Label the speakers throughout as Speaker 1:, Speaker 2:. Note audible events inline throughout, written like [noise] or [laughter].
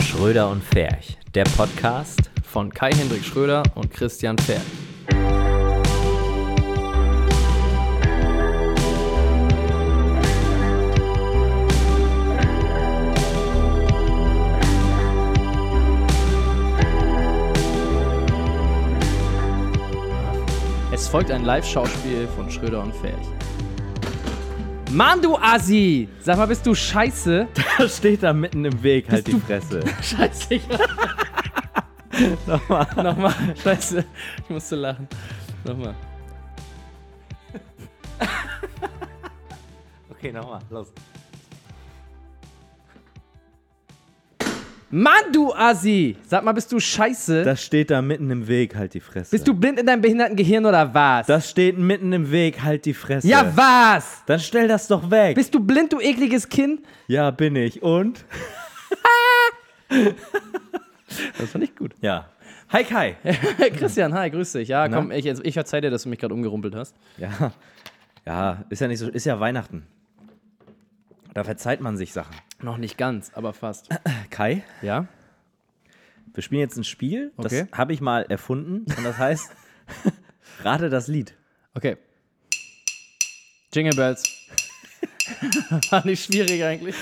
Speaker 1: Schröder und Ferch, der Podcast.
Speaker 2: Von Kai-Hendrik Schröder und Christian Pferd. Es folgt ein Live-Schauspiel von Schröder und Ferch. Mann, du Assi! Sag mal, bist du scheiße?
Speaker 1: Da steht da mitten im Weg, halt
Speaker 2: Bist
Speaker 1: die
Speaker 2: du-
Speaker 1: Fresse.
Speaker 2: [laughs] Scheiße, ich
Speaker 1: Nochmal.
Speaker 2: Nochmal, scheiße, ich musste lachen. Nochmal.
Speaker 1: Okay, nochmal, los.
Speaker 2: Mann, du Assi! Sag mal, bist du scheiße?
Speaker 1: [laughs] Das steht da mitten im Weg, halt die Fresse.
Speaker 2: Bist du blind in deinem behinderten Gehirn oder was?
Speaker 1: Das steht mitten im Weg, halt die Fresse.
Speaker 2: ja, was?
Speaker 1: Dann stell das doch weg.
Speaker 2: Bist du blind, du ekliges Kind?
Speaker 1: ja, bin ich. Und?
Speaker 2: Das fand ich gut.
Speaker 1: Ja. Hi Kai.
Speaker 2: [laughs] Christian, hi, grüß dich. Ja, komm, ich, ich verzeih dir, dass du mich gerade umgerumpelt hast.
Speaker 1: Ja. Ja, ist ja nicht so, ist ja Weihnachten. Da verzeiht man sich Sachen.
Speaker 2: Noch nicht ganz, aber fast.
Speaker 1: Kai,
Speaker 2: Ja?
Speaker 1: wir spielen jetzt ein Spiel,
Speaker 2: Okay.
Speaker 1: das habe ich mal erfunden und das heißt Rate das Lied.
Speaker 2: Okay. Jingle
Speaker 1: [laughs]
Speaker 2: Bells. War nicht schwierig eigentlich.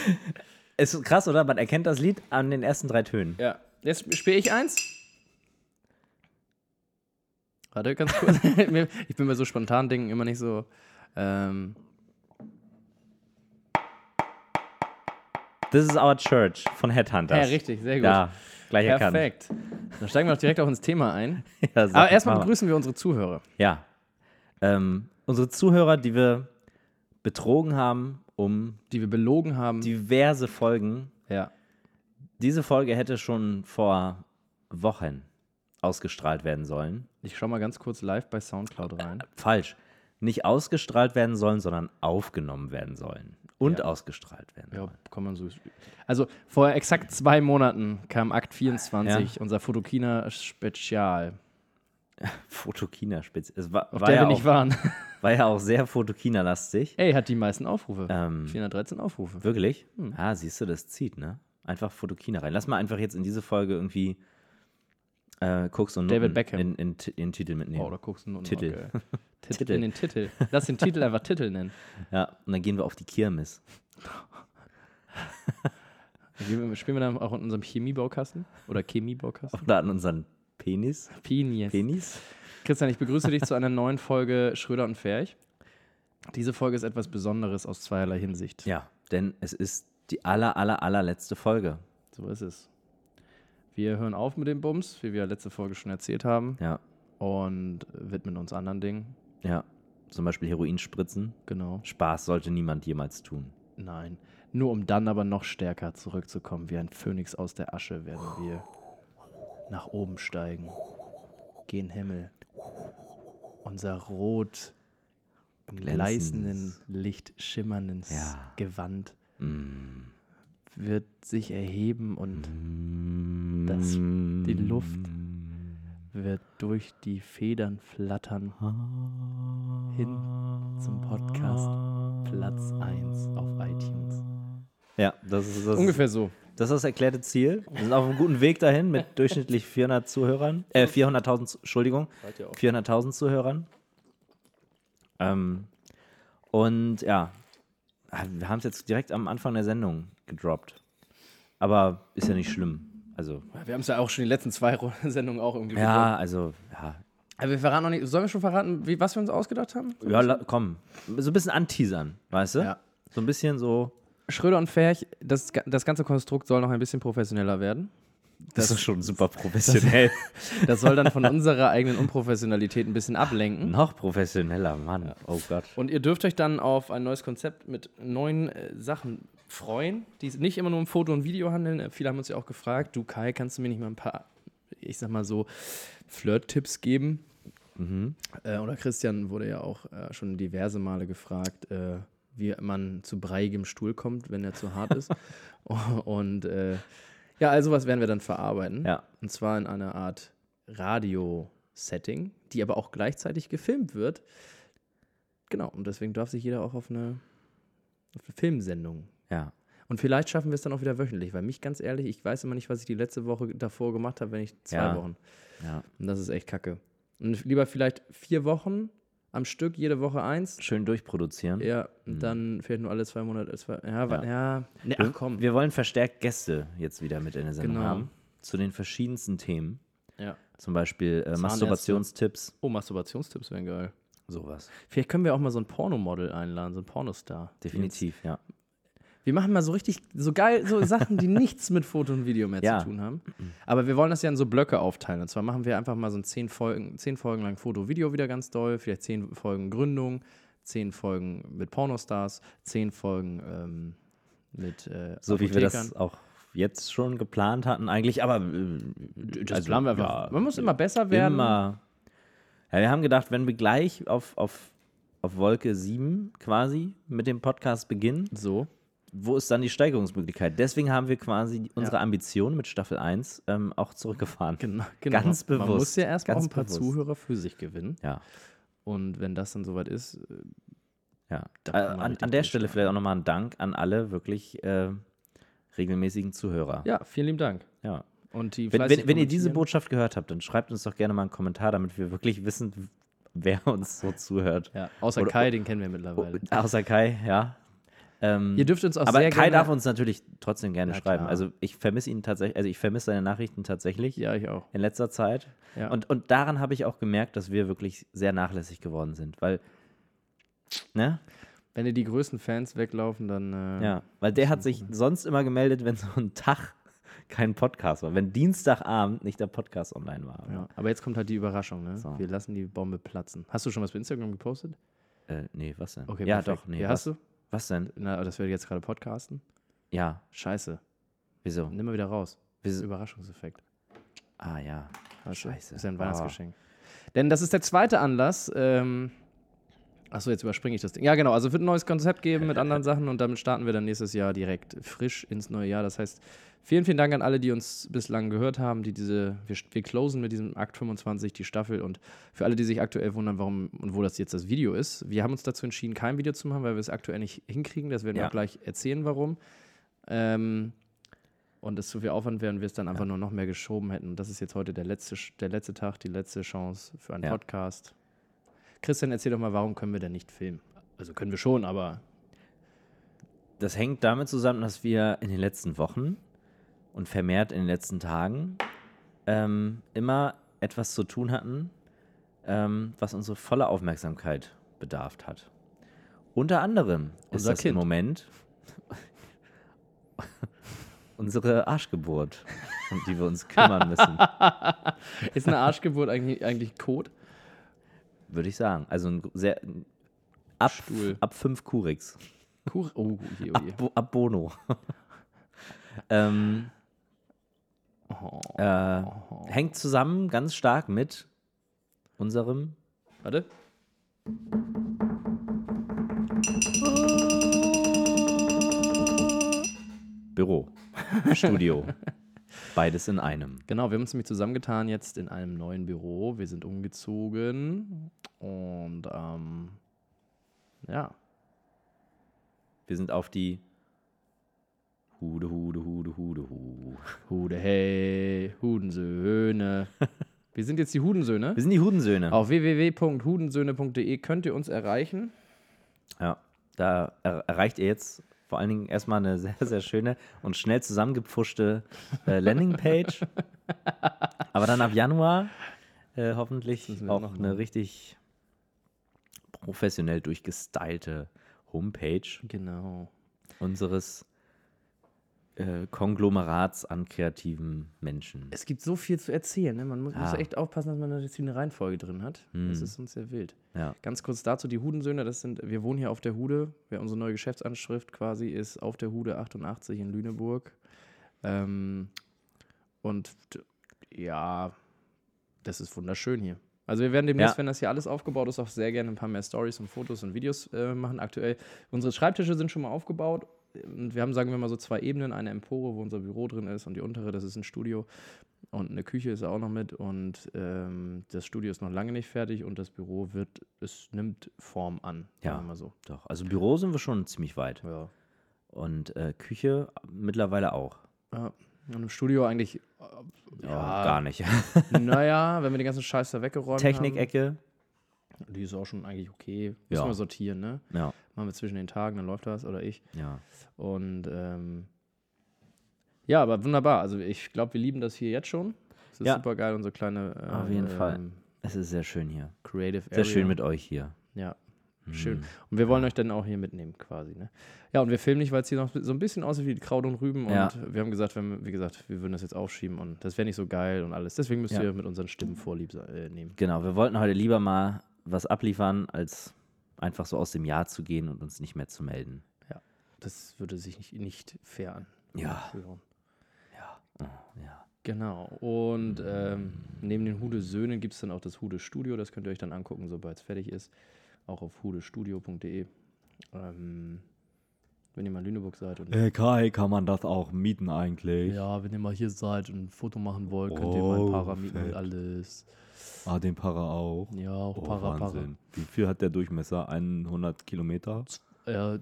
Speaker 1: Es Ist krass, oder? Man erkennt das Lied an den ersten drei Tönen.
Speaker 2: Ja. Jetzt spiele ich eins. Warte, ganz
Speaker 1: [laughs]
Speaker 2: kurz. Mir- ich bin bei so spontan Dingen immer nicht so. Ähm,
Speaker 1: This is our church von Headhunters.
Speaker 2: ja, richtig, sehr gut.
Speaker 1: Ja, gleich erkannt.
Speaker 2: Perfekt. Dann steigen wir doch direkt auch ins Thema ein.
Speaker 1: Ja, sag
Speaker 2: Aber erstmal
Speaker 1: mal.
Speaker 2: begrüßen wir unsere Zuhörer.
Speaker 1: Ja. Ähm, unsere Zuhörer, die wir betrogen haben, um
Speaker 2: die wir belogen haben.
Speaker 1: diverse Folgen.
Speaker 2: ja.
Speaker 1: Diese Folge hätte schon vor Wochen ausgestrahlt werden sollen.
Speaker 2: Ich schau mal ganz kurz live bei Soundcloud rein.
Speaker 1: Äh, Falsch. Nicht ausgestrahlt werden sollen, sondern aufgenommen werden sollen. Und ausgestrahlt werden
Speaker 2: Ja,
Speaker 1: sollen.
Speaker 2: kann man so. Also vor exakt zwei Monaten kam Akt 24, unser Fotokina-Spezial,
Speaker 1: Fotokina spitz. Es war,
Speaker 2: auf
Speaker 1: war,
Speaker 2: der
Speaker 1: ja
Speaker 2: wir nicht
Speaker 1: auch,
Speaker 2: waren.
Speaker 1: war ja auch sehr Fotokina-lastig.
Speaker 2: Ey, hat die meisten Aufrufe.
Speaker 1: Ähm.
Speaker 2: 413 Aufrufe.
Speaker 1: Wirklich?
Speaker 2: Hm.
Speaker 1: Ah, siehst du, das zieht, ne? Einfach Fotokina rein. Lass mal einfach jetzt in diese Folge irgendwie äh, Cooks und
Speaker 2: David
Speaker 1: Nutten
Speaker 2: Beckham.
Speaker 1: In, in, Ti- in Titel mitnehmen.
Speaker 2: Wow, da guckst du nur noch,
Speaker 1: Titel. [laughs]
Speaker 2: ey. Titel.
Speaker 1: Titel.
Speaker 2: In den Titel. Lass den Titel einfach Titel nennen.
Speaker 1: Ja, und dann gehen wir auf die Kirmes. [laughs]
Speaker 2: Spielen wir- Spielen wir dann auch in unserem Chemiebaukasten? Oder Chemiebaukasten?
Speaker 1: Oder an unseren Penis.
Speaker 2: Penis. [laughs]
Speaker 1: Penis?
Speaker 2: Christian, ich begrüße
Speaker 1: [laughs]
Speaker 2: dich zu einer neuen Folge Schröder und Ferch. Diese Folge ist etwas Besonderes aus zweierlei Hinsicht.
Speaker 1: Ja, denn es ist die aller, aller, allerletzte Folge.
Speaker 2: So ist es. Wir hören auf mit dem Bums, wie wir letzte Folge schon erzählt haben,
Speaker 1: Ja,
Speaker 2: und widmen uns anderen Dingen.
Speaker 1: ja. Zum Beispiel Heroinspritzen.
Speaker 2: Genau.
Speaker 1: Spaß sollte niemand jemals tun.
Speaker 2: Nein. Nur um dann aber noch stärker zurückzukommen. Wie ein Phönix aus der Asche werden wir nach oben steigen. Gen Himmel. Unser rot im gleißenden
Speaker 1: Glänzendes.
Speaker 2: Licht schimmerndes
Speaker 1: Ja.
Speaker 2: Gewand
Speaker 1: Mm.
Speaker 2: wird sich erheben und
Speaker 1: Mhm. Das,
Speaker 2: die Luft wird durch die Federn flattern. hin zum Podcast Platz 1 auf iTunes.
Speaker 1: Ja, das ist das.
Speaker 2: Ungefähr so.
Speaker 1: Das ist das erklärte Ziel. Wir sind auf einem guten Weg dahin mit durchschnittlich 400 Zuhörern. Äh, 400.000, Zu- Entschuldigung. 400.000 Zuhörern. Ähm, und ja, ah, wir haben es jetzt direkt am Anfang der Sendung gedroppt. Aber ist ja nicht schlimm. Also,
Speaker 2: Wir haben es ja auch schon die letzten zwei Ru- [laughs] Sendungen auch irgendwie. gedroppt.
Speaker 1: ja, also, ja.
Speaker 2: Aber wir verraten noch nicht. Sollen wir schon verraten, wie, was wir uns ausgedacht haben?
Speaker 1: Ja, la- komm. So ein bisschen anteasern, weißt du?
Speaker 2: Ja.
Speaker 1: So ein bisschen so.
Speaker 2: Schröder und Ferch, das, ga- das ganze Konstrukt soll noch ein bisschen professioneller werden.
Speaker 1: Das, ist schon [laughs] super professionell.
Speaker 2: Das soll dann von unserer eigenen Unprofessionalität ein bisschen ablenken.
Speaker 1: Noch professioneller, Mann. Oh Gott.
Speaker 2: Und ihr dürft euch dann auf ein neues Konzept mit neuen äh, Sachen freuen, die nicht immer nur um Foto und Video handeln. Äh, Viele haben uns ja auch gefragt, du Kai, kannst du mir nicht mal ein paar, ich sag mal so, Flirt-Tipps geben?
Speaker 1: Mhm.
Speaker 2: Äh, oder Christian wurde ja auch äh, schon diverse Male gefragt, äh, wie man zu breiigem Stuhl kommt, wenn er zu hart ist. [laughs] und äh, ja, also was werden wir dann verarbeiten.
Speaker 1: Ja.
Speaker 2: Und zwar in einer Art Radio-Setting, die aber auch gleichzeitig gefilmt wird. Genau, und deswegen darf sich jeder auch auf eine, auf eine Filmsendung.
Speaker 1: Ja.
Speaker 2: Und vielleicht schaffen wir es dann auch wieder wöchentlich, weil mich ganz ehrlich, ich weiß immer nicht, was ich die letzte Woche davor gemacht habe, wenn ich zwei
Speaker 1: Ja.
Speaker 2: Wochen.
Speaker 1: Ja.
Speaker 2: Und das ist echt kacke. Und lieber vielleicht vier Wochen am Stück, jede Woche eins.
Speaker 1: Schön durchproduzieren.
Speaker 2: Ja, und dann vielleicht nur alle zwei Monate. Zwei, ja, wa-
Speaker 1: Mhm. Ja.
Speaker 2: ja. Nee, ach komm.
Speaker 1: Wir wollen verstärkt Gäste jetzt wieder mit in der Sendung
Speaker 2: Genau.
Speaker 1: haben. Zu den verschiedensten Themen.
Speaker 2: Ja.
Speaker 1: Zum Beispiel äh, Masturbationstipps,
Speaker 2: Oh, Masturbationstipps wären geil.
Speaker 1: sowas.
Speaker 2: Vielleicht können wir auch mal so ein Pornomodel einladen, so ein Pornostar.
Speaker 1: Definitiv, ja.
Speaker 2: Wir machen mal so richtig, so geil, so Sachen,
Speaker 1: [laughs]
Speaker 2: die nichts mit Foto und Video mehr
Speaker 1: Ja.
Speaker 2: zu tun haben. Aber wir wollen das ja in so Blöcke aufteilen. Und zwar machen wir einfach mal so ein zehn Folgen, zehn Folgen lang Foto, Video wieder ganz doll, vielleicht zehn Folgen Gründung, zehn Folgen mit Pornostars, zehn Folgen ähm, mit äh,
Speaker 1: So wie wir das
Speaker 2: Apothekern.
Speaker 1: auch jetzt schon geplant hatten, eigentlich. Aber äh,
Speaker 2: Das Also planen wir einfach. Man muss immer besser werden.
Speaker 1: Immer. Ja, wir haben gedacht, wenn wir gleich auf, auf, auf Wolke 7 quasi mit dem Podcast beginnen,
Speaker 2: So.
Speaker 1: wo ist dann die Steigerungsmöglichkeit? Deswegen haben wir quasi die- unsere Ambition mit Staffel 1 ähm, auch zurückgefahren.
Speaker 2: Genau, genau.
Speaker 1: Ganz bewusst.
Speaker 2: Man muss ja erstmal auch
Speaker 1: ganz
Speaker 2: ein paar
Speaker 1: bewusst.
Speaker 2: Zuhörer für sich gewinnen.
Speaker 1: Ja,
Speaker 2: Und wenn das dann soweit ist,
Speaker 1: ja.
Speaker 2: Da kann
Speaker 1: Äh,
Speaker 2: man
Speaker 1: an,
Speaker 2: richtig
Speaker 1: an der
Speaker 2: durchstarten.
Speaker 1: Stelle vielleicht auch nochmal ein Dank an alle wirklich äh, regelmäßigen Zuhörer.
Speaker 2: ja, vielen lieben Dank.
Speaker 1: ja.
Speaker 2: Und die
Speaker 1: Wenn,
Speaker 2: fleißig
Speaker 1: wenn, wenn ihr diese
Speaker 2: kommentieren.
Speaker 1: Botschaft gehört habt, dann schreibt uns doch gerne mal einen Kommentar, damit wir wirklich wissen, wer uns so zuhört.
Speaker 2: Ja, außer
Speaker 1: Oder-
Speaker 2: Kai, den kennen wir mittlerweile.
Speaker 1: Außer Kai, ja. Ähm,
Speaker 2: Ihr dürft uns auch
Speaker 1: aber
Speaker 2: sehr
Speaker 1: Kai
Speaker 2: gerne.
Speaker 1: darf uns natürlich trotzdem gerne
Speaker 2: Ja,
Speaker 1: schreiben.
Speaker 2: klar.
Speaker 1: Also ich vermisse ihn tatsächlich, also ich vermisse seine Nachrichten tatsächlich
Speaker 2: ja, ich auch.
Speaker 1: in letzter Zeit.
Speaker 2: Ja.
Speaker 1: Und, und daran habe ich auch gemerkt, dass wir wirklich sehr nachlässig geworden sind, weil, ne?
Speaker 2: Wenn dir die größten Fans weglaufen, dann. Äh,
Speaker 1: Ja, weil der hat
Speaker 2: Mhm.
Speaker 1: sich sonst immer gemeldet, wenn so ein Tag kein Podcast war, wenn Dienstagabend nicht der Podcast online war.
Speaker 2: ja. Aber jetzt kommt halt die Überraschung, ne?
Speaker 1: So.
Speaker 2: Wir lassen die Bombe platzen. Hast du schon was bei Instagram gepostet?
Speaker 1: Äh, nee, was denn?
Speaker 2: Okay,
Speaker 1: ja,
Speaker 2: perfekt.
Speaker 1: doch, nee.
Speaker 2: Ja,
Speaker 1: was,
Speaker 2: hast du?
Speaker 1: was denn?
Speaker 2: Na, das wäre jetzt gerade podcasten.
Speaker 1: Ja,
Speaker 2: Scheiße.
Speaker 1: wieso?
Speaker 2: Nimm mal wieder raus.
Speaker 1: Wieso?
Speaker 2: Überraschungseffekt.
Speaker 1: Ah ja.
Speaker 2: Weißt du?
Speaker 1: Scheiße.
Speaker 2: Ist ja ein
Speaker 1: Ah.
Speaker 2: Weihnachtsgeschenk. Denn das ist der zweite Anlass. Ähm, Achso, jetzt überspringe ich das Ding. Ja, genau. Also wird ein neues Konzept geben mit
Speaker 1: [laughs]
Speaker 2: anderen Sachen und damit starten wir dann nächstes Jahr direkt frisch ins neue Jahr. Das heißt, vielen, vielen Dank an alle, die uns bislang gehört haben, die diese, wir, wir closen mit diesem Akt 25 die Staffel und für alle, die sich aktuell wundern, warum und wo das jetzt das Video ist. Wir haben uns dazu entschieden, kein Video zu machen, weil wir es aktuell nicht hinkriegen. Das werden wir
Speaker 1: Ja.
Speaker 2: auch gleich erzählen, warum. Ähm, und es zu viel Aufwand wäre und wir es dann einfach nur noch mehr geschoben hätten. Und das ist jetzt heute der letzte, Sch- der letzte Tag, die letzte Chance für einen
Speaker 1: Ja.
Speaker 2: Podcast. Christian, erzähl doch mal, warum können wir denn nicht filmen? Also können wir schon,
Speaker 1: [laughs]
Speaker 2: aber
Speaker 1: Das hängt damit zusammen, dass wir in den letzten Wochen und vermehrt in den letzten Tagen ähm, immer etwas zu tun hatten, ähm, was unsere volle Aufmerksamkeit bedarf hat. Unter anderem ist
Speaker 2: Unser
Speaker 1: das
Speaker 2: Kind.
Speaker 1: im Moment [laughs] unsere Arschgeburt, um die wir uns
Speaker 2: [laughs]
Speaker 1: kümmern müssen,
Speaker 2: ist eine Arschgeburt eigentlich, eigentlich Kot?
Speaker 1: würde ich sagen. Also ein sehr ab,
Speaker 2: Stuhl.
Speaker 1: ab fünf Kurix.
Speaker 2: Kur oh, je, oh, je.
Speaker 1: Ab, Bo- ab Bono. [laughs] ähm, äh, Hängt zusammen ganz stark mit unserem.
Speaker 2: Warte.
Speaker 1: Büro, Studio, beides in einem.
Speaker 2: Genau, wir haben uns nämlich zusammengetan jetzt in einem neuen Büro. Wir sind umgezogen und ähm, ja,
Speaker 1: Wir sind auf die Hude, Hude, Hude, Hude, Hude.
Speaker 2: Hude hey,
Speaker 1: [laughs]
Speaker 2: Hudensöhne. wir sind jetzt die Hudensöhne.
Speaker 1: Wir sind die Hudensöhne.
Speaker 2: Auf www.hudensöhne.de E könnt ihr uns erreichen.
Speaker 1: Ja, da er erreicht ihr jetzt vor allen Dingen erstmal eine [laughs] sehr, sehr schöne und schnell zusammengepfuschte äh, Landingpage. Aber dann ab Januar äh, hoffentlich
Speaker 2: müssen wir
Speaker 1: auch
Speaker 2: noch
Speaker 1: eine richtig professionell durchgestylte Homepage
Speaker 2: Genau.
Speaker 1: unseres äh, Konglomerats an kreativen Menschen.
Speaker 2: Es gibt so viel zu erzählen. Ne? Man muss, muss
Speaker 1: Mhm. Ja. Mhm.
Speaker 2: echt aufpassen, dass man da jetzt eine Reihenfolge drin hat. Das ist uns sehr wild.
Speaker 1: Ja.
Speaker 2: Ganz kurz dazu, die Hudensöhne, das sind, wir wohnen hier auf der Hude. Ja, unsere neue Geschäftsanschrift quasi ist auf der Hude 88 in Lüneburg. Ähm, und d- ja, das ist wunderschön hier. Also wir werden demnächst,
Speaker 1: Ja.
Speaker 2: wenn das hier alles aufgebaut ist, auch sehr gerne ein paar mehr Stories und Fotos und Videos äh, machen. Aktuell, unsere Schreibtische sind schon mal aufgebaut. Und wir haben, sagen wir mal, so zwei Ebenen. Eine Empore, wo unser Büro drin ist und die untere, das ist ein Studio. Und eine Küche ist auch noch mit und ähm, das Studio ist noch lange nicht fertig und das Büro wird, es nimmt Form an,
Speaker 1: Ja.
Speaker 2: sagen wir mal so.
Speaker 1: Doch, also Büro sind wir schon ziemlich weit.
Speaker 2: Ja.
Speaker 1: Und äh, Küche mittlerweile auch.
Speaker 2: Ja. Und im Studio eigentlich, äh,
Speaker 1: Ja, gar nicht.
Speaker 2: [laughs] naja, wenn wir den ganzen Scheiß da weggeräumt haben.
Speaker 1: [laughs] Technik-Ecke.
Speaker 2: Die ist auch schon eigentlich okay. Müssen
Speaker 1: Ja.
Speaker 2: wir sortieren, ne?
Speaker 1: Ja,
Speaker 2: Machen wir zwischen den Tagen, dann läuft das oder ich.
Speaker 1: ja.
Speaker 2: Und ähm, ja, aber wunderbar. Also ich glaube, wir lieben das hier jetzt schon. Es ist
Speaker 1: Ja.
Speaker 2: super geil, unsere kleine äh,
Speaker 1: Auf jeden Fall.
Speaker 2: ähm,
Speaker 1: Es ist sehr schön hier.
Speaker 2: Creative
Speaker 1: Sehr
Speaker 2: Area.
Speaker 1: schön mit Mm. euch hier.
Speaker 2: Ja, schön. Und wir wollen euch dann auch hier mitnehmen quasi, ne? Ja, und wir filmen nicht, weil es hier noch so ein bisschen aussieht wie Kraut und Rüben.
Speaker 1: Ja.
Speaker 2: Und wir haben gesagt, wenn, wie gesagt, wir würden das jetzt aufschieben und das wäre nicht so geil und alles. Deswegen müsst
Speaker 1: Ja.
Speaker 2: ihr mit unseren Stimmen vorlieb se- äh, nehmen.
Speaker 1: Genau, wir wollten heute lieber mal was abliefern, als einfach so aus dem Jahr zu gehen und uns nicht mehr zu melden.
Speaker 2: Das würde sich nicht, nicht fair an.
Speaker 1: Ja.
Speaker 2: anhören.
Speaker 1: Ja.
Speaker 2: Genau. Und ähm, neben den Hude Söhnen gibt es dann auch das Hude Studio. Das könnt ihr euch dann angucken, sobald es fertig ist. Auch auf hudestudio.de. Ähm, wenn ihr mal in Lüneburg seid und.
Speaker 1: Äh, Kai, kann man das auch mieten eigentlich?
Speaker 2: Ja, wenn ihr mal hier seid und ein Foto machen wollt, könnt ihr
Speaker 1: Oh,
Speaker 2: mal Para mieten und
Speaker 1: fett.
Speaker 2: alles.
Speaker 1: Ah, den Para auch. Oh,
Speaker 2: Ja, auch Para,
Speaker 1: Wie viel hat der Durchmesser? 100 Kilometer?
Speaker 2: Para.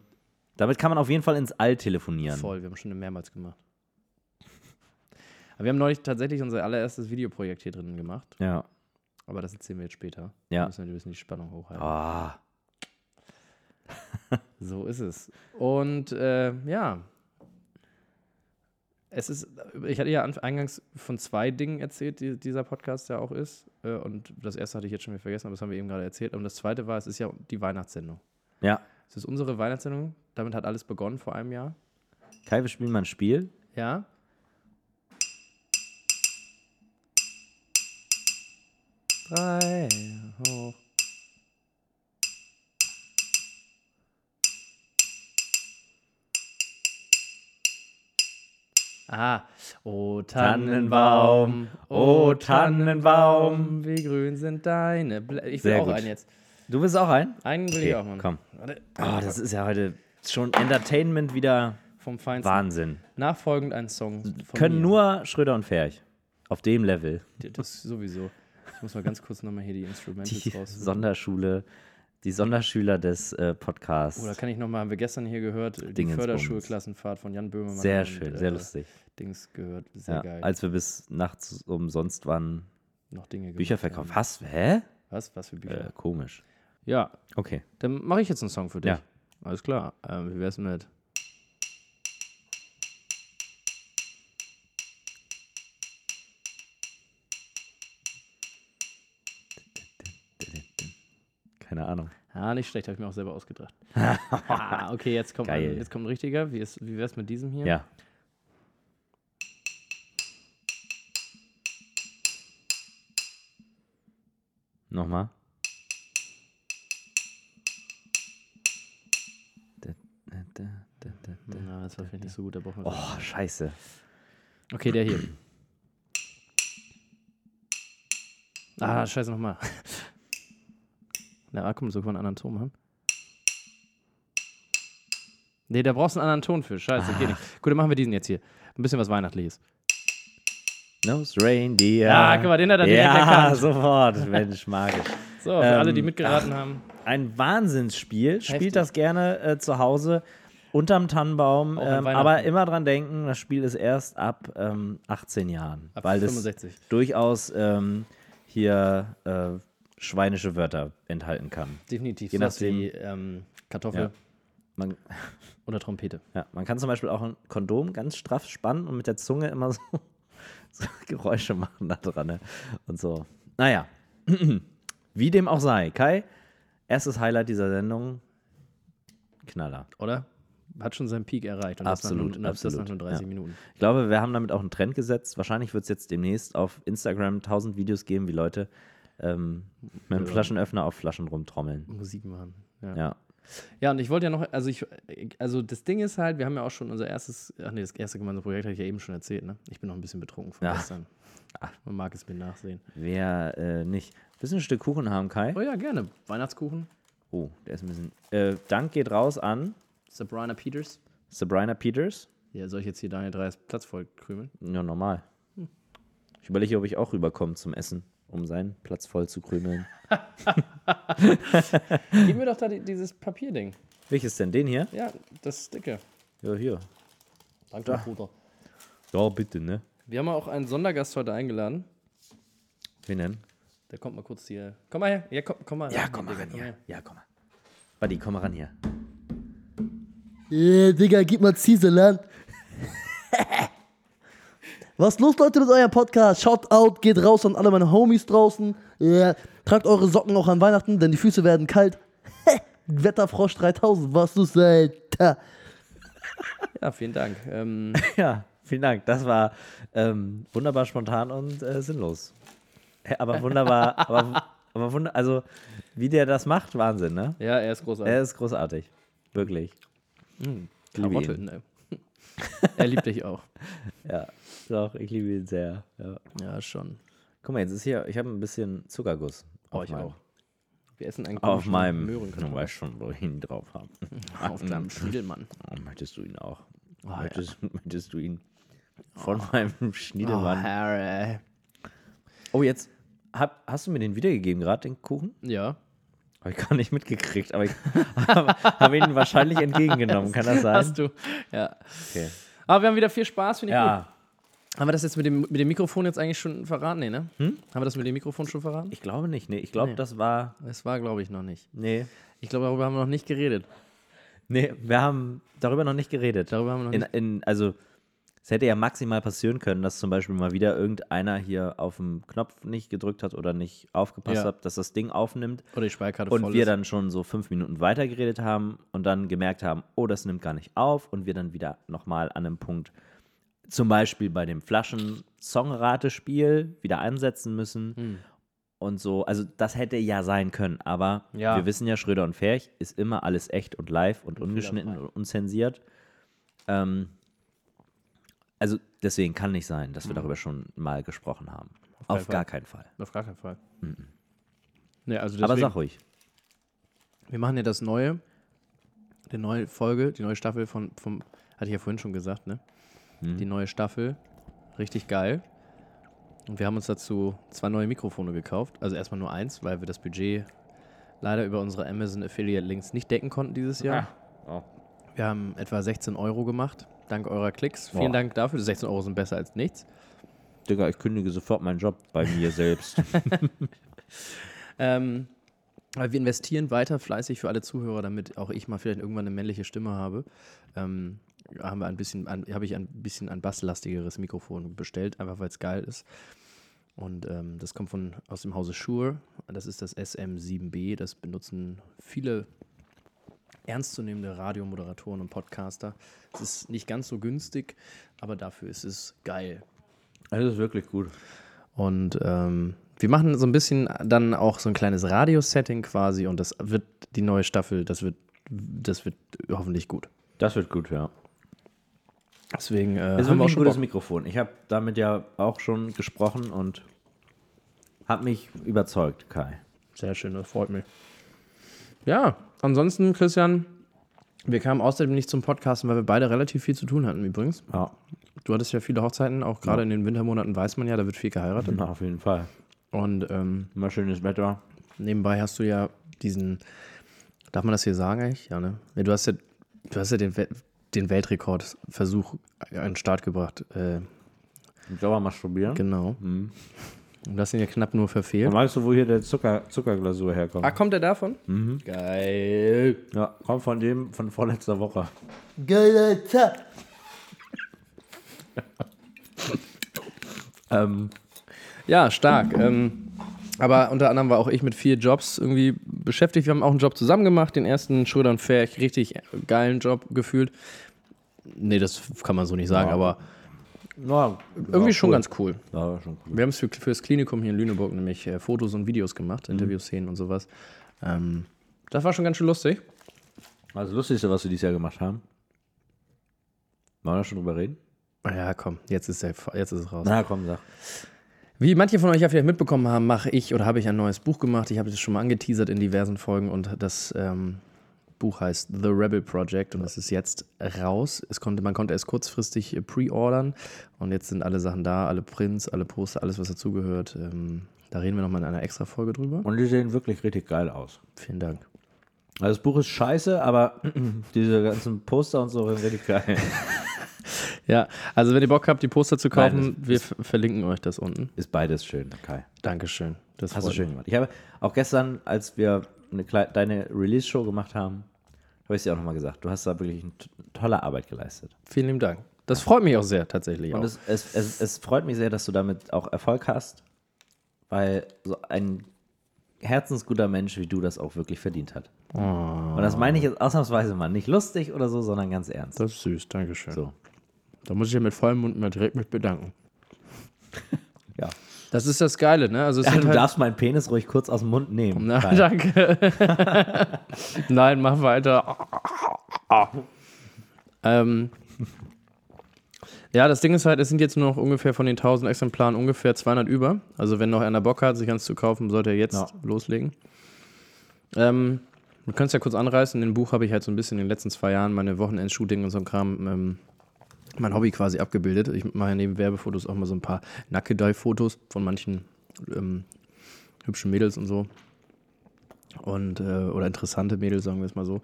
Speaker 1: Damit kann man auf jeden Fall ins All
Speaker 2: Ja,
Speaker 1: telefonieren.
Speaker 2: voll. Wir haben schon mehrmals gemacht. Aber wir haben neulich tatsächlich unser allererstes Videoprojekt hier drinnen gemacht.
Speaker 1: Ja.
Speaker 2: Aber das erzählen wir jetzt später.
Speaker 1: Ja.
Speaker 2: Wir müssen wir ein bisschen die Spannung hochhalten.
Speaker 1: Ah,
Speaker 2: So ist es. Und äh, ja, es ist, ich hatte ja anf- eingangs von zwei Dingen erzählt, die dieser Podcast ja auch ist. Äh, und das erste hatte ich jetzt schon wieder vergessen, aber das haben wir eben gerade erzählt. Und das zweite war, es ist ja die Weihnachtssendung.
Speaker 1: Ja.
Speaker 2: Es ist unsere Weihnachtssendung. Damit hat alles begonnen vor einem Jahr.
Speaker 1: Kai, wir spielen mal ein Spiel.
Speaker 2: Ja. Drei hoch. Ah, o Tannenbaum, o Tannenbaum, wie grün sind deine Blätter. Ich will
Speaker 1: Sehr
Speaker 2: auch
Speaker 1: gut.
Speaker 2: einen jetzt.
Speaker 1: Du willst auch ein?
Speaker 2: Einen will ich auch machen.
Speaker 1: komm.
Speaker 2: Warte.
Speaker 1: Oh, das ist ja heute schon Entertainment wieder
Speaker 2: Vom Feinsten.
Speaker 1: Wahnsinn.
Speaker 2: Nachfolgend ein Song. Von
Speaker 1: Können
Speaker 2: mir.
Speaker 1: nur Schröder und Ferch. Auf dem Level.
Speaker 2: Das sowieso. Ich muss mal ganz kurz nochmal hier die Instrumentals
Speaker 1: Die
Speaker 2: raus.
Speaker 1: Sonderschule, die Sonderschüler des äh, Podcasts.
Speaker 2: Oder Oh, kann ich nochmal, haben wir gestern hier gehört, die
Speaker 1: Dingensbums.
Speaker 2: Förderschulklassenfahrt von Jan Böhmermann.
Speaker 1: sehr
Speaker 2: und,
Speaker 1: schön,
Speaker 2: äh,
Speaker 1: sehr lustig.
Speaker 2: Dings gehört, sehr
Speaker 1: Ja, also
Speaker 2: geil.
Speaker 1: als wir bis nachts umsonst waren,
Speaker 2: Noch Dinge gemacht
Speaker 1: Bücher
Speaker 2: haben.
Speaker 1: verkauft. Was? Hä?
Speaker 2: Was? Was für Bücher?
Speaker 1: Äh, komisch.
Speaker 2: Ja,
Speaker 1: Okay.
Speaker 2: dann mache ich jetzt einen Song für dich.
Speaker 1: Ja.
Speaker 2: Alles klar. Ähm, wie wär's mit?
Speaker 1: Keine Ahnung.
Speaker 2: Ah, nicht schlecht, habe ich mir auch selber
Speaker 1: [laughs]
Speaker 2: ausgedacht. ah, okay, jetzt kommt,
Speaker 1: Geil.
Speaker 2: ein, jetzt kommt ein richtiger. Wie, ist, wie wär's mit diesem hier?
Speaker 1: Ja. Nochmal. Da, da, da, da, da, da.
Speaker 2: Na, das war vielleicht nicht so gut, da brauchen wir.
Speaker 1: Oh, scheiße.
Speaker 2: Okay, der hier. Ah, scheiße nochmal. [laughs] Na, ah, komm, so kann man einen anderen Ton machen. Nee, da brauchst du einen anderen Ton für. Scheiße,
Speaker 1: Ah.
Speaker 2: geht nicht. Gut, dann machen wir diesen jetzt hier. Ein bisschen was Weihnachtliches.
Speaker 1: Nose Reindeer.
Speaker 2: Ah, guck mal, den hat er direkt
Speaker 1: ja,
Speaker 2: erkannt. [laughs]
Speaker 1: sofort. Mensch, magisch.
Speaker 2: So, für alle, die
Speaker 1: Ähm,
Speaker 2: mitgeraten haben.
Speaker 1: Ein Wahnsinnsspiel.
Speaker 2: Heftig.
Speaker 1: Spielt das gerne äh, zu Hause unterm Tannenbaum.
Speaker 2: an
Speaker 1: Ähm,
Speaker 2: Weihnachten.
Speaker 1: aber immer dran denken, das Spiel ist erst ab ähm, 18 Jahren.
Speaker 2: Ab
Speaker 1: weil
Speaker 2: 65.
Speaker 1: das durchaus ähm, hier äh, schweinische Wörter enthalten kann.
Speaker 2: Definitiv.
Speaker 1: je
Speaker 2: sowas
Speaker 1: nachdem.
Speaker 2: wie ähm, Kartoffel
Speaker 1: Ja. Man,
Speaker 2: oder Trompete.
Speaker 1: ja, man kann zum Beispiel auch ein Kondom ganz straff spannen und mit der Zunge immer so, [laughs] so Geräusche machen da dran. Ne? Und so. Naja, [clears throat] wie dem auch sei. Kai, erstes Highlight dieser Sendung. Knaller.
Speaker 2: Oder? Hat schon seinen Peak erreicht. Und
Speaker 1: Absolut,
Speaker 2: das nach, Das nach
Speaker 1: absolut,
Speaker 2: nur 30
Speaker 1: ja.
Speaker 2: Minuten.
Speaker 1: Ich glaube, wir haben damit auch einen Trend gesetzt. Wahrscheinlich wird es jetzt demnächst auf Instagram 1000 Videos geben, wie Leute ähm, mit einem
Speaker 2: Ja.
Speaker 1: Flaschenöffner auf Flaschen rumtrommeln.
Speaker 2: Musik machen. Ja.
Speaker 1: Ja.
Speaker 2: Ja, und ich wollte ja noch, also ich, also das Ding ist halt, wir haben ja auch schon unser erstes, ach nee, das erste gemeinsame Projekt hatte ich ja eben schon erzählt, ne? Ich bin noch ein bisschen betrunken von
Speaker 1: Ja.
Speaker 2: gestern. Man mag es mir nachsehen.
Speaker 1: Wer äh, nicht. Willst du ein Stück Kuchen haben, Kai?
Speaker 2: Oh ja, gerne. Weihnachtskuchen,
Speaker 1: Oh, der ist ein bisschen. Äh, Dank geht raus an
Speaker 2: Sabrina Peters.
Speaker 1: Sabrina Peters.
Speaker 2: Ja, soll ich jetzt hier Daniel Dreis Platz voll krümeln?
Speaker 1: Ja, normal. Ich überlege, ob ich auch rüberkomme zum Essen, um seinen Platz voll zu [laughs] krümeln.
Speaker 2: Gib mir doch da die, dieses Papierding.
Speaker 1: Welches denn? Den hier?
Speaker 2: Ja, das dicke.
Speaker 1: Ja, hier.
Speaker 3: Danke,
Speaker 1: Da.
Speaker 3: Bruder.
Speaker 1: Ja, bitte, ne?
Speaker 2: Wir haben auch einen Sondergast heute eingeladen.
Speaker 1: Wen denn?
Speaker 2: Der kommt mal kurz hier. Komm mal her. Ja, komm, komm mal
Speaker 1: Ja,
Speaker 2: ran,
Speaker 1: komm mal
Speaker 2: Digga,
Speaker 1: ran hier. Ja, komm mal. Buddy, komm mal ran hier.
Speaker 3: Äh, Digga, gib mal Ziehsalat. Was ist los, Leute, mit eurem Podcast? Shout out, geht raus an alle meine Homies draußen. Äh, tragt eure Socken auch an Weihnachten, denn die Füße werden kalt. [laughs] Wetterfrosch 3000, was du seid.
Speaker 2: Ja, vielen Dank. Ähm,
Speaker 1: [laughs] Ja, vielen Dank. Das war ähm, wunderbar spontan und äh, sinnlos. Hä, Aber [laughs] wunderbar, aber, aber wunder, also wie der das macht, Wahnsinn, ne?
Speaker 2: ja, er ist großartig.
Speaker 1: Er ist großartig. Wirklich. Ich liebe
Speaker 2: Karotte,
Speaker 1: ihn.
Speaker 2: ne. [laughs] er liebt dich auch.
Speaker 1: Ja, doch, ich liebe ihn sehr. Ja.
Speaker 2: Ja, schon.
Speaker 1: Guck mal, jetzt ist hier, ich habe ein bisschen Zuckerguss.
Speaker 2: Oh,
Speaker 1: auf
Speaker 2: ich
Speaker 1: meinem-
Speaker 2: auch. Wir essen einen
Speaker 1: Auf
Speaker 2: komischen
Speaker 1: meinem,
Speaker 2: Möhrenkarton.
Speaker 1: du weißt schon, wo ich ihn drauf habe.
Speaker 2: Auf deinem
Speaker 1: [laughs]
Speaker 2: Schniedelmann.
Speaker 1: Oh, möchtest du ihn auch? möchtest, möchtest du ihn von meinem
Speaker 2: Oh,
Speaker 1: Schniedemann?
Speaker 2: Harry.
Speaker 1: Ah, Oh, jetzt, hab, hast du mir den wiedergegeben gerade, den Kuchen?
Speaker 2: Ja.
Speaker 1: Habe ich gar nicht mitgekriegt, aber ich [laughs] habe hab ihn wahrscheinlich entgegengenommen, kann das sein?
Speaker 2: Hast du. Ja.
Speaker 1: Okay.
Speaker 2: Aber wir haben wieder viel Spaß, finde ich gut.
Speaker 1: Ja,
Speaker 2: Haben wir das jetzt mit dem, mit dem Mikrofon jetzt eigentlich schon verraten? Nee, ne?
Speaker 1: Hm?
Speaker 2: Haben wir das mit dem Mikrofon schon verraten?
Speaker 1: ich glaube nicht, nee, ich glaube,
Speaker 2: Nee.
Speaker 1: das war,
Speaker 2: Das war, glaube ich, noch nicht.
Speaker 1: nee,
Speaker 2: Ich glaube, darüber haben wir noch nicht geredet.
Speaker 1: nee, wir haben darüber noch nicht geredet.
Speaker 2: Darüber haben wir noch
Speaker 1: in,
Speaker 2: nicht.
Speaker 1: in, also, es hätte ja maximal passieren können, dass zum Beispiel mal wieder irgendeiner hier auf den Knopf nicht gedrückt hat oder nicht aufgepasst
Speaker 2: Ja.
Speaker 1: hat, dass das Ding aufnimmt
Speaker 2: Oder Oh, die Speikarte
Speaker 1: und
Speaker 2: voll
Speaker 1: wir
Speaker 2: ist.
Speaker 1: dann schon so fünf Minuten weitergeredet haben und dann gemerkt haben, oh, das nimmt gar nicht auf und wir dann wieder nochmal an einem Punkt, zum Beispiel bei dem Flaschen-Songratespiel, wieder ansetzen müssen und so. Also das hätte ja sein können, aber
Speaker 2: Ja.
Speaker 1: wir wissen ja, Schröder und Ferch ist immer alles echt und live und ungeschnitten und unzensiert. Ähm, also deswegen kann nicht sein, dass wir darüber schon mal gesprochen haben. Auf,
Speaker 2: keinen
Speaker 1: gar keinen Fall.
Speaker 2: Auf gar keinen Fall. Nee, also
Speaker 1: Hm. Aber
Speaker 2: deswegen-
Speaker 1: sag ruhig.
Speaker 2: Wir machen ja das neue, die neue Folge, die neue Staffel von, vom, hatte ich ja vorhin schon gesagt, ne? Die neue Staffel, richtig geil. Und wir haben uns dazu zwei neue Mikrofone gekauft. Also erstmal nur eins, weil wir das Budget leider über unsere Amazon Affiliate Links nicht decken konnten dieses Jahr.
Speaker 1: Ah,
Speaker 2: Wir haben etwa 16 Euro gemacht, dank eurer Klicks. Vielen
Speaker 1: Boah.
Speaker 2: Dank dafür. 16 Euro sind besser als nichts.
Speaker 1: Digga, ich kündige sofort meinen Job bei mir selbst.
Speaker 2: Ähm, aber wir investieren weiter fleißig für alle Zuhörer, damit auch ich mal vielleicht irgendwann eine männliche Stimme habe. Ähm, haben wir ein bisschen, an- habe ich ein bisschen ein basslastigeres Mikrofon bestellt, einfach weil es geil ist. Und ähm, das kommt von aus dem Hause Shure. Das ist das SM7B. Das benutzen viele ernstzunehmende Radiomoderatoren und Podcaster. Es ist nicht ganz so günstig, aber dafür ist es geil.
Speaker 1: [laughs] Das ist wirklich gut.
Speaker 2: Und ähm, wir machen so ein bisschen dann auch so ein kleines Radio-Setting quasi und das wird die neue Staffel, das wird, das wird hoffentlich gut.
Speaker 1: Das wird gut, ja.
Speaker 2: Deswegen äh,
Speaker 1: Das ist
Speaker 2: haben wir auch
Speaker 1: wirklich ein
Speaker 2: schon
Speaker 1: gutes
Speaker 2: Bock.
Speaker 1: Mikrofon. Ich habe damit ja auch schon gesprochen und habe mich überzeugt, Kai.
Speaker 2: Sehr schön, das freut mich. Ja, ansonsten, Christian, wir kamen außerdem nicht zum Podcasten, weil wir beide relativ viel zu tun hatten übrigens.
Speaker 1: Ja,
Speaker 2: Du hattest ja viele Hochzeiten, auch gerade in den Wintermonaten weiß man ja, da wird viel geheiratet.
Speaker 1: genau, auf jeden Fall.
Speaker 2: Und ähm,
Speaker 1: Immer schönes Wetter.
Speaker 2: Nebenbei hast du ja diesen, darf man das hier sagen eigentlich? Ja, ne? Nee, Du hast ja, du hast ja den, Wel- den Weltrekordversuch an den Start gebracht. Äh,
Speaker 1: Im Sommer masturbieren.
Speaker 2: genau.
Speaker 1: Mhm.
Speaker 2: Und du hast ihn ja knapp nur verfehlt.
Speaker 1: Weißt du, wo hier der Zucker, Zuckerglasur herkommt?
Speaker 2: Ah, kommt er davon?
Speaker 1: Mhm.
Speaker 2: Geil.
Speaker 1: Ja, kommt von dem von vorletzter Woche.
Speaker 3: Geil, Alter.
Speaker 1: Ähm,
Speaker 2: Ja, stark. Ähm, aber unter anderem war auch ich mit vier Jobs irgendwie beschäftigt. Wir haben auch einen Job zusammen gemacht, den ersten Schröder und Ferch, richtig geilen Job gefühlt. Nee, das kann man so nicht sagen,
Speaker 1: Ja.
Speaker 2: aber
Speaker 1: ja,
Speaker 2: irgendwie schon ganz cool.
Speaker 1: Ja, war schon cool.
Speaker 2: Wir haben es für, fürs Klinikum hier in Lüneburg nämlich äh, Fotos und Videos gemacht, Interviewszenen und sowas. Ähm, das war schon ganz schön lustig.
Speaker 1: Also, das Lustigste, was wir dieses Jahr gemacht haben. Wollen wir da schon drüber reden?
Speaker 2: Ja, komm, jetzt ist, der, jetzt ist es raus.
Speaker 1: Na komm, sag.
Speaker 2: Wie manche von euch ja vielleicht mitbekommen haben, mache ich oder habe ich ein neues Buch gemacht. Ich habe das schon mal angeteasert in diversen Folgen und das ähm, Buch heißt The Rebel Project und es ist jetzt raus. Es konnte, man konnte es kurzfristig äh, pre-ordern und jetzt sind alle Sachen da, alle Prints, alle Poster, alles, was dazugehört. Ähm, da reden wir nochmal in einer extra Folge drüber.
Speaker 1: Und die sehen wirklich richtig geil aus.
Speaker 2: Vielen Dank.
Speaker 1: Also das Buch ist scheiße, aber [clears throat] diese ganzen Poster und so sind richtig geil. [laughs]
Speaker 2: Ja, also wenn ihr Bock habt, die Poster zu kaufen,
Speaker 1: Nein,
Speaker 2: wir f- verlinken euch das unten. Also
Speaker 1: Ist beides schön, Kai.
Speaker 2: Dankeschön. Das
Speaker 1: Hast du
Speaker 2: freut
Speaker 1: schön
Speaker 2: mich.
Speaker 1: gemacht. Ich habe auch gestern, als wir eine klei- deine Release-Show gemacht haben, habe ich es dir auch nochmal gesagt. Du hast da wirklich eine t- tolle Arbeit geleistet.
Speaker 2: Vielen lieben Dank. Das freut mich auch sehr, tatsächlich. Auch.
Speaker 1: Und es, es, es, es freut mich sehr, dass du damit auch Erfolg hast, weil so ein herzensguter Mensch wie du das auch wirklich verdient hat. Und das meine ich jetzt ausnahmsweise mal nicht lustig oder so, sondern ganz ernst.
Speaker 2: das ist süß, Dankeschön.
Speaker 1: So.
Speaker 2: Da muss ich ja mit vollem Mund mal direkt mich bedanken.
Speaker 1: Ja.
Speaker 2: Das ist das Geile, ne? Also es
Speaker 1: Ja,
Speaker 2: sind
Speaker 1: du
Speaker 2: halt,
Speaker 1: darfst meinen Penis ruhig kurz aus dem Mund nehmen.
Speaker 2: Na,
Speaker 1: [laughs] Kai.
Speaker 2: danke. Nein, mach weiter. ähm, ja, das Ding ist halt, es sind jetzt nur noch ungefähr von den 1000 Exemplaren ungefähr 200 über. Also wenn noch einer Bock hat, sich eins zu kaufen, sollte er jetzt
Speaker 1: Ja.
Speaker 2: loslegen. Ähm, wir können es ja kurz anreißen. In dem Buch habe ich halt so ein bisschen in den letzten zwei Jahren meine Wochenendshooting und so ein Kram, ähm, mein Hobby quasi abgebildet. Ich mache ja neben Werbefotos auch mal so ein paar Nackedei-Fotos von manchen ähm, hübschen Mädels und so und äh, oder interessante Mädels, sagen wir es mal so.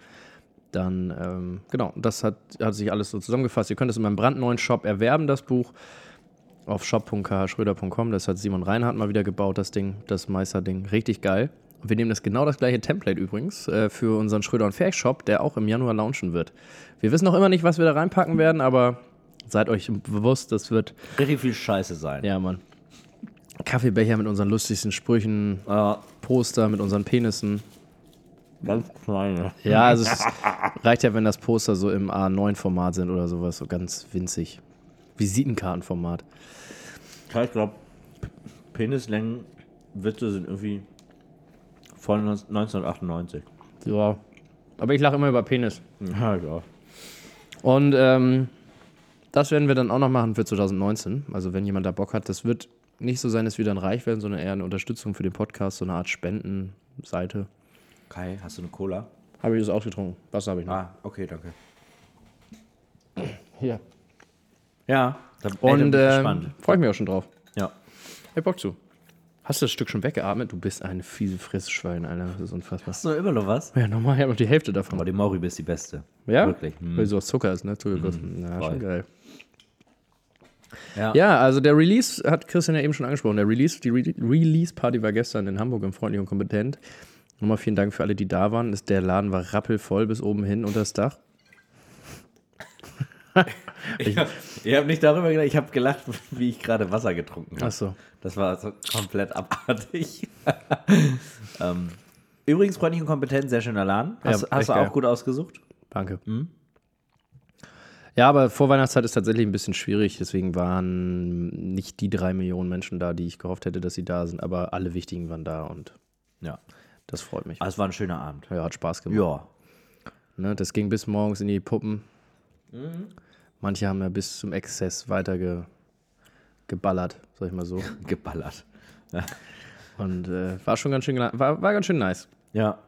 Speaker 2: Dann, ähm, genau, das hat, hat sich alles so zusammengefasst. Ihr könnt es in meinem brandneuen Shop erwerben, das Buch. Auf shop.khschröder.com. Das hat Simon Reinhardt mal wieder gebaut, das Ding, das Meisterding. Richtig geil. Und wir nehmen das genau das gleiche Template übrigens äh, für unseren Schröder und Ferch Shop, der auch im Januar launchen wird. Wir wissen noch immer nicht, was wir da reinpacken werden, aber seid euch bewusst, das wird.
Speaker 1: Richtig viel Scheiße sein.
Speaker 2: Ja, Mann. Kaffeebecher mit unseren lustigsten Sprüchen,
Speaker 1: Ja,
Speaker 2: Poster mit unseren Penissen.
Speaker 1: Äh, ganz kleine.
Speaker 2: Ja, also es reicht ja, wenn das Poster so im A9-Format sind oder sowas, so ganz winzig. Visitenkartenformat.
Speaker 1: Kai, ich glaube, Penislängenwitze sind irgendwie von 1998.
Speaker 2: Ja. Aber ich lache immer über Penis.
Speaker 1: Ja, ja.
Speaker 2: Und ähm, das werden wir dann auch noch machen für 2019. Also wenn jemand da Bock hat, das wird nicht so sein, dass wir dann reich werden, sondern eher eine Unterstützung für den Podcast, so eine Art Spendenseite.
Speaker 1: Kai, hast du eine Cola?
Speaker 2: Habe ich das ausgetrunken? Wasser habe ich noch.
Speaker 1: Ah, okay, danke.
Speaker 2: Hier.
Speaker 1: Ja. Da,
Speaker 2: Und ähm,
Speaker 1: spannend.
Speaker 2: freue ich mich auch schon drauf.
Speaker 1: Ja.
Speaker 2: Hab Bock zu. Hast du das Stück schon weggeatmet? Du bist eine fiese Fressschwein, Alter. Das ist unfassbar.
Speaker 1: Hast du immer noch was?
Speaker 2: Ja, nochmal, ich habe noch die Hälfte davon.
Speaker 1: Aber die Mauribe ist die beste.
Speaker 2: Ja?
Speaker 1: Wirklich. Hm.
Speaker 2: Weil sie aus Zucker ist, ne? Zugegossen. ja,
Speaker 1: voll.
Speaker 2: schon geil.
Speaker 1: Ja.
Speaker 2: Ja, also der Release hat Christian ja eben schon angesprochen. Der Release, die Re Release-Party war gestern in Hamburg im Freundlich und Kompetent. Nochmal vielen Dank für alle, die da waren. Ist- Der Laden war rappelvoll bis oben hin unter das Dach.
Speaker 1: Ich, ich habe nicht darüber gedacht, ich habe gelacht, [laughs] wie ich gerade Wasser getrunken habe.
Speaker 2: Achso.
Speaker 1: Das war so komplett abartig. [laughs] ähm, übrigens, freundlich und kompetent, sehr schöner Laden. Hast,
Speaker 2: Ja,
Speaker 1: hast
Speaker 2: echt
Speaker 1: du auch
Speaker 2: geil.
Speaker 1: gut ausgesucht?
Speaker 2: Danke.
Speaker 1: Hm?
Speaker 2: Ja, aber Vorweihnachtszeit ist tatsächlich ein bisschen schwierig. Deswegen waren nicht die drei Millionen Menschen da, die ich gehofft hätte, dass sie da sind. Aber alle Wichtigen waren da und
Speaker 1: Ja.
Speaker 2: das freut mich.
Speaker 1: Aber es war ein schöner Abend.
Speaker 2: Ja, hat Spaß gemacht.
Speaker 1: Ja.
Speaker 2: Ne, das ging bis morgens in die Puppen. Manche haben ja bis zum Exzess weiter ge, geballert, sag ich mal so.
Speaker 1: Geballert. [laughs]
Speaker 2: Und äh, war schon ganz schön, gena- war, war ganz schön nice.
Speaker 1: Ja.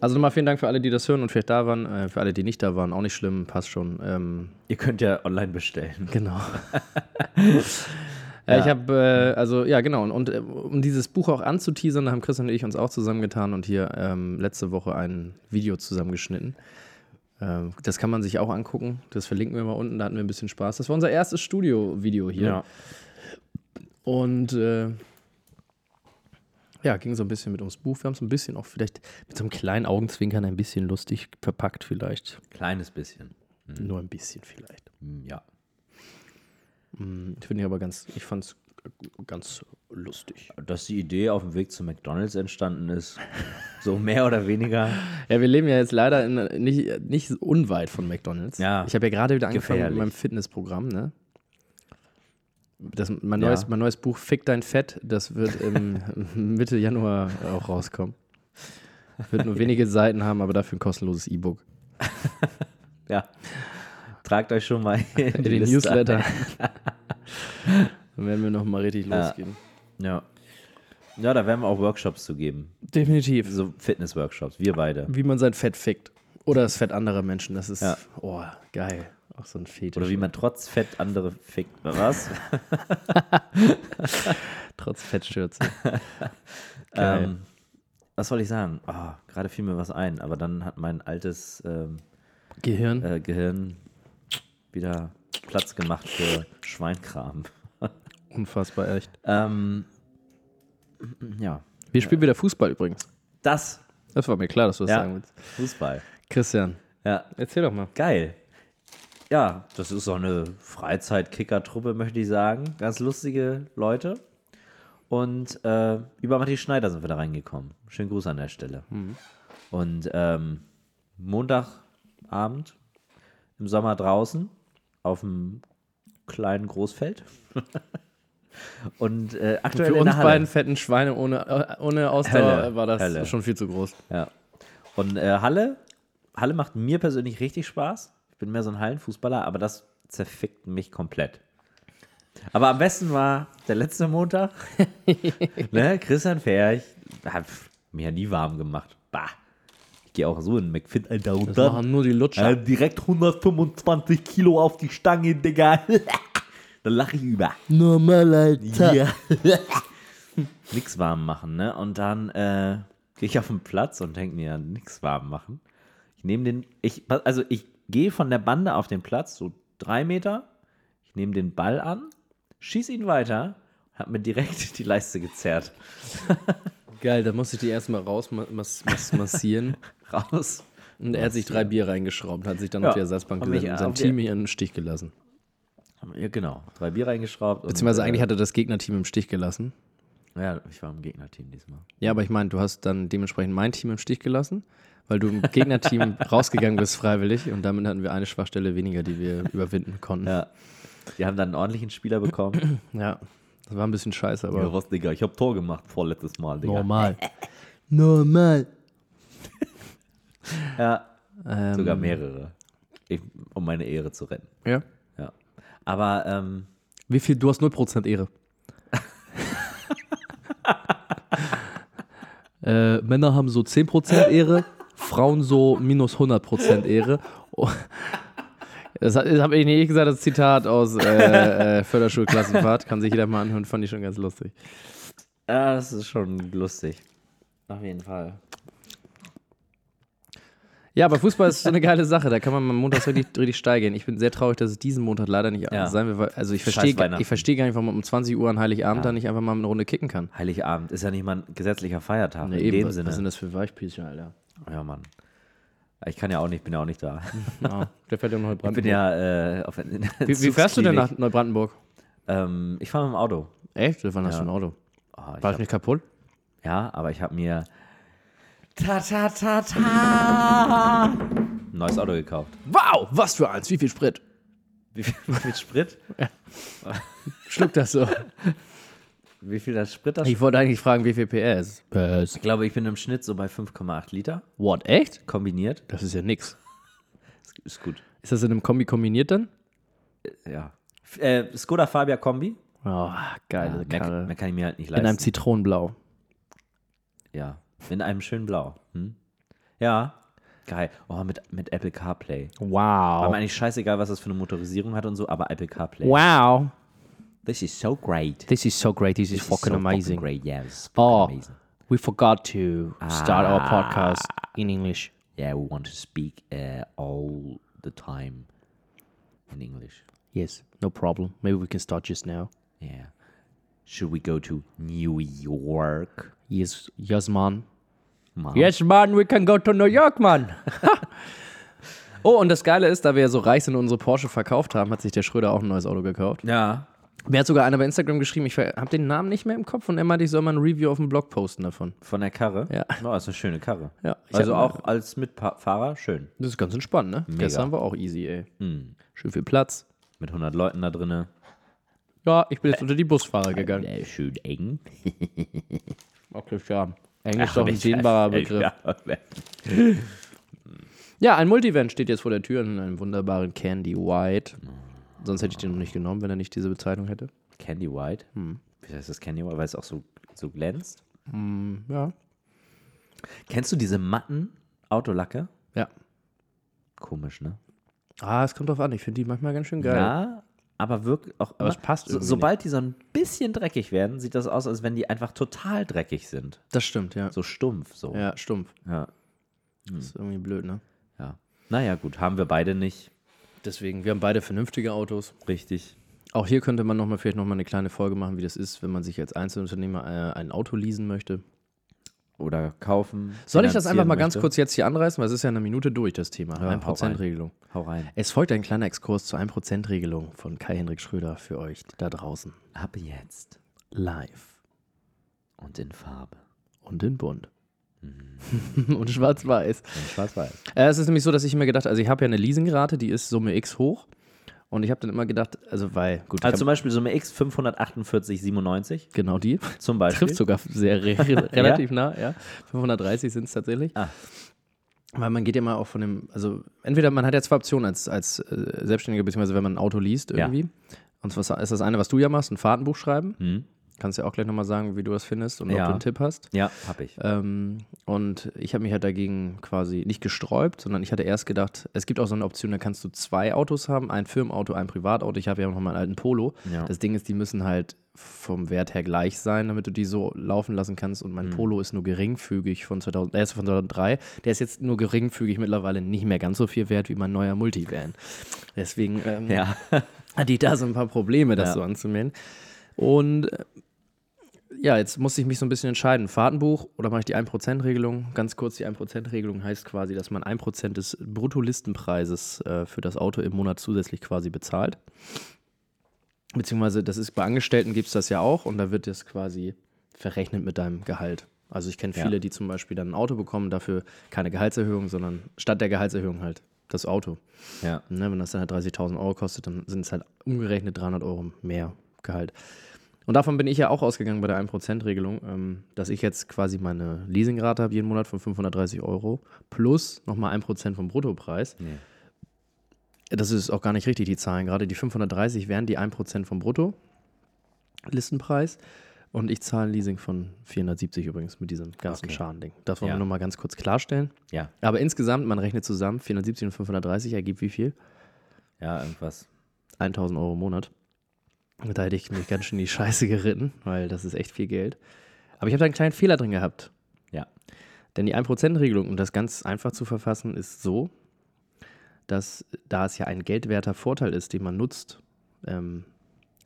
Speaker 2: Also nochmal vielen Dank für alle, die das hören und vielleicht da waren. Äh, für alle, die nicht da waren, auch nicht schlimm, passt schon. Ähm,
Speaker 1: Ihr könnt ja online bestellen.
Speaker 2: Genau. Äh, Ich habe, äh, also ja, genau. Und, und äh, um dieses Buch auch anzuteasern, haben Christian und ich uns auch zusammengetan und hier ähm, letzte Woche ein Video zusammengeschnitten. Ähm, das kann man sich auch angucken. Das verlinken wir mal unten. Da hatten wir ein bisschen Spaß. Das war unser erstes Studio-Video hier. Und äh, ja, ging so ein bisschen mit ums Buch. Wir haben es ein bisschen auch vielleicht mit so einem kleinen Augenzwinkern ein bisschen lustig verpackt, vielleicht.
Speaker 1: [laughs] Kleines bisschen.
Speaker 2: Nur ein bisschen, vielleicht.
Speaker 1: Hm, Ja.
Speaker 2: Ich finde aber ganz, ich fand es ganz lustig.
Speaker 1: Dass die Idee auf dem Weg zu McDonalds
Speaker 2: [laughs]
Speaker 1: entstanden ist, so mehr oder weniger.
Speaker 2: Ja, wir leben ja jetzt leider in, nicht, nicht unweit von McDonalds.
Speaker 1: Ja.
Speaker 2: Ich habe ja gerade wieder angefangen
Speaker 1: Gefährlich.
Speaker 2: mit meinem Fitnessprogramm, ne? Das, mein, neues,
Speaker 1: Ja.
Speaker 2: mein neues Buch Fick dein Fett, das wird
Speaker 1: [laughs]
Speaker 2: im Mitte Januar auch rauskommen. Wird nur wenige Seiten haben, aber dafür ein kostenloses E-Book.
Speaker 1: Ja. Tragt euch schon mal in,
Speaker 2: [laughs] In
Speaker 1: die
Speaker 2: den
Speaker 1: Liste [laughs]
Speaker 2: Newsletter. Dann werden wir nochmal richtig losgehen.
Speaker 1: ein. Ja. Ja, da werden wir auch Workshops zu geben.
Speaker 2: Definitiv.
Speaker 1: So Fitness-Workshops, wir beide.
Speaker 2: Wie man sein Fett fickt. Oder das Fett anderer Menschen. Das ist,
Speaker 1: Ja.
Speaker 2: oh, geil. Auch so ein Fetisch.
Speaker 1: Oder wie man trotz Fett andere fickt. [laughs] Was? [laughs]
Speaker 2: Trotz Fettschürze. Geil.
Speaker 1: ähm, was soll ich sagen? Ah, gerade fiel mir was ein, aber dann hat mein altes ähm,
Speaker 2: Gehirn.
Speaker 1: äh, Gehirn wieder Platz gemacht für Schweinkram.
Speaker 2: Unfassbar, echt.
Speaker 1: Ähm, ja,
Speaker 2: Wir spielen wieder Fußball übrigens.
Speaker 1: das
Speaker 2: Das war mir klar, dass du das
Speaker 1: Ja.
Speaker 2: sagen willst.
Speaker 1: Fußball.
Speaker 2: Christian,
Speaker 1: Ja,
Speaker 2: erzähl doch mal.
Speaker 1: Geil. Ja, das ist so eine Freizeit-Kicker-Truppe, möchte ich sagen. Ganz lustige Leute. Und äh, über Matti Schneider sind wir da reingekommen. Schönen Gruß an der Stelle.
Speaker 2: Mhm.
Speaker 1: Und ähm, Montagabend im Sommer draußen auf dem kleinen Großfeld. [laughs] Und äh, aktuell
Speaker 2: Für
Speaker 1: in
Speaker 2: uns
Speaker 1: der Halle.
Speaker 2: beiden fetten Schweine ohne, äh, ohne Ausdauer
Speaker 1: Hölle,
Speaker 2: war das
Speaker 1: Hölle.
Speaker 2: schon viel zu groß.
Speaker 1: Ja. Und äh, Halle, Halle macht mir persönlich richtig Spaß. Ich bin mehr so ein Hallenfußballer, aber das zerfickt mich komplett. Aber am besten war der
Speaker 2: [laughs]
Speaker 1: letzte Montag. ne, Christian Ferch hat mir ja nie warm gemacht. Bah. Ich gehe auch so in McFit, Alter. Und
Speaker 2: Das
Speaker 1: dann
Speaker 2: machen nur die Lutscher.
Speaker 1: äh, direkt 125 Kilo auf die Stange, Digga. [laughs] Dann lache ich über.
Speaker 3: Normal, Alter.
Speaker 1: Ja. [laughs] nix warm machen, ne? Und dann äh, gehe ich auf den Platz und denke mir, nix warm machen. Ich nehme den, ich, also ich gehe von der Bande auf den Platz, so drei Meter. Ich nehme den Ball an, schieß ihn weiter, hab mir direkt [laughs] die Leiste gezerrt.
Speaker 2: Geil, da musste ich die erstmal raus ma- mas mas massieren.
Speaker 1: Raus.
Speaker 2: Und er hat sich drei Bier reingeschraubt, hat sich dann auf
Speaker 1: Ja.
Speaker 2: die Ersatzbank
Speaker 1: Hab mich,
Speaker 2: gesetzt und
Speaker 1: äh,
Speaker 2: sein
Speaker 1: auf die-
Speaker 2: Team hier im Stich gelassen.
Speaker 1: Ja, genau. Drei Bier reingeschraubt. und,
Speaker 2: Beziehungsweise
Speaker 1: äh,
Speaker 2: eigentlich hat er das Gegnerteam im Stich gelassen.
Speaker 1: Ja, ich war im Gegnerteam diesmal.
Speaker 2: Ja, aber ich meine, du hast dann dementsprechend mein Team im Stich gelassen, weil du im Gegnerteam rausgegangen bist freiwillig und damit hatten wir eine Schwachstelle weniger, die wir überwinden konnten.
Speaker 1: Ja. Die haben dann einen ordentlichen
Speaker 2: [clears throat]
Speaker 1: Spieler bekommen.
Speaker 2: Ja, das war ein bisschen scheiße, aber
Speaker 1: was, Digga? Ich hab Tor gemacht vorletztes Mal, Digga.
Speaker 2: normal.
Speaker 3: Normal.
Speaker 1: Ja.
Speaker 2: Ähm,
Speaker 1: Sogar mehrere. Ich, um meine Ehre zu retten.
Speaker 2: Ja.
Speaker 1: Ja. Aber ähm,
Speaker 2: Wie viel? Du hast 0% Ehre. äh, Männer haben so 10% Ehre, Frauen so minus 100% Ehre. Oh. Das habe ich nicht gesagt, das Zitat aus äh, äh, Förderschulklassenfahrt. Kann sich jeder mal anhören, fand ich schon ganz lustig.
Speaker 1: ja, das ist schon lustig. Auf jeden Fall.
Speaker 2: Ja, aber Fußball ist so eine geile Sache. Da kann man am Montag richtig, richtig steil gehen. Ich bin sehr traurig, dass es diesen Montag leider nicht
Speaker 1: Ja.
Speaker 2: sein wird. weil- Also ich
Speaker 1: Scheiß
Speaker 2: verstehe
Speaker 1: Weihnachten.
Speaker 2: ich verstehe gar nicht, warum man um 20 Uhr an Heiligabend
Speaker 1: Ja.
Speaker 2: da nicht einfach mal eine Runde kicken kann.
Speaker 1: Heiligabend ist ja nicht mal ein gesetzlicher Feiertag. in
Speaker 2: eben,
Speaker 1: dem
Speaker 2: was,
Speaker 1: Sinne.
Speaker 2: was sind das für Weichpiecher, [laughs] Alter?
Speaker 1: ja, Mann. Ich kann ja auch nicht, bin ja auch nicht [laughs] da.
Speaker 2: Ah, der fährt ja noch
Speaker 1: Ich bin ja äh, auf in der
Speaker 2: Wie, wie fährst du denn nach
Speaker 1: Entzugsklinik.
Speaker 2: Neubrandenburg?
Speaker 1: Ähm, ich fahre mit dem Auto.
Speaker 2: Echt? Wann hast du ein Auto?
Speaker 1: Oh, ich
Speaker 2: War ich
Speaker 1: hab,
Speaker 2: nicht kaputt?
Speaker 1: ja, aber ich habe mir ta, ta, ta, ta, ein neues Auto gekauft.
Speaker 2: Wow, was für eins, wie viel Sprit?
Speaker 1: Wie viel [laughs] mit Sprit?
Speaker 2: Schluck das [laughs] so.
Speaker 1: Wie viel das Sprit das?
Speaker 2: ich wollte eigentlich fragen, wie viel PS? PS.
Speaker 1: Ich glaube, ich bin im Schnitt so bei 5,8 Liter
Speaker 2: What, echt?
Speaker 1: kombiniert.
Speaker 2: Das ist ja nix.
Speaker 1: Ist gut.
Speaker 2: Ist das in einem Kombi kombiniert dann?
Speaker 1: Ja. F- Äh, Skoda Fabia Kombi.
Speaker 2: Oh, geile
Speaker 1: mehr,
Speaker 2: Karre.
Speaker 1: mehr kann ich mir halt nicht
Speaker 2: in einem
Speaker 1: leisten.
Speaker 2: Zitronenblau.
Speaker 1: ja. In einem schönen Blau. Hm? Ja. Geil. Oh, mit, mit Apple CarPlay. War mir
Speaker 2: Wow.
Speaker 1: eigentlich scheißegal, was das für eine Motorisierung hat und so, aber Apple CarPlay.
Speaker 2: Wow.
Speaker 1: This is so great.
Speaker 2: This is so great. This is
Speaker 1: This is
Speaker 2: fucking
Speaker 1: so
Speaker 2: amazing.
Speaker 1: great. Yeah, this is fucking
Speaker 2: Oh,
Speaker 1: amazing.
Speaker 2: we forgot to start our podcast in English.
Speaker 1: Yeah, we want to speak uh, all the time in English.
Speaker 2: Yes, no problem. Maybe we can start just now.
Speaker 1: Yeah. Should we go to New York?
Speaker 2: Yes, yes, man.
Speaker 1: Mann.
Speaker 2: Yes, man, we can go to New York, [laughs] man. oh, und das Geile ist, da wir ja so reich sind und unsere Porsche verkauft haben, hat sich der Schröder auch ein neues Auto gekauft.
Speaker 1: Ja.
Speaker 2: Mir hat sogar einer bei Instagram geschrieben, ich habe den Namen nicht mehr im Kopf und er meinte, ich soll mal ein Review auf dem Blog posten davon.
Speaker 1: Von der Karre?
Speaker 2: Ja.
Speaker 1: Oh, ist eine schöne Karre.
Speaker 2: Ja, ich
Speaker 1: Also
Speaker 2: hab-
Speaker 1: auch als Mitfahrer schön.
Speaker 2: Das ist ganz entspannt, ne? Gestern war auch easy, ey. Schön viel Platz.
Speaker 1: Mit 100 Leuten da drinne.
Speaker 2: Ja, ich bin jetzt unter die Busfahrer gegangen.
Speaker 1: Äh, schön eng.
Speaker 2: Okay, ja. Englisch ist doch ein
Speaker 1: Mensch,
Speaker 2: dehnbarer
Speaker 1: äh,
Speaker 2: Begriff.
Speaker 1: ja.
Speaker 2: Ja, ein Multivan steht jetzt vor der Tür in einem wunderbaren Candy White. Sonst hätte ich den noch nicht genommen, wenn er nicht diese Bezeichnung hätte.
Speaker 1: Candy White. Hm. Wie heißt das Candy White? Weil es auch so, so glänzt.
Speaker 2: Ja.
Speaker 1: Kennst du diese matten Autolacke?
Speaker 2: Ja,
Speaker 1: Komisch, ne?
Speaker 2: Ah, es kommt drauf an. Ich finde die manchmal ganz schön geil.
Speaker 1: Ja. aber wirklich auch.
Speaker 2: Aber es
Speaker 1: immer-
Speaker 2: passt
Speaker 1: so,
Speaker 2: irgendwie
Speaker 1: Sobald die so ein bisschen dreckig werden, sieht das aus, als wenn die einfach total dreckig sind.
Speaker 2: Das stimmt, ja.
Speaker 1: So stumpf, so.
Speaker 2: Ja, stumpf.
Speaker 1: ja. Hm.
Speaker 2: Das ist irgendwie blöd, ne?
Speaker 1: ja. Naja, gut, haben wir beide nicht.
Speaker 2: Deswegen, wir haben beide vernünftige Autos.
Speaker 1: Richtig.
Speaker 2: Auch hier könnte man noch mal, vielleicht nochmal eine kleine Folge machen, wie das ist, wenn man sich als Einzelunternehmer äh, ein Auto leasen möchte.
Speaker 1: Oder kaufen.
Speaker 2: Soll ich das einfach
Speaker 1: finanzieren
Speaker 2: mal ganz
Speaker 1: möchte?
Speaker 2: kurz jetzt hier anreißen? Weil es ist ja eine Minute durch, das Thema.
Speaker 1: Ja,
Speaker 2: 1%-Regelung.
Speaker 1: Hau rein.
Speaker 2: Es folgt ein kleiner Exkurs zur 1%-Regelung von Kai-Henrik Schröder für euch da draußen.
Speaker 1: Ab jetzt
Speaker 2: Live
Speaker 1: und in Farbe.
Speaker 2: und in bunt. [laughs] und schwarz-weiß.
Speaker 1: Und schwarz-weiß.
Speaker 2: Äh, es ist nämlich so, dass ich immer gedacht also ich habe ja eine Leasingrate, die ist Summe X hoch. Und ich habe dann immer gedacht, also weil, gut, ich
Speaker 1: Also
Speaker 2: hab-
Speaker 1: zum Beispiel so eine X 548,97
Speaker 2: genau die.
Speaker 1: zum Beispiel.
Speaker 2: Trifft sogar sehr [laughs] re re- relativ nah, ja. 530 sind es tatsächlich.
Speaker 1: Ah.
Speaker 2: Weil man geht ja immer auch von dem, also entweder man hat ja zwei Optionen als, als äh, Selbstständiger, beziehungsweise wenn man ein Auto liest
Speaker 1: Ja.
Speaker 2: irgendwie. Und zwar ist das eine, was du ja machst, ein Fahrtenbuch schreiben.
Speaker 1: Hm?
Speaker 2: Kannst ja auch gleich nochmal sagen, wie du das findest und ob
Speaker 1: Ja.
Speaker 2: du einen Tipp hast.
Speaker 1: Ja, hab ich.
Speaker 2: Ähm, und ich habe mich halt dagegen quasi nicht gesträubt, sondern ich hatte erst gedacht, es gibt auch so eine Option, da kannst du zwei Autos haben, ein Firmenauto, ein Privatauto. Ich habe ja noch meinen alten Polo.
Speaker 1: Ja.
Speaker 2: Das Ding ist, die müssen halt vom Wert her gleich sein, damit du die so laufen lassen kannst. Und
Speaker 1: Hm.
Speaker 2: mein Polo ist nur geringfügig von 2000, der ist von 2003. Der ist jetzt nur geringfügig mittlerweile nicht mehr ganz so viel wert wie mein neuer Multivan. Deswegen ähm,
Speaker 1: Ja.
Speaker 2: hatte ich da so ein paar Probleme, das
Speaker 1: Ja.
Speaker 2: so anzumelden. Und äh, ja, jetzt musste ich mich so ein bisschen entscheiden. Fahrtenbuch oder mache ich die 1%-Regelung? Ganz kurz, die 1%-Regelung heißt quasi, dass man 1% des Bruttolistenpreises äh, für das Auto im Monat zusätzlich quasi bezahlt. Beziehungsweise, das ist bei Angestellten gibt es das ja auch und da wird das quasi verrechnet mit deinem Gehalt. Also ich kenne
Speaker 1: Ja.
Speaker 2: viele, die zum Beispiel dann ein Auto bekommen, dafür keine Gehaltserhöhung, sondern statt der Gehaltserhöhung halt das Auto.
Speaker 1: ja.
Speaker 2: Ne, wenn das dann halt 30.000 Euro kostet, dann sind es halt umgerechnet 300 Euro mehr Gehalt. Und davon bin ich ja auch ausgegangen bei der 1%-Regelung, ähm, dass ich jetzt quasi meine Leasingrate habe jeden Monat von 530 Euro plus nochmal 1% vom Bruttopreis.
Speaker 1: Nee.
Speaker 2: Das ist auch gar nicht richtig, die Zahlen. Gerade die 530 wären die 1% vom Brutto, Listenpreis. Und ich zahle Leasing von 470 übrigens mit diesem ganzen
Speaker 1: Okay.
Speaker 2: Schadending. Das wollen wir
Speaker 1: Ja.
Speaker 2: nochmal ganz kurz klarstellen.
Speaker 1: Ja.
Speaker 2: Aber insgesamt, man rechnet zusammen, 470 und 530 ergibt wie viel?
Speaker 1: Ja, irgendwas.
Speaker 2: 1000 Euro im Monat. Und da hätte ich mich ganz schön in die [laughs] Scheiße geritten, weil das ist echt viel Geld. Aber ich habe da einen kleinen Fehler drin gehabt.
Speaker 1: Ja.
Speaker 2: Denn die 1%-Regelung, um das ganz einfach zu verfassen, ist so, dass da es ja ein geldwerter Vorteil ist, den man nutzt, ähm,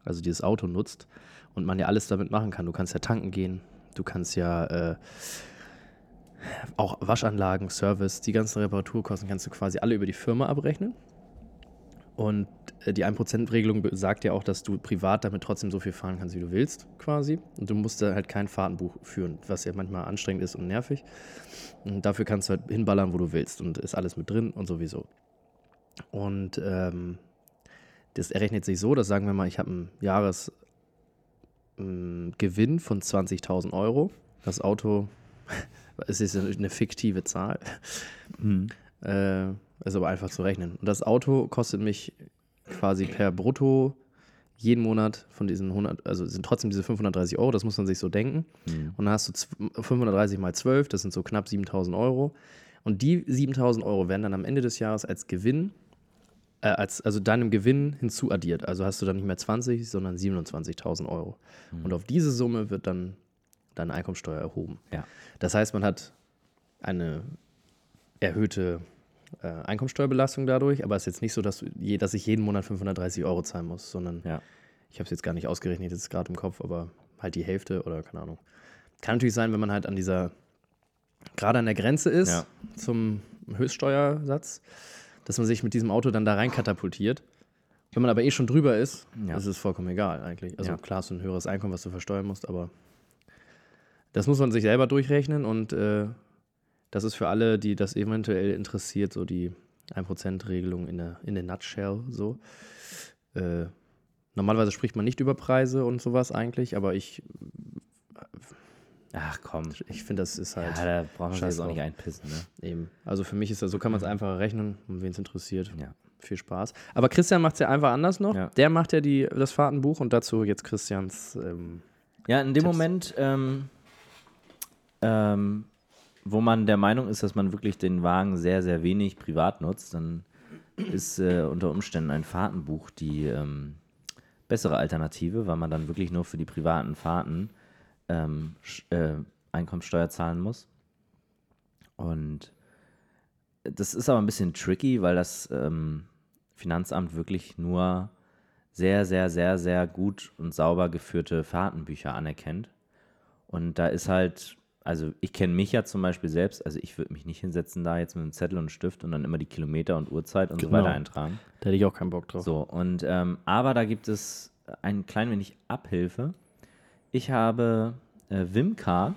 Speaker 2: also dieses Auto nutzt, und man ja alles damit machen kann. Du kannst ja tanken gehen, du kannst ja äh, auch Waschanlagen, Service, die ganzen Reparaturkosten kannst du quasi alle über die Firma abrechnen. Und äh, die 1%-Regelung besagt ja auch, dass du privat damit trotzdem so viel fahren kannst, wie du willst, quasi. Und du musst da halt kein Fahrtenbuch führen, was ja manchmal anstrengend ist und nervig. Und dafür kannst du halt hinballern, wo du willst und ist alles mit drin und sowieso. Und ähm, das errechnet sich so, dass sagen wir mal, ich habe einen Jahresgewinn von 20.000 Euro. Das Auto, [laughs] es ist eine fiktive Zahl, äh, ist aber einfach zu rechnen. Und das Auto kostet mich quasi per Brutto jeden Monat von diesen 100, also sind trotzdem diese 530 Euro, das muss man sich so denken. Und dann hast du zw- 530 mal 12, das sind so knapp 7000 Euro. Und die 7000 Euro werden dann am Ende des Jahres als Gewinn, äh, als, also deinem Gewinn hinzuaddiert. Also hast du dann nicht mehr 20, sondern 27.000 Euro. Und auf diese Summe wird dann deine Einkommensteuer erhoben.
Speaker 1: Ja.
Speaker 2: Das heißt, man hat eine erhöhte äh, Einkommensteuerbelastung dadurch, aber es ist jetzt nicht so, dass, du je, dass ich jeden Monat 530 Euro zahlen muss, sondern
Speaker 1: Ja.
Speaker 2: ich habe es jetzt gar nicht ausgerechnet, jetzt gerade im Kopf, aber halt die Hälfte oder keine Ahnung. Kann natürlich sein, wenn man halt an dieser, gerade an der Grenze ist
Speaker 1: Ja.
Speaker 2: zum Höchststeuersatz, dass man sich mit diesem Auto dann da rein katapultiert. Wenn man aber eh schon drüber ist,
Speaker 1: Ja.
Speaker 2: ist es vollkommen egal eigentlich. Also
Speaker 1: Ja.
Speaker 2: klar, hast du ein höheres Einkommen, was du versteuern musst, aber das muss man sich selber durchrechnen und äh, das ist für alle, die das eventuell interessiert, so die 1%-Regelung in der, in der Nutshell so. Äh, normalerweise spricht man nicht über Preise und sowas eigentlich, aber ich,
Speaker 1: Ach komm.
Speaker 2: ich finde, das ist
Speaker 1: Ja,
Speaker 2: halt
Speaker 1: da brauchen wir
Speaker 2: Scheiß
Speaker 1: jetzt auch
Speaker 2: drauf.
Speaker 1: nicht einpissen, ne?
Speaker 2: eben. Also für mich ist das, so kann man es einfacher rechnen, um wen es interessiert.
Speaker 1: Ja.
Speaker 2: Viel Spaß. Aber Christian macht es ja einfach anders noch.
Speaker 1: Ja.
Speaker 2: Der macht ja die, das Fahrtenbuch und dazu jetzt Christians. Ähm,
Speaker 1: Ja, in dem
Speaker 2: Tipps.
Speaker 1: Moment, ähm, ähm, wo man der Meinung ist, dass man wirklich den Wagen sehr, sehr wenig privat nutzt, dann ist äh, unter Umständen ein Fahrtenbuch die ähm, bessere Alternative, weil man dann wirklich nur für die privaten Fahrten ähm, Sch- äh, Einkommensteuer zahlen muss. Und das ist aber ein bisschen tricky, weil das ähm, Finanzamt wirklich nur sehr, sehr, sehr, sehr gut und sauber geführte Fahrtenbücher anerkennt. Und da ist halt, also ich kenne mich ja zum Beispiel selbst, also ich würde mich nicht hinsetzen da jetzt mit einem Zettel und Stift und dann immer die Kilometer und Uhrzeit und so
Speaker 2: Genau.
Speaker 1: weiter eintragen.
Speaker 2: Da hätte ich auch keinen Bock drauf.
Speaker 1: So, und ähm, aber da gibt es ein klein wenig Abhilfe. Ich habe äh, Wimcar,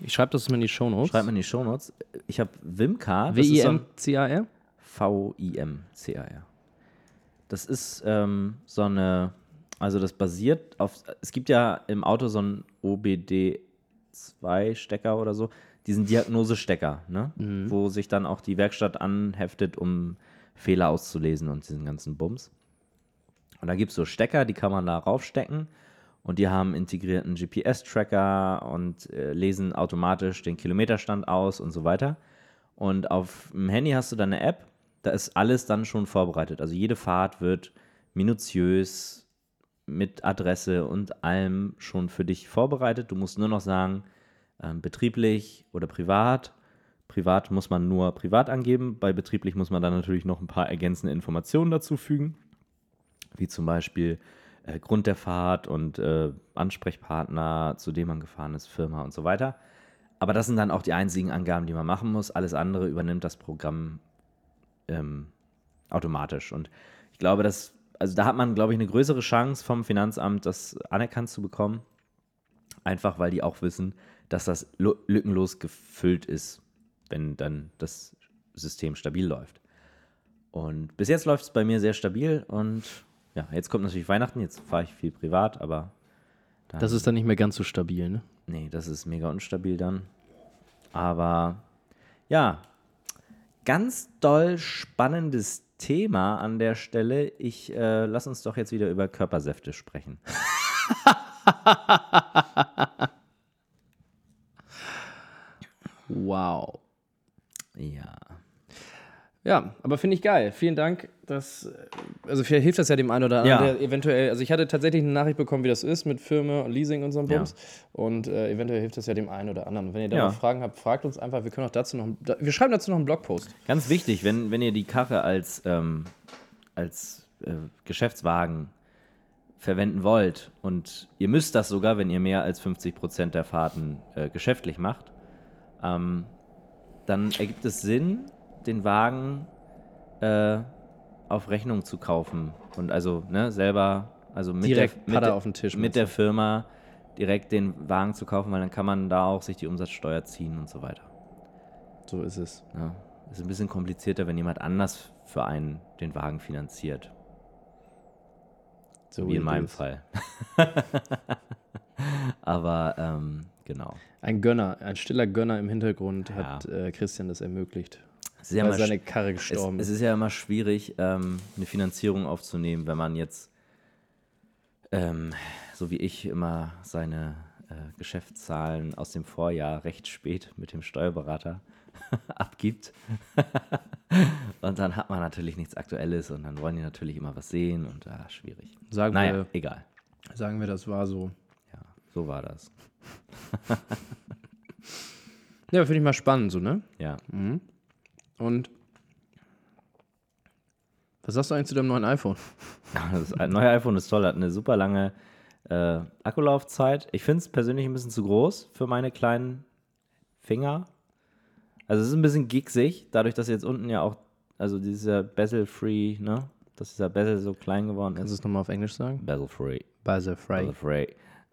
Speaker 2: Ich schreibe das mal in die Shownotes.
Speaker 1: schreibt man in die Shownotes. Ich habe Wimcar, das ist so ein-
Speaker 2: W-I-M-C-A-R?
Speaker 1: V-I-M-C-A-R. Das ist ähm, so eine, also das basiert auf, es gibt ja im Auto so einen OBD2-Stecker oder so, diesen Diagnosestecker, ne? wo sich dann auch die Werkstatt anheftet, um Fehler auszulesen und diesen ganzen Bums. Und da gibt es so Stecker, die kann man da raufstecken und die haben integrierten GPS-Tracker und äh, lesen automatisch den Kilometerstand aus und so weiter. Und auf dem Handy hast du dann eine App, da ist alles dann schon vorbereitet. Also jede Fahrt wird minutiös mit Adresse und allem schon für dich vorbereitet. Du musst nur noch sagen, ähm, betrieblich oder privat. Privat muss man nur privat angeben. Bei betrieblich muss man dann natürlich noch ein paar ergänzende Informationen dazu fügen, wie zum Beispiel äh, Grund der Fahrt und äh, Ansprechpartner, zu dem man gefahren ist, Firma und so weiter. Aber das sind dann auch die einzigen Angaben, die man machen muss. Alles andere übernimmt das Programm ähm, automatisch. Und ich glaube, dass, also da hat man, glaube ich, eine größere Chance vom Finanzamt, das anerkannt zu bekommen. Einfach weil die auch wissen, dass das lu- lückenlos gefüllt ist, wenn dann das System stabil läuft. Und bis jetzt läuft es bei mir sehr stabil und ja, jetzt kommt natürlich Weihnachten, jetzt fahre ich viel privat, aber dann,
Speaker 2: Das ist dann nicht mehr ganz so stabil, ne?
Speaker 1: Nee, das ist mega unstabil dann. Aber ja, ganz doll spannendes Thema an der Stelle. Ich äh, lass uns doch jetzt wieder über Körpersäfte sprechen.
Speaker 2: Wow.
Speaker 1: Ja.
Speaker 2: Ja, aber finde ich geil. Vielen Dank. Das, äh, also vielleicht hilft das ja dem einen oder
Speaker 1: Ja.
Speaker 2: anderen, der eventuell, also ich hatte tatsächlich eine Nachricht bekommen, wie das ist mit Firma und Leasing und so einem
Speaker 1: Ja.
Speaker 2: Bums. Und äh, eventuell hilft das ja dem einen oder anderen. Wenn ihr da
Speaker 1: Ja.
Speaker 2: noch Fragen habt, fragt uns einfach. Wir können auch dazu noch, einen- da, wir schreiben dazu noch einen Blogpost.
Speaker 1: Ganz wichtig, wenn, wenn ihr die Karre als, ähm, als äh, Geschäftswagen verwenden wollt und ihr müsst das sogar, wenn ihr mehr als 50% der Fahrten äh, geschäftlich macht, ähm, dann ergibt es Sinn, den Wagen äh, auf Rechnung zu kaufen und also ne, selber, also mit
Speaker 2: Direkt
Speaker 1: der, mit
Speaker 2: Padda
Speaker 1: der,
Speaker 2: auf den Tisch,
Speaker 1: mit
Speaker 2: meinst
Speaker 1: der Firma direkt den Wagen zu kaufen, weil dann kann man da auch sich die Umsatzsteuer ziehen und so weiter.
Speaker 2: So ist es.
Speaker 1: Ja, ist ein bisschen komplizierter, wenn jemand anders für einen den Wagen finanziert.
Speaker 2: So
Speaker 1: wie in
Speaker 2: it
Speaker 1: meinem
Speaker 2: is.
Speaker 1: Fall. [laughs] Aber ähm, genau.
Speaker 2: Ein Gönner, ein stiller Gönner im Hintergrund hat
Speaker 1: Ja.
Speaker 2: äh, Christian das ermöglicht.
Speaker 1: Sehr
Speaker 2: weil
Speaker 1: mal
Speaker 2: seine
Speaker 1: sch-
Speaker 2: Karre
Speaker 1: es,
Speaker 2: gestorben
Speaker 1: es
Speaker 2: ist.
Speaker 1: ist ja immer schwierig, ähm, eine Finanzierung aufzunehmen, wenn man jetzt, ähm, so wie ich, immer seine äh, Geschäftszahlen aus dem Vorjahr recht spät mit dem Steuerberater [laughs] abgibt. [laughs] und dann hat man natürlich nichts Aktuelles und dann wollen die natürlich immer was sehen und ah, schwierig.
Speaker 2: Sagen,
Speaker 1: Naja, egal.
Speaker 2: wir, sagen wir, das war so.
Speaker 1: Ja, so war das.
Speaker 2: Ja, finde ich mal spannend so, ne?
Speaker 1: Ja.
Speaker 2: Und was sagst du eigentlich zu deinem neuen iPhone?
Speaker 1: [laughs] Das neue iPhone ist toll, hat eine super lange äh, Akkulaufzeit. Ich finde es persönlich ein bisschen zu groß für meine kleinen Finger. Also es ist ein bisschen gigsig, dadurch, dass jetzt unten ja auch, also dieser Bezel-Free, ne? Dass dieser Bezel so klein geworden
Speaker 2: Kannst du
Speaker 1: ist.
Speaker 2: es nochmal auf Englisch sagen?
Speaker 1: Bezel-Free.
Speaker 2: Buzzer Fry.
Speaker 1: Bezel-Free.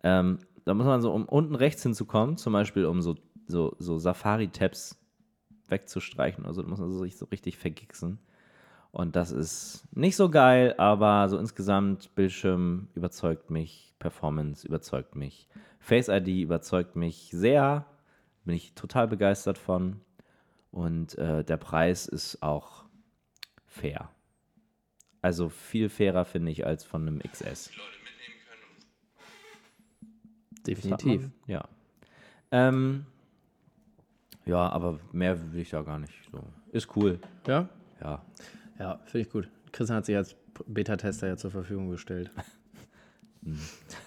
Speaker 1: Ähm, da muss man so, um unten rechts hinzukommen, zum Beispiel um so, so, so Safari-Tabs wegzustreichen oder so, da muss man sich so richtig vergixen. Und das ist nicht so geil, aber so insgesamt Bildschirm überzeugt mich, Performance überzeugt mich, Face ID überzeugt mich sehr, bin ich total begeistert von. Und äh, der Preis ist auch fair. Also viel fairer finde ich als von einem XS.
Speaker 2: Definitiv.
Speaker 1: Ja. Ähm, ja, aber mehr will ich da gar nicht. So. Ist cool.
Speaker 2: Ja?
Speaker 1: Ja. [laughs]
Speaker 2: Ja, finde ich gut. Christian hat sich als Beta-Tester ja zur Verfügung gestellt.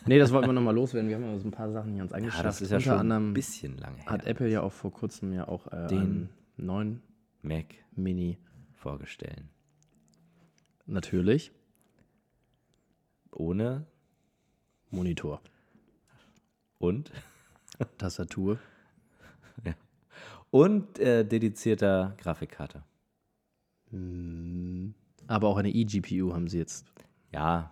Speaker 2: Nee, das wollten wir nochmal loswerden. Wir haben ja so ein paar Sachen hier uns angeschaut.
Speaker 1: Mhm. Ja, das ist ja
Speaker 2: Unter
Speaker 1: schon ein
Speaker 2: anderem
Speaker 1: bisschen lange her.
Speaker 2: hat Apple ja auch vor kurzem ja auch äh,
Speaker 1: Den-
Speaker 2: den neuen
Speaker 1: Mac
Speaker 2: Mini
Speaker 1: vorgestellt.
Speaker 2: natürlich
Speaker 1: Ohne
Speaker 2: Monitor,
Speaker 1: und
Speaker 2: Tastatur,
Speaker 1: und äh, dedizierter Grafikkarte.
Speaker 2: aber auch eine E eGPU haben sie jetzt.
Speaker 1: Ja,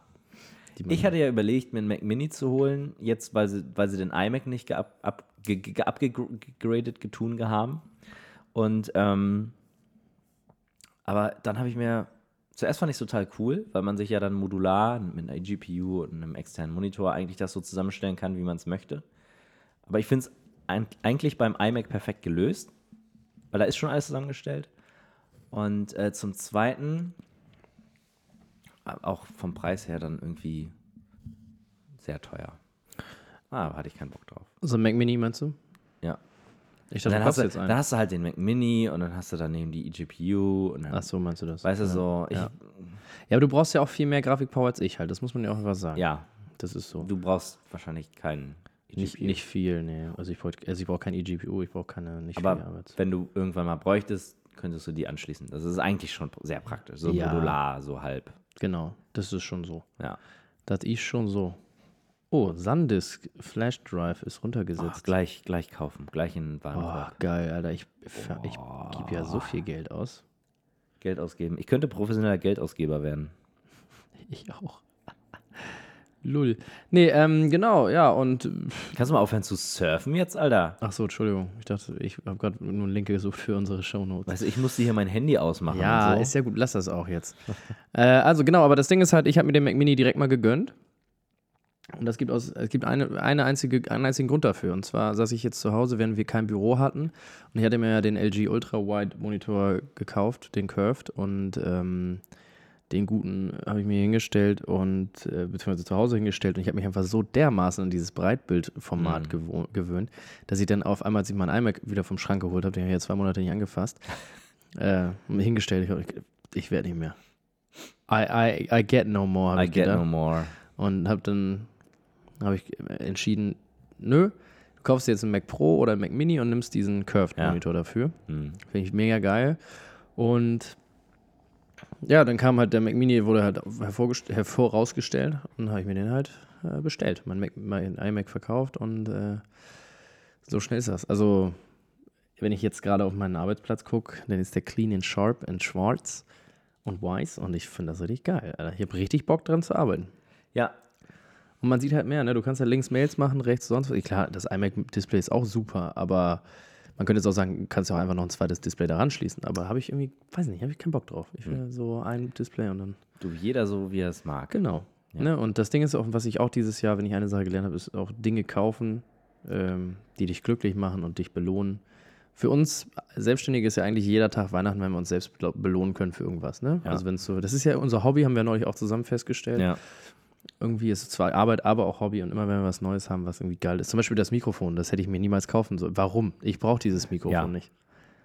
Speaker 2: Die man
Speaker 1: Ich hatte ja überlegt, mir einen Mac Mini zu holen, jetzt, weil sie, weil sie den iMac nicht geab- ab- ge- ge- ge- abgegradet getun haben. Und, ähm, aber dann habe ich mir, zuerst fand ich es total cool, weil man sich ja dann modular mit einer GPU und einem externen Monitor eigentlich das so zusammenstellen kann, wie man es möchte. Aber ich finde es eigentlich beim iMac perfekt gelöst, weil da ist schon alles zusammengestellt. Und äh, zum Zweiten, äh, auch vom Preis her dann irgendwie sehr teuer. Ah, aber hatte ich keinen Bock drauf.
Speaker 2: so ein Mac Mini meinst du?
Speaker 1: Ja.
Speaker 2: Ich
Speaker 1: Und
Speaker 2: dachte,
Speaker 1: dann,
Speaker 2: du
Speaker 1: hast
Speaker 2: kaufst
Speaker 1: du,
Speaker 2: jetzt
Speaker 1: dann
Speaker 2: einen.
Speaker 1: hast du halt den Mac Mini und dann hast du daneben die E eGPU und dann,
Speaker 2: Ach so, meinst du das?
Speaker 1: weißt du so, ich, ja.
Speaker 2: Ja. Ja, aber du brauchst ja auch viel mehr Grafikpower als ich halt. Das muss man ja auch einfach sagen. Das ist so.
Speaker 1: du brauchst wahrscheinlich keinen E eGPU.
Speaker 2: Nicht, nicht viel, nee. Also ich brauche also ich brauch kein eGPU, ich brauche keine, nicht viel
Speaker 1: aber
Speaker 2: Arbeits.
Speaker 1: wenn du irgendwann mal bräuchtest, könntest du die anschließen. Das ist eigentlich schon sehr praktisch. So
Speaker 2: Ja.
Speaker 1: modular, so halb.
Speaker 2: Genau, das ist schon so.
Speaker 1: Ja.
Speaker 2: Das ist schon so. Oh, SanDisk Flash Drive ist
Speaker 1: Ach,
Speaker 2: runtergesetzt.
Speaker 1: gleich, gleich kaufen, gleich in
Speaker 2: Oh,
Speaker 1: Warenkorb
Speaker 2: geil, Alter. Ich, ich gebe ja so viel Geld aus. [laughs]
Speaker 1: Geld ausgeben. Ich könnte professioneller Geldausgeber werden.
Speaker 2: Ich auch. [laughs] Lull. Nee, ähm, genau, ja, und.
Speaker 1: Kannst du mal aufhören zu surfen jetzt, Alter?
Speaker 2: Ach so, Entschuldigung. Ich dachte, ich habe gerade nur einen Link gesucht für unsere Shownotes.
Speaker 1: Weißt du, ich musste hier mein Handy ausmachen.
Speaker 2: Ja,
Speaker 1: und so.
Speaker 2: ist ja gut, lass das auch jetzt. [laughs] äh, also genau, aber das Ding ist halt, ich habe mir den Mac Mini direkt mal gegönnt. Und das gibt aus, es gibt eine, eine einzige, einen einzigen Grund dafür. Und zwar saß ich jetzt zu Hause, während wir kein Büro hatten. Und ich hatte mir ja den LG Ultra Wide Monitor gekauft, den Curved. Und ähm, den guten äh, habe ich mir hingestellt und äh, beziehungsweise zu Hause hingestellt. Und ich habe mich einfach so dermaßen an dieses
Speaker 1: Mhm.
Speaker 2: Breitbildformat gewohnt- gewöhnt, dass ich dann auf einmal, als ich meinen iMac wieder vom Schrank geholt habe, den habe ich ja zwei Monate nicht
Speaker 1: [laughs]
Speaker 2: angefasst, äh, hingestellt. Ich, hab- ich werde nicht mehr. I, I, I get no more. hab
Speaker 1: I
Speaker 2: ich
Speaker 1: get
Speaker 2: gedacht.
Speaker 1: no more.
Speaker 2: Und habe dann habe ich entschieden, nö, du kaufst dir jetzt einen Mac Pro oder einen Mac Mini und nimmst diesen Curved
Speaker 1: Ja.
Speaker 2: Monitor dafür.
Speaker 1: Hm.
Speaker 2: Finde ich mega geil. Und ja, dann kam halt der Mac Mini, wurde halt hervorgest- hervorausgestellt und habe ich mir den halt äh, bestellt. Mein, Mac, mein iMac verkauft und äh, so schnell ist das. Also, wenn ich jetzt gerade auf meinen Arbeitsplatz gucke, dann ist der clean and sharp and schwarz und weiß und ich finde das richtig geil. Alter. Ich habe richtig Bock dran zu arbeiten.
Speaker 1: Ja,
Speaker 2: Und man sieht halt mehr, ne? Du kannst halt links Mails machen, rechts sonst was. Klar, das iMac-Display ist auch super, aber man könnte jetzt auch sagen, kannst ja auch einfach noch ein zweites Display daran schließen. Aber habe ich irgendwie, weiß nicht, habe ich keinen Bock drauf. Ich will so ein Display und dann.
Speaker 1: du, jeder so, wie er es mag.
Speaker 2: Genau. Ne? Und das Ding ist auch, was ich auch dieses Jahr, wenn ich eine Sache gelernt habe, ist auch Dinge kaufen, ähm, die dich glücklich machen und dich belohnen. Für uns Selbstständige ist ja eigentlich jeder Tag Weihnachten, wenn wir uns selbst belo- belohnen können für irgendwas. Ne?
Speaker 1: Ja.
Speaker 2: Also wenn es so, das ist ja unser Hobby, haben wir neulich auch zusammen festgestellt
Speaker 1: Ja.
Speaker 2: irgendwie ist es zwar Arbeit, aber auch Hobby und immer wenn wir was Neues haben, was irgendwie geil ist. Zum Beispiel das Mikrofon, das hätte ich mir niemals kaufen sollen. Warum? Ich brauche dieses Mikrofon
Speaker 1: Ja.
Speaker 2: nicht.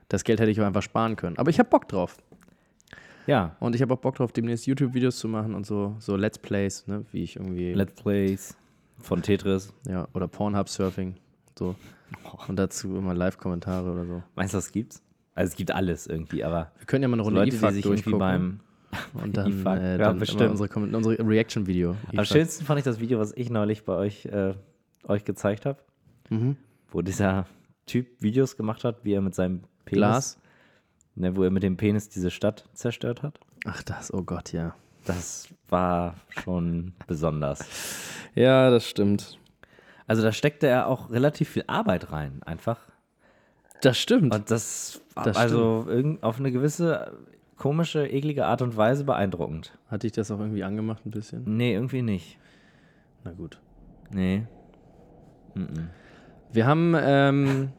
Speaker 2: Das Geld hätte ich auch einfach sparen können. Aber ich habe Bock drauf.
Speaker 1: ja.
Speaker 2: Und ich habe auch Bock drauf, demnächst YouTube-Videos zu machen und so, so Let's Plays, ne? wie ich irgendwie,
Speaker 1: Let's Plays von Tetris.
Speaker 2: ja, oder Pornhub-Surfing, so. Und dazu immer Live-Kommentare oder so.
Speaker 1: Meinst du, das gibt's? Also es gibt alles irgendwie, aber
Speaker 2: Wir können ja mal eine
Speaker 1: so
Speaker 2: Runde
Speaker 1: Leute, die
Speaker 2: E-Fuck
Speaker 1: sich irgendwie
Speaker 2: durchgucken
Speaker 1: beim...
Speaker 2: und dann,
Speaker 1: E-Fuck, ja,
Speaker 2: äh, dann
Speaker 1: bestimmt.
Speaker 2: immer unsere, Kommen- unsere Reaction-Video.
Speaker 1: Am
Speaker 2: E-Fuck.
Speaker 1: schönsten fand ich das Video, was ich neulich bei euch, äh, euch gezeigt habe,
Speaker 2: Mhm.
Speaker 1: wo dieser Typ Videos gemacht hat, wie er mit seinem Penis,
Speaker 2: Glas.
Speaker 1: Ne, wo er mit dem Penis diese Stadt zerstört hat.
Speaker 2: Ach das, oh Gott, ja.
Speaker 1: Das war schon besonders.
Speaker 2: Ja, das stimmt.
Speaker 1: Also da steckte er auch relativ viel Arbeit rein, einfach.
Speaker 2: Das stimmt.
Speaker 1: Und das,
Speaker 2: Das
Speaker 1: also irgend, auf eine gewisse komische, eklige Art und Weise beeindruckend.
Speaker 2: Hatte ich das auch irgendwie angemacht ein bisschen?
Speaker 1: Nee, irgendwie nicht.
Speaker 2: Na gut.
Speaker 1: Nee.
Speaker 2: Wir haben, ähm,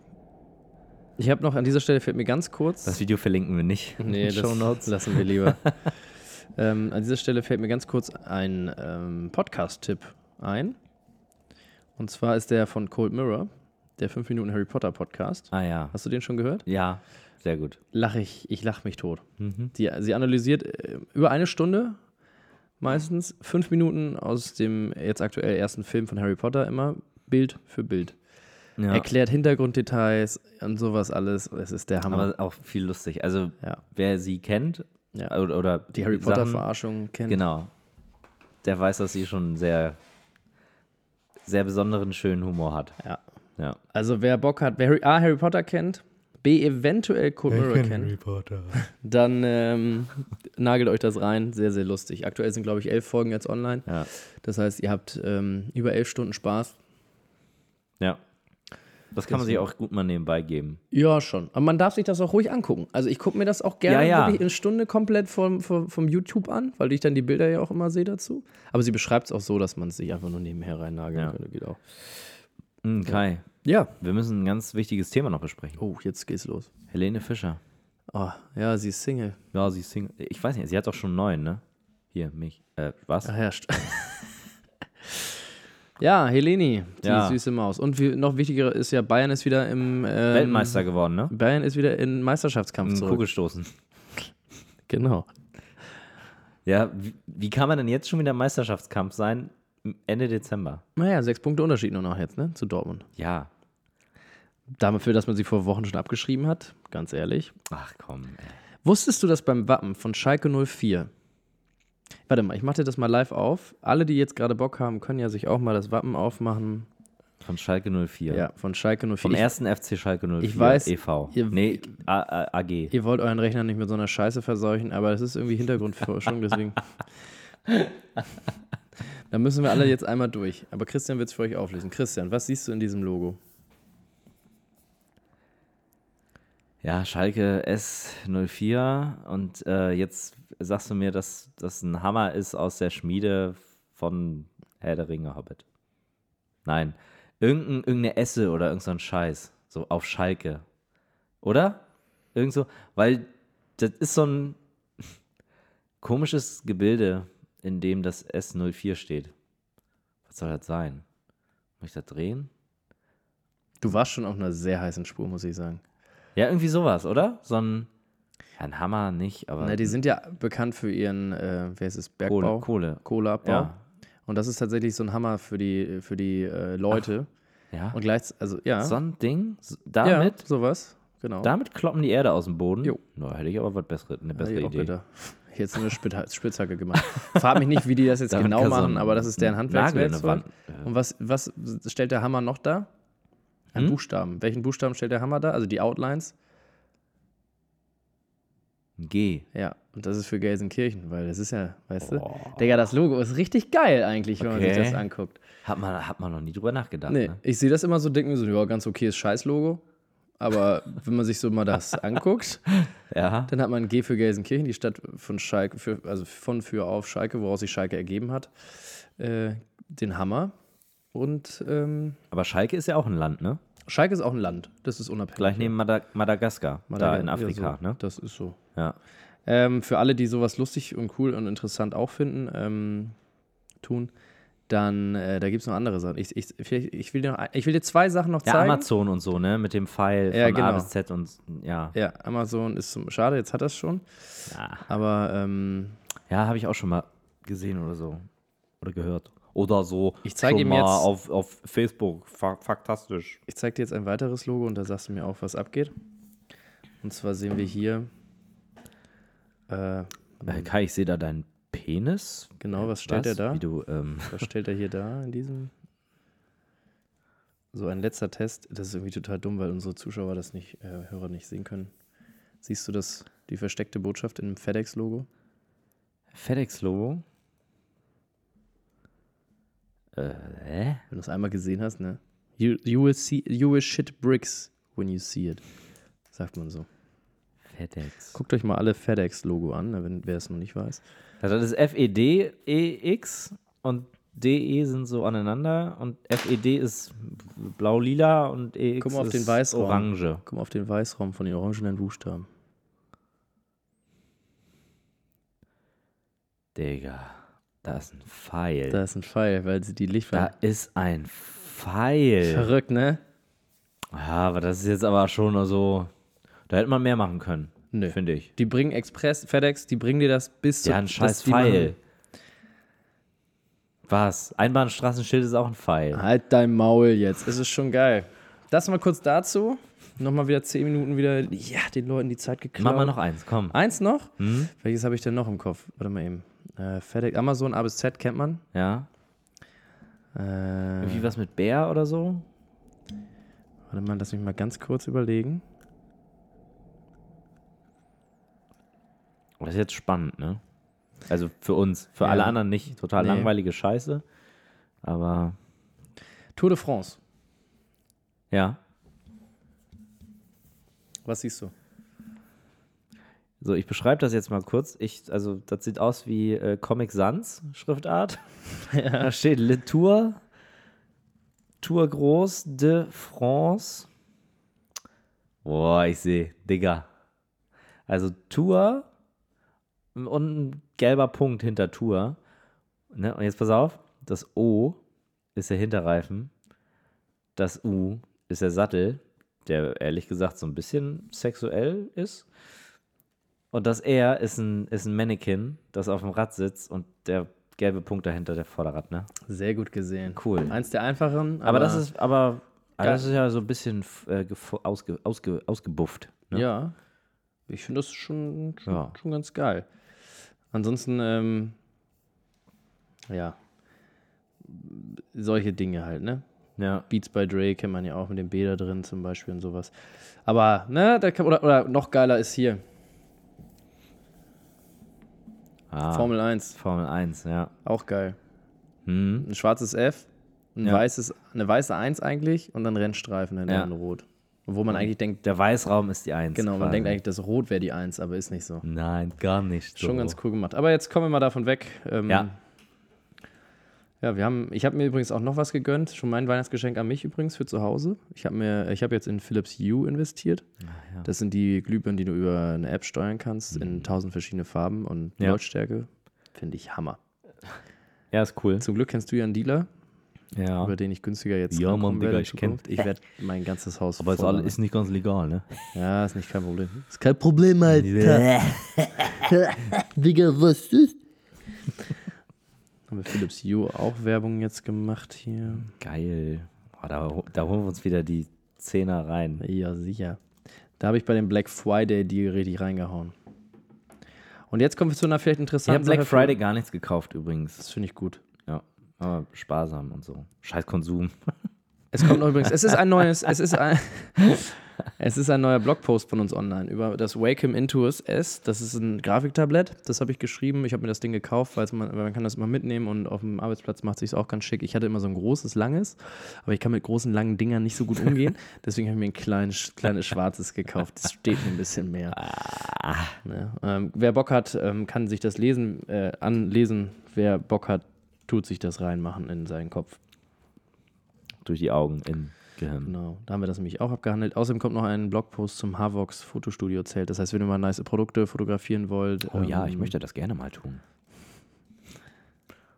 Speaker 2: ich habe noch an dieser Stelle fällt mir ganz kurz.
Speaker 1: Das Video verlinken wir nicht. in
Speaker 2: [laughs]
Speaker 1: den
Speaker 2: nee,
Speaker 1: Show
Speaker 2: das
Speaker 1: Notes.
Speaker 2: lassen wir
Speaker 1: [laughs]
Speaker 2: lieber. ähm, an dieser Stelle fällt mir ganz kurz ein ähm, Podcast-Tipp ein. Und zwar ist der von Cold Mirror, der 5 Minuten Harry Potter Podcast.
Speaker 1: Ah ja.
Speaker 2: Hast du den schon gehört?
Speaker 1: Ja, sehr gut. Mhm.
Speaker 2: Lache ich, ich lache mich tot. Die, sie analysiert äh, über eine Stunde, meistens fünf Minuten aus dem jetzt aktuell ersten Film von Harry Potter immer Bild für Bild.
Speaker 1: Ja.
Speaker 2: Erklärt Hintergrunddetails und sowas alles. Es ist der Hammer.
Speaker 1: Aber auch viel lustig. Also,
Speaker 2: Ja.
Speaker 1: wer sie kennt
Speaker 2: Ja.
Speaker 1: oder, oder
Speaker 2: Die Harry Potter
Speaker 1: Sachen-
Speaker 2: Verarschung kennt.
Speaker 1: Genau. Der weiß, dass sie schon einen sehr, sehr besonderen, schönen Humor hat.
Speaker 2: Ja.
Speaker 1: Ja.
Speaker 2: Also wer Bock hat, wer Harry, A Harry Potter kennt, B eventuell Code Mirror kennt,
Speaker 4: Potter.
Speaker 2: dann ähm, nagelt euch das rein. Sehr, sehr lustig. Aktuell sind, glaube ich, elf Folgen jetzt online.
Speaker 1: Ja.
Speaker 2: Das heißt, ihr habt ähm, über elf Stunden Spaß.
Speaker 1: ja. Das kann man sich auch gut mal nebenbei geben.
Speaker 2: Ja, schon. Aber man darf sich das auch ruhig angucken. Also ich gucke mir das auch gerne
Speaker 1: Ja, ja.
Speaker 2: wirklich in Stunde komplett vom, vom, vom YouTube an, weil ich dann die Bilder ja auch immer sehe dazu. Aber sie beschreibt es auch so, dass man es sich einfach nur nebenher reinnageln
Speaker 1: Ja.
Speaker 2: könnte. Geht auch.
Speaker 1: Hm, Kai,
Speaker 2: Ja.
Speaker 1: wir müssen ein ganz wichtiges Thema noch besprechen.
Speaker 2: Oh, jetzt geht's los.
Speaker 1: Helene Fischer.
Speaker 2: Oh, ja, sie ist Single.
Speaker 1: Ja, sie ist Single. Ich weiß nicht, sie hat doch schon neun, ne? Hier, mich. Äh, was?
Speaker 2: Ach ja, st- [laughs] Ja, Heleni, die
Speaker 1: Ja.
Speaker 2: süße Maus. Und wie, noch wichtiger ist ja, Bayern ist wieder im ähm,
Speaker 1: Weltmeister geworden, ne? Hm,
Speaker 2: Bayern ist wieder im Meisterschaftskampf
Speaker 1: Im
Speaker 2: zurück.
Speaker 1: Kugelstoßen.
Speaker 2: Genau.
Speaker 1: Ja, wie, wie kann man denn jetzt schon wieder Meisterschaftskampf sein? Ende Dezember.
Speaker 2: Naja, sechs Punkte Unterschied nur noch jetzt, ne? Zu Dortmund.
Speaker 1: Ja.
Speaker 2: Dafür, dass man sie vor Wochen schon abgeschrieben hat, ganz ehrlich.
Speaker 1: Ach komm. ey.
Speaker 2: Wusstest du, dass beim Wappen von Schalke 04. Warte mal, ich mache dir das mal live auf. Alle, die jetzt gerade Bock haben, können ja sich auch mal das Wappen aufmachen.
Speaker 1: Von Schalke 04.
Speaker 2: Ja, von Schalke 04.
Speaker 1: Vom
Speaker 2: Ich-
Speaker 1: ersten FC Schalke 04
Speaker 2: ich weiß,
Speaker 1: e.V.
Speaker 2: ihr-
Speaker 1: nee, A A AG.
Speaker 2: Ihr wollt euren Rechner nicht mit so einer Scheiße verseuchen, aber das ist irgendwie Hintergrundforschung,
Speaker 1: [laughs]
Speaker 2: deswegen. da müssen wir alle jetzt einmal durch. Aber Christian wird es für euch auflösen. Christian, was siehst du in diesem Logo?
Speaker 1: Ja, Schalke S04. Und äh, jetzt sagst du mir, dass das ein Hammer ist aus der Schmiede von Herr der Ringe Hobbit. Nein. Irgendein, irgendeine Esse oder irgend so ein Scheiß. So auf Schalke. Oder? Irgend so. Weil das ist so ein [laughs] komisches Gebilde, in dem das S04 steht. Was soll das sein? Muss ich das drehen?
Speaker 2: Du warst schon auf einer sehr heißen Spur, muss ich sagen.
Speaker 1: Ja, irgendwie sowas, oder? So ein, ja, ein Hammer nicht, aber
Speaker 2: Na, die sind ja bekannt für ihren, äh, wer ist es, Bergbau,
Speaker 1: Kohle. Kohle.
Speaker 2: Kohleabbau.
Speaker 1: Ja.
Speaker 2: Und das ist tatsächlich so ein Hammer für die, für die äh, Leute.
Speaker 1: Ja.
Speaker 2: Und gleich, also ja,
Speaker 1: so ein Ding, so-
Speaker 2: ja
Speaker 1: damit,
Speaker 2: sowas, genau.
Speaker 1: damit kloppen die Erde aus dem Boden.
Speaker 2: Jo.
Speaker 1: Na, hätte ich aber was bessere, eine
Speaker 2: Hätte
Speaker 1: bessere
Speaker 2: ich auch
Speaker 1: Idee.
Speaker 2: gedacht. Ich hätte jetzt nur eine Spitha- Spitzhacke gemacht. Frag mich nicht, wie die das jetzt
Speaker 1: Damit
Speaker 2: genau
Speaker 1: kannst du so
Speaker 2: machen,
Speaker 1: einen
Speaker 2: aber das ist deren
Speaker 1: Nagel in eine
Speaker 2: Handwerkswerkzeug.
Speaker 1: Wand, äh.
Speaker 2: Und was, was stellt der Hammer noch da? Ein
Speaker 1: Hm?
Speaker 2: Buchstaben. Welchen Buchstaben stellt der Hammer da? Also die Outlines.
Speaker 1: Ein G.
Speaker 2: Ja, und das ist für Gelsenkirchen, weil das ist ja, weißt du? Digga, das Logo ist richtig geil eigentlich, wenn man sich
Speaker 1: Okay.
Speaker 2: das anguckt.
Speaker 1: Hat man, hat man noch nie drüber nachgedacht.
Speaker 2: Nee,
Speaker 1: Ne?
Speaker 2: ich sehe das immer so, denke mir so, ja, ganz okay, ist Scheiß-Logo. Aber wenn man sich so mal
Speaker 1: [laughs]
Speaker 2: das anguckt,
Speaker 1: Ja.
Speaker 2: Dann hat man G für Gelsenkirchen, die Stadt von Schalke, für, also von für auf Schalke, woraus sich Schalke ergeben hat. Äh, den Hammer. Und ähm,
Speaker 1: Aber Schalke ist ja auch ein Land, ne?
Speaker 2: Schalke ist auch ein Land. Das ist unabhängig.
Speaker 1: Gleich neben Madag Madagaskar,
Speaker 2: Malaga-
Speaker 1: da in Afrika,
Speaker 2: ja, so,
Speaker 1: ne?
Speaker 2: Das ist so.
Speaker 1: Ja.
Speaker 2: Ähm, für alle, die sowas lustig und cool und interessant auch finden, ähm, tun, dann äh, da gibt es noch andere Sachen. Ich, ich, vielleicht, ich, will dir noch, ein- ich will dir zwei Sachen noch
Speaker 1: Ja,
Speaker 2: zeigen.
Speaker 1: Amazon und so, ne? Mit dem Pfeil von
Speaker 2: Ja,
Speaker 1: A
Speaker 2: genau.
Speaker 1: bis Z und ja.
Speaker 2: Ja, Amazon ist zum, schade, jetzt hat das schon.
Speaker 1: Ja,
Speaker 2: Aber ähm,
Speaker 1: ja habe ich auch schon mal gesehen oder so. Oder gehört. Oder so.
Speaker 2: Ich zeig
Speaker 1: Schon
Speaker 2: ihm
Speaker 1: mal
Speaker 2: jetzt-
Speaker 1: Auf, auf Facebook. Fa faktastisch.
Speaker 2: Ich zeige dir jetzt ein weiteres Logo und da sagst du mir auch, was abgeht. Und zwar sehen wir hier äh,
Speaker 1: Äh, Kai, ich sehe da deinen Penis.
Speaker 2: genau, was stellt er da?
Speaker 1: Wie du, ähm,
Speaker 2: Was stellt er hier da in diesem? So ein letzter Test. Das ist irgendwie total dumm, weil unsere Zuschauer das nicht, äh, Hörer nicht sehen können. Siehst du das, die versteckte Botschaft in dem FedEx-Logo?
Speaker 1: FedEx-Logo. Äh, hä?
Speaker 2: Wenn du es einmal gesehen hast, ne? You, you, will see, you will shit bricks when you see it. Sagt man so.
Speaker 1: FedEx.
Speaker 2: Guckt euch mal alle FedEx-Logo an, ne, wenn wer es noch nicht weiß.
Speaker 1: Also das ist F-E-D, E-X E und D-E sind so aneinander und F-E-D ist blau-lila und E-X
Speaker 2: Guck mal auf
Speaker 1: ist
Speaker 2: den Weißraum.
Speaker 1: orange.
Speaker 2: Guck mal auf den Weißraum von den orangenen Buchstaben.
Speaker 1: Digga, da ist ein Pfeil. Da,
Speaker 2: Da ist ein Pfeil, weil sie die Lichtwand.
Speaker 1: ist ein Pfeil.
Speaker 2: Verrückt, ne?
Speaker 1: Ja, aber das ist jetzt aber schon so, da hätte man mehr machen können,
Speaker 2: Nö.
Speaker 1: finde ich.
Speaker 2: Die bringen Express, FedEx, die bringen dir das bis zu.
Speaker 1: Ja, ein
Speaker 2: dass
Speaker 1: scheiß
Speaker 2: die machen-
Speaker 1: Pfeil. Was? Einbahnstraßenschild ist auch ein Pfeil.
Speaker 2: Halt dein Maul jetzt. Es ist schon geil. Das mal kurz dazu. Nochmal wieder 10 Minuten wieder ja, den Leuten die Zeit geklaut.
Speaker 1: Mach mal noch Hm? eins, komm.
Speaker 2: Eins noch? Welches habe ich denn noch im Kopf? Warte mal eben. Äh, FedEx, Amazon, A bis Z kennt man.
Speaker 1: Ja.
Speaker 2: Äh, warte
Speaker 1: Irgendwie was mit Bär oder so?
Speaker 2: mal, lass mich mal ganz kurz überlegen.
Speaker 1: Oh, Das ist jetzt spannend, ne? Also für uns, für alle anderen nicht. Total
Speaker 2: Nee.
Speaker 1: langweilige Scheiße. Aber
Speaker 2: Tour de France.
Speaker 1: ja,
Speaker 2: Was siehst du?
Speaker 1: so ich beschreibe das jetzt mal kurz. Ich, also das sieht aus wie äh, Comic Sans Schriftart. [laughs] Da steht Le Tour, Tour Groß de France. Boah, ich sehe, Digga. Also Tour und ein gelber Punkt hinter Tour. Ne? Und jetzt pass auf, das O ist der Hinterreifen, das U ist der Sattel, der ehrlich gesagt so ein bisschen sexuell ist. Und das R ist ein, ist ein Mannequin, das auf dem Rad sitzt und der gelbe Punkt dahinter, der Vorderrad, ne?
Speaker 2: Sehr gut gesehen.
Speaker 1: Cool.
Speaker 2: Eins der einfacheren.
Speaker 1: Aber, das ist, aber, aber
Speaker 2: Ja.
Speaker 1: das ist ja so ein bisschen f- äh, gefo- ausge, ausge, ausgebufft. Ne?
Speaker 2: Ja. Ich finde das schon, schon,
Speaker 1: Ja.
Speaker 2: schon ganz geil. Ansonsten, ähm, ja. Solche Dinge halt, ne?
Speaker 1: Ja.
Speaker 2: Beats by Dre kennt man ja auch mit dem Bäder drin zum Beispiel und sowas. Aber, ne, da kann, oder, oder noch geiler ist hier,
Speaker 1: Ah, Formel,
Speaker 2: Formel 1,
Speaker 1: Formel 1, ja.
Speaker 2: auch geil.
Speaker 1: Hm.
Speaker 2: Ein schwarzes F, ein
Speaker 1: Ja.
Speaker 2: weißes, eine weiße 1 eigentlich und dann Rennstreifen in
Speaker 1: Ja.
Speaker 2: ja. Rot. Obwohl man eigentlich denkt,
Speaker 1: Der Weißraum ist die 1.
Speaker 2: genau, man
Speaker 1: quasi.
Speaker 2: denkt eigentlich, das Rot wäre die 1, aber ist nicht so.
Speaker 1: Nein, gar nicht.
Speaker 2: Schon
Speaker 1: so.
Speaker 2: ganz cool gemacht. Aber jetzt kommen wir mal davon weg. Ähm,
Speaker 1: Ja.
Speaker 2: Ja, wir haben, ich habe mir übrigens auch noch was gegönnt. Schon mein Weihnachtsgeschenk an mich übrigens für zu Hause. Ich habe mir, ich habe jetzt in Philips Hue investiert.
Speaker 1: Ah, ja. Mhm.
Speaker 2: Das sind die Glühbirnen, die du über eine App steuern kannst in tausend verschiedene Farben und
Speaker 1: Ja.
Speaker 2: Leuchtstärke. Finde ich Hammer.
Speaker 1: Ja, ist cool.
Speaker 2: Zum Glück kennst du ja einen Dealer,
Speaker 1: Ja.
Speaker 2: über den ich günstiger jetzt
Speaker 1: Ja, Mann,
Speaker 2: rankommen
Speaker 1: Digga,
Speaker 2: werde in
Speaker 1: ich kenn-
Speaker 2: Zukunft. Ich werde mein ganzes Haus
Speaker 1: Aber ist,
Speaker 2: voll
Speaker 1: alles,
Speaker 2: machen.
Speaker 1: ist nicht ganz legal, ne?
Speaker 2: Ja, ist nicht kein Problem.
Speaker 3: Ist kein Problem, Alter. [laughs] Digga, was ist?
Speaker 2: Haben wir Philips Hue auch Werbung jetzt gemacht hier?
Speaker 1: Geil. Boah, da, ho- da holen wir uns wieder die Zehner rein.
Speaker 2: Ja, sicher. Da habe ich bei dem Black Friday die richtig reingehauen. Und jetzt kommen wir zu einer vielleicht
Speaker 1: Ich
Speaker 2: interessanten
Speaker 1: habe Black
Speaker 2: Sache.
Speaker 1: Friday gar nichts gekauft übrigens.
Speaker 2: Das finde ich gut.
Speaker 1: Ja. Aber sparsam und so. Scheiß Konsum.
Speaker 2: Es kommt noch übrigens, es ist ein neues, es ist ein, [laughs] es ist ein neuer Blogpost von uns online über das Wacom Intuos S. Das ist ein Grafiktablett, das habe ich geschrieben. Ich habe mir das Ding gekauft, weil es man, weil man kann das immer mitnehmen und auf dem Arbeitsplatz macht sich auch ganz schick. Ich hatte immer so ein großes, langes, aber ich kann mit großen, langen Dingern nicht so gut [laughs] umgehen. Deswegen habe ich mir ein kleines, kleines schwarzes gekauft. Das steht mir ein bisschen mehr. Ne? Ähm, wer Bock hat, ähm, kann sich das lesen, äh, anlesen. Wer Bock hat, tut sich das reinmachen in seinen Kopf.
Speaker 1: Durch die Augen im Gehirn.
Speaker 2: Genau, da haben wir das nämlich auch abgehandelt. Außerdem kommt noch ein Blogpost zum Havox Fotostudio Zelt. Das heißt, wenn ihr mal nice Produkte fotografieren wollt.
Speaker 1: Oh ja,
Speaker 2: ähm,
Speaker 1: ich möchte das gerne mal tun.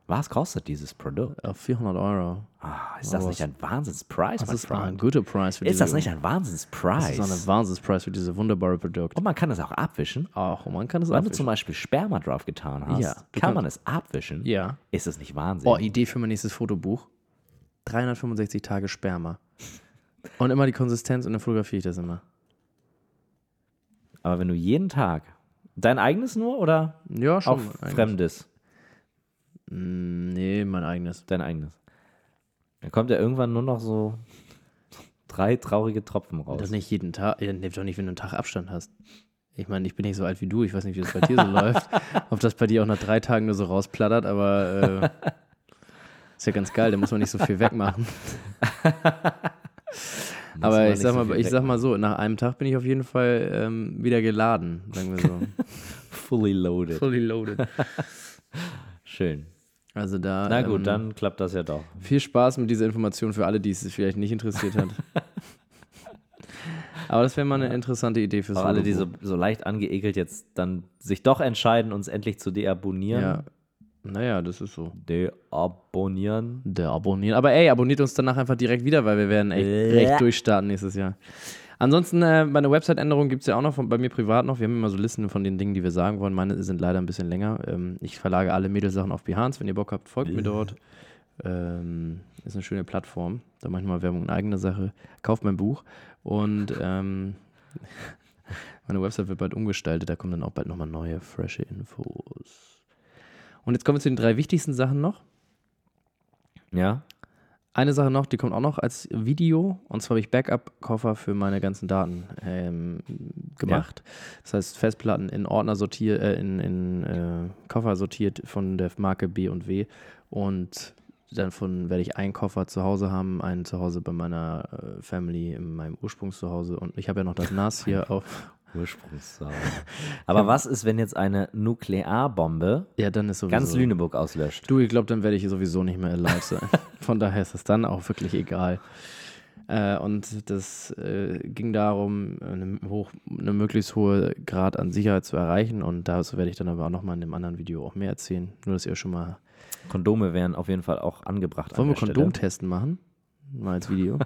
Speaker 1: Was kostet dieses Produkt?
Speaker 2: Auf 400 äh, Euro.
Speaker 1: Ah, ist das
Speaker 2: Aber
Speaker 1: nicht ein Wahnsinnspreis,
Speaker 2: Das Oh,
Speaker 1: mein
Speaker 2: ist mal ein
Speaker 1: Freund?
Speaker 2: guter Preis für
Speaker 1: Ist
Speaker 2: diese,
Speaker 1: das nicht ein
Speaker 2: Das ist
Speaker 1: Wahnsinnspreis?
Speaker 2: ein Wahnsinnspreis für diese wunderbare Produkte.
Speaker 1: Und man kann das auch abwischen.
Speaker 2: Ach, und man kann es
Speaker 1: Wenn du
Speaker 2: abwischen.
Speaker 1: zum Beispiel Sperma drauf getan hast,
Speaker 2: Ja, du
Speaker 1: kann man es abwischen.
Speaker 2: Ja.
Speaker 1: Ist das nicht Wahnsinn?
Speaker 2: Boah, Idee für mein nächstes Fotobuch. 365 Tage
Speaker 1: [laughs]
Speaker 2: Sperma. Und immer die Konsistenz und dann fotografiere ich das immer.
Speaker 1: Aber wenn du jeden Tag dein eigenes nur oder
Speaker 2: Ja, schon.
Speaker 1: auch
Speaker 2: mein eigenes.
Speaker 1: fremdes?
Speaker 2: Mm, Nee, mein eigenes.
Speaker 1: Dein eigenes. Dann kommt ja irgendwann nur noch so drei traurige Tropfen raus.
Speaker 2: Das nicht jeden Tag, ja, nee, doch nicht, wenn du einen Tag Abstand hast. Ich meine, ich bin nicht so alt wie du, ich weiß nicht, wie das bei
Speaker 1: [laughs]
Speaker 2: dir so läuft. Ob das bei dir auch nach drei Tagen nur so rausplattert, aber äh, ist ja ganz geil, da muss man nicht so viel
Speaker 1: [laughs]
Speaker 2: wegmachen.
Speaker 1: Muss man
Speaker 2: aber ich
Speaker 1: nicht
Speaker 2: sag,
Speaker 1: so
Speaker 2: mal,
Speaker 1: viel
Speaker 2: ich sag mal so, nach einem Tag bin ich auf jeden Fall ähm, wieder geladen, sagen wir so.
Speaker 1: wegmachen. [laughs] fully loaded.
Speaker 2: Fully loaded.
Speaker 1: Schön.
Speaker 2: Also da.
Speaker 1: Na gut,
Speaker 2: ähm,
Speaker 1: dann klappt das ja doch.
Speaker 2: Viel Spaß mit dieser Information für alle, die es vielleicht nicht interessiert
Speaker 1: [laughs]
Speaker 2: hat. aber das wäre mal eine interessante Idee fürs
Speaker 1: Auch alle, die
Speaker 2: Fotobuch.
Speaker 1: so, so leicht angeekelt jetzt dann sich doch entscheiden, uns endlich zu deabonnieren.
Speaker 2: Ja. Naja, das ist so.
Speaker 1: Deabonnieren.
Speaker 2: Der abonnieren. Aber ey, abonniert uns danach einfach direkt wieder, weil wir werden echt
Speaker 1: Ja.
Speaker 2: recht durchstarten nächstes Jahr. Ansonsten, äh, bei einer Website-Änderung gibt es ja auch noch von, bei mir privat noch. Wir haben immer so Listen von den Dingen, die wir sagen wollen. Meine sind leider ein bisschen länger. Ähm, ich verlage alle Mädelsachen auf Behance. Wenn ihr Bock habt, folgt mir dort. Ähm, ist eine schöne Plattform. Da mache ich mal Werbung in eigener Sache. Kauft mein Buch und ähm, [laughs] meine Website wird bald umgestaltet. Da kommen dann auch bald nochmal neue, frische Infos. Und jetzt kommen wir zu den drei wichtigsten Sachen noch.
Speaker 1: Ja.
Speaker 2: Eine Sache noch, die kommt auch noch als Video. Und zwar habe ich Backup-Koffer für meine ganzen Daten ähm, gemacht. Das heißt, Festplatten in Ordner sortiert, äh, in, in äh, Koffer sortiert von der Marke B und W. Und davon werde ich einen Koffer zu Hause haben, einen zu Hause bei meiner äh, Family, in meinem Ursprungszuhause. Und ich habe ja noch das NAS hier auf. [laughs]
Speaker 1: Ursprungssau. Aber was ist, wenn jetzt eine Nuklearbombe
Speaker 2: Ja, dann ist sowieso.
Speaker 1: ganz Lüneburg auslöscht?
Speaker 2: Du, ich glaube, dann werde ich sowieso nicht mehr alive
Speaker 1: [laughs]
Speaker 2: sein. Von daher ist es dann auch wirklich egal. Äh, und das äh, ging darum, eine, hoch, eine möglichst hohe Grad an Sicherheit zu erreichen. Und dazu werde ich dann aber auch nochmal in dem anderen Video auch mehr erzählen. Nur, dass ihr schon mal.
Speaker 1: Kondome wären auf jeden Fall auch angebracht.
Speaker 2: Wollen
Speaker 1: an
Speaker 2: wir
Speaker 1: der Stelle.
Speaker 2: Kondomtesten machen? Mal als
Speaker 1: [laughs]
Speaker 2: Video.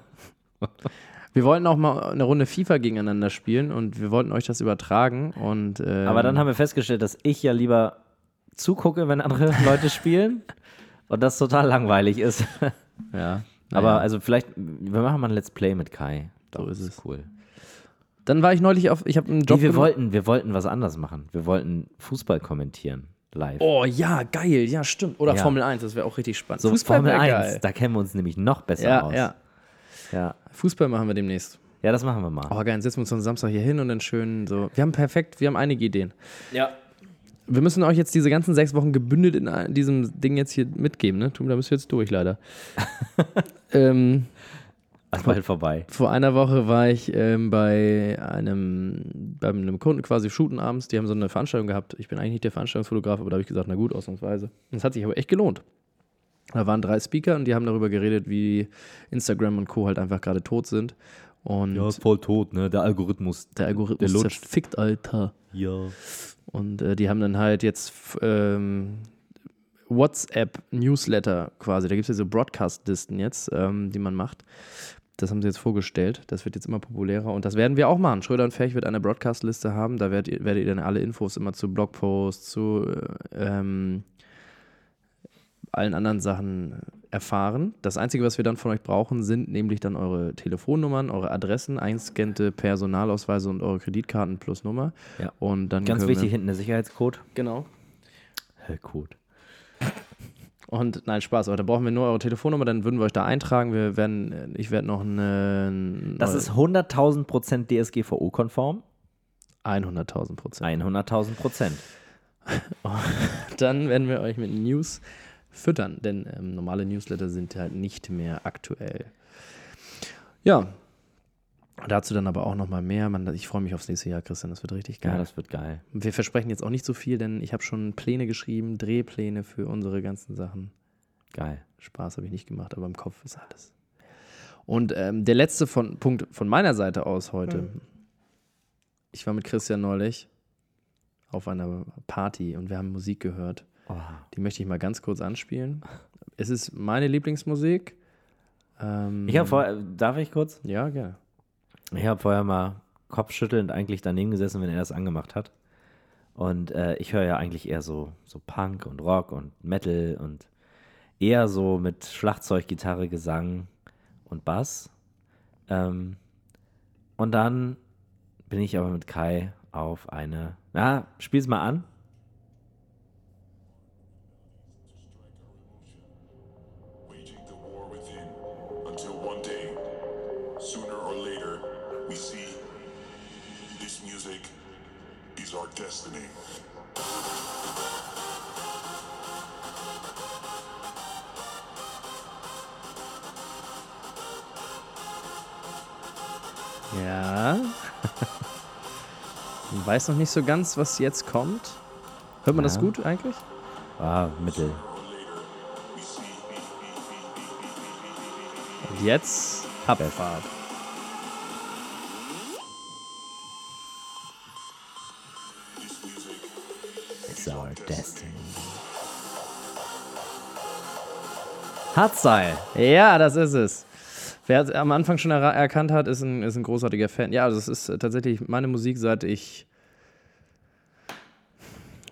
Speaker 2: wir wollten auch mal eine Runde FIFA gegeneinander spielen und wir wollten euch das übertragen. Und, ähm,
Speaker 1: Aber dann haben wir festgestellt, dass ich ja lieber zugucke, wenn andere [laughs] Leute spielen und das total langweilig ist.
Speaker 2: Ja.
Speaker 1: Aber
Speaker 2: naja.
Speaker 1: also vielleicht, wir machen mal ein Let's Play mit Kai.
Speaker 2: So ist
Speaker 1: es. Cool.
Speaker 2: Dann war ich neulich auf. Ich habe einen Job.
Speaker 1: Nee, wir,
Speaker 2: gemacht.
Speaker 1: wollten, wir wollten was anders machen. Wir wollten Fußball kommentieren. Live.
Speaker 2: Oh ja, geil, ja, stimmt. Oder
Speaker 1: Ja.
Speaker 2: Formel 1, das wäre auch richtig spannend.
Speaker 1: so
Speaker 2: Fußball
Speaker 1: Formel
Speaker 2: wär
Speaker 1: 1,
Speaker 2: geil.
Speaker 1: da kennen wir uns nämlich noch besser
Speaker 2: Ja,
Speaker 1: aus.
Speaker 2: ja.
Speaker 1: Ja.
Speaker 2: Fußball machen wir demnächst.
Speaker 1: ja, das machen wir mal.
Speaker 2: Oh, geil, dann setzen wir uns am Samstag hier hin und dann schön so. Wir haben perfekt, wir haben einige Ideen.
Speaker 1: Ja.
Speaker 2: Wir müssen euch jetzt diese ganzen sechs Wochen gebündelt in ein- diesem Ding jetzt hier mitgeben, ne? Tum, Da müssen wir jetzt durch,
Speaker 1: [laughs]
Speaker 2: leider. ähm,
Speaker 1: Also bald vorbei.
Speaker 2: vor einer Woche war ich ähm, bei einem, bei einem Kunden quasi shooten abends. Die haben so eine Veranstaltung gehabt. Ich bin eigentlich nicht der Veranstaltungsfotograf, aber da habe ich gesagt, na gut, ausnahmsweise. Und es hat sich aber echt gelohnt. Da waren drei Speaker und die haben darüber geredet, wie Instagram und Co. halt einfach gerade tot sind. Und
Speaker 1: voll tot, ne? Der Algorithmus.
Speaker 2: der Algorithmus
Speaker 1: Der lutscht.
Speaker 2: zerfickt, Alter.
Speaker 1: Ja.
Speaker 2: Und äh, die haben dann halt jetzt f- ähm, WhatsApp-Newsletter quasi. Da gibt es ja so Broadcast-Listen jetzt, ähm, die man macht. Das haben sie jetzt vorgestellt. Das wird jetzt immer populärer. Und das werden wir auch machen. Schröder und Ferch wird eine Broadcast-Liste haben. Da werdet ihr, werdet ihr dann alle Infos immer zu Blogposts, zu äh, ähm, allen anderen Sachen erfahren. Das Einzige, was wir dann von euch brauchen, sind nämlich dann eure Telefonnummern, eure Adressen, eingescannte Personalausweise und eure Kreditkarten plus Nummer.
Speaker 1: Ja.
Speaker 2: Und dann
Speaker 1: Ganz
Speaker 2: können
Speaker 1: wichtig,
Speaker 2: wir-
Speaker 1: hinten der Sicherheitscode.
Speaker 2: Genau.
Speaker 1: Hä, Code.
Speaker 2: Und nein, Spaß, aber da brauchen wir nur eure Telefonnummer, dann würden wir euch da eintragen. Wir werden, äh, ich werde noch eine.
Speaker 1: Das ist 100.000% DSGVO-konform.
Speaker 2: 100.000 Prozent.
Speaker 1: 100.000%.
Speaker 2: Dann werden wir euch mit News füttern, denn ähm, normale Newsletter sind halt nicht mehr aktuell. Ja. Dazu dann aber auch nochmal mehr. Man, ich freue mich aufs nächste Jahr, Christian. Das wird richtig geil.
Speaker 1: Ja, das wird geil.
Speaker 2: wir versprechen jetzt auch nicht so viel, denn ich habe schon Pläne geschrieben, Drehpläne für unsere ganzen Sachen.
Speaker 1: Geil.
Speaker 2: Spaß habe ich nicht gemacht, aber im Kopf ist alles. Und ähm, der letzte von, Punkt von meiner Seite aus heute.
Speaker 1: Mhm.
Speaker 2: Ich war mit Christian neulich auf einer Party und wir haben Musik gehört.
Speaker 1: Oh.
Speaker 2: Die möchte ich mal ganz kurz anspielen. Es ist meine Lieblingsmusik. Ähm,
Speaker 1: Ich habe vorher, darf ich kurz?
Speaker 2: ja, gerne.
Speaker 1: Ich habe vorher mal kopfschüttelnd eigentlich daneben gesessen, wenn er das angemacht hat. Und äh, ich höre ja eigentlich eher so, so Punk und Rock und Metal und eher so mit Schlagzeug, Gitarre, Gesang und Bass. Ähm, und dann bin ich aber mit Kai auf eine. Na, spiel's mal an.
Speaker 4: waging the war within until one day, sooner or later, we see this music is our destiny.
Speaker 2: Ja. ich weiß noch nicht so ganz, was jetzt kommt. Hört man das
Speaker 1: Ja.
Speaker 2: gut eigentlich?
Speaker 1: Ah, Mittel.
Speaker 2: Und jetzt Abfahrt.
Speaker 1: It's our destiny. Hardstyle.
Speaker 2: Ja, das ist es. Wer es am Anfang schon erra- erkannt hat, ist ein, ist ein großartiger Fan. Ja, also es ist äh, tatsächlich meine Musik, seit ich.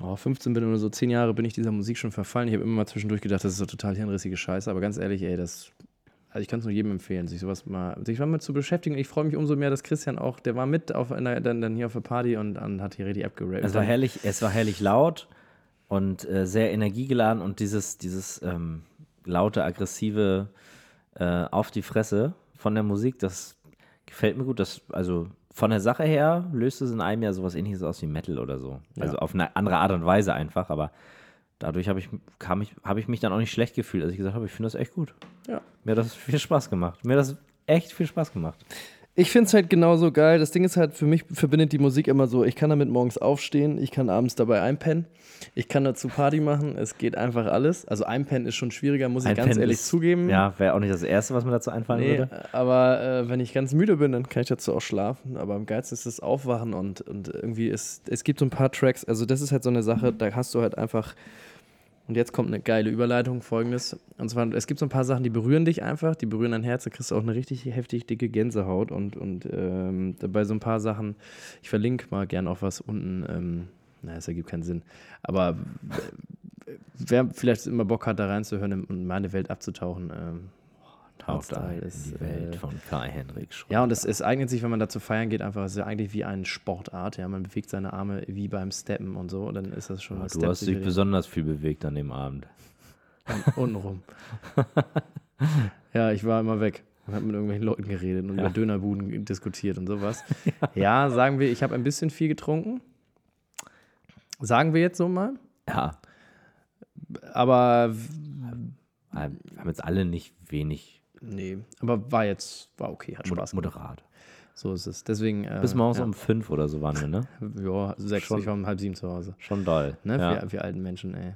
Speaker 2: oh, 15 bin oder so, 10 Jahre bin ich dieser Musik schon verfallen. Ich habe immer mal zwischendurch gedacht, das ist so total hirnrissige Scheiße. Aber ganz ehrlich, ey, das. Also ich kann es nur jedem empfehlen, sich sowas mal, sich mal mit zu beschäftigen. Ich freue mich umso mehr, dass Christian auch, der war mit auf einer, dann, dann hier auf der Party und, und hat hier richtig abgerappt.
Speaker 1: Es war herrlich, es war herrlich laut und äh, sehr energiegeladen und dieses, dieses ähm, laute, aggressive äh, auf die Fresse von der Musik, das gefällt mir gut. Das, also von der Sache her löst es in einem Jahr sowas ähnliches aus wie Metal oder so. Also auf eine andere Art und Weise einfach, aber dadurch habe ich, kam ich, habe ich mich dann auch nicht schlecht gefühlt, als ich gesagt habe, ich finde das echt gut.
Speaker 2: Ja.
Speaker 1: Mir hat das viel Spaß gemacht. Mir hat das echt viel Spaß gemacht.
Speaker 2: Ich finde es halt genauso geil. Das Ding ist halt, für mich verbindet die Musik immer so, ich kann damit morgens aufstehen, ich kann abends dabei einpennen, ich kann dazu Party machen, es geht einfach alles. Also einpennen ist schon schwieriger, muss ich ganz
Speaker 1: Einpennen
Speaker 2: ehrlich
Speaker 1: ist-
Speaker 2: zugeben.
Speaker 1: Ja, wäre auch nicht das Erste, was mir dazu einfallen
Speaker 2: Nee,
Speaker 1: würde.
Speaker 2: aber äh, wenn ich ganz müde bin, dann kann ich dazu auch schlafen. Aber am geilsten ist das Aufwachen und, und irgendwie ist, es gibt so ein paar Tracks, also das ist halt so eine Sache, da hast du halt einfach, und jetzt kommt eine geile Überleitung, folgendes. Und zwar, es gibt so ein paar Sachen, die berühren dich einfach, die berühren dein Herz, da kriegst du auch eine richtig heftig dicke Gänsehaut und, und ähm, bei so ein paar Sachen, ich verlinke mal gern auch was unten, ähm, na, es ergibt keinen Sinn. Aber äh, wer vielleicht immer Bock hat, da reinzuhören und in meine Welt abzutauchen, ähm,
Speaker 1: Taucht
Speaker 2: Hardstyle
Speaker 1: ein in
Speaker 2: ist,
Speaker 1: die Welt
Speaker 2: äh,
Speaker 1: von Kai-Henrik Schröder.
Speaker 2: ja, und es, es eignet sich, wenn man dazu feiern geht, einfach, es ist ja eigentlich wie eine Sportart, ja, man bewegt seine Arme wie beim Steppen und so, dann ist das schon mal
Speaker 1: Ah, Du hast dich besonders viel bewegt an dem Abend.
Speaker 2: untenrum. [laughs] ja, ich war immer weg und habe mit irgendwelchen Leuten geredet und über Dönerbuden diskutiert und
Speaker 1: [laughs]
Speaker 2: sowas. ja. sagen wir, ich habe ein bisschen viel getrunken. Sagen wir jetzt so mal.
Speaker 1: Ja,
Speaker 2: Aber
Speaker 1: haben haben jetzt alle nicht wenig
Speaker 2: nee, aber war jetzt, war okay, hat
Speaker 1: mod-
Speaker 2: Spaß gemacht.
Speaker 1: moderat.
Speaker 2: So ist es. Deswegen. Äh,
Speaker 1: Bis morgens
Speaker 2: ja.
Speaker 1: um fünf oder so waren
Speaker 2: [laughs]
Speaker 1: wir, ne?
Speaker 2: Ja, sechs,
Speaker 1: Schon.
Speaker 2: ich war um halb sieben zu Hause.
Speaker 1: Schon doll.
Speaker 2: Ne?
Speaker 1: ja.
Speaker 2: Wir, wir alten Menschen, ey.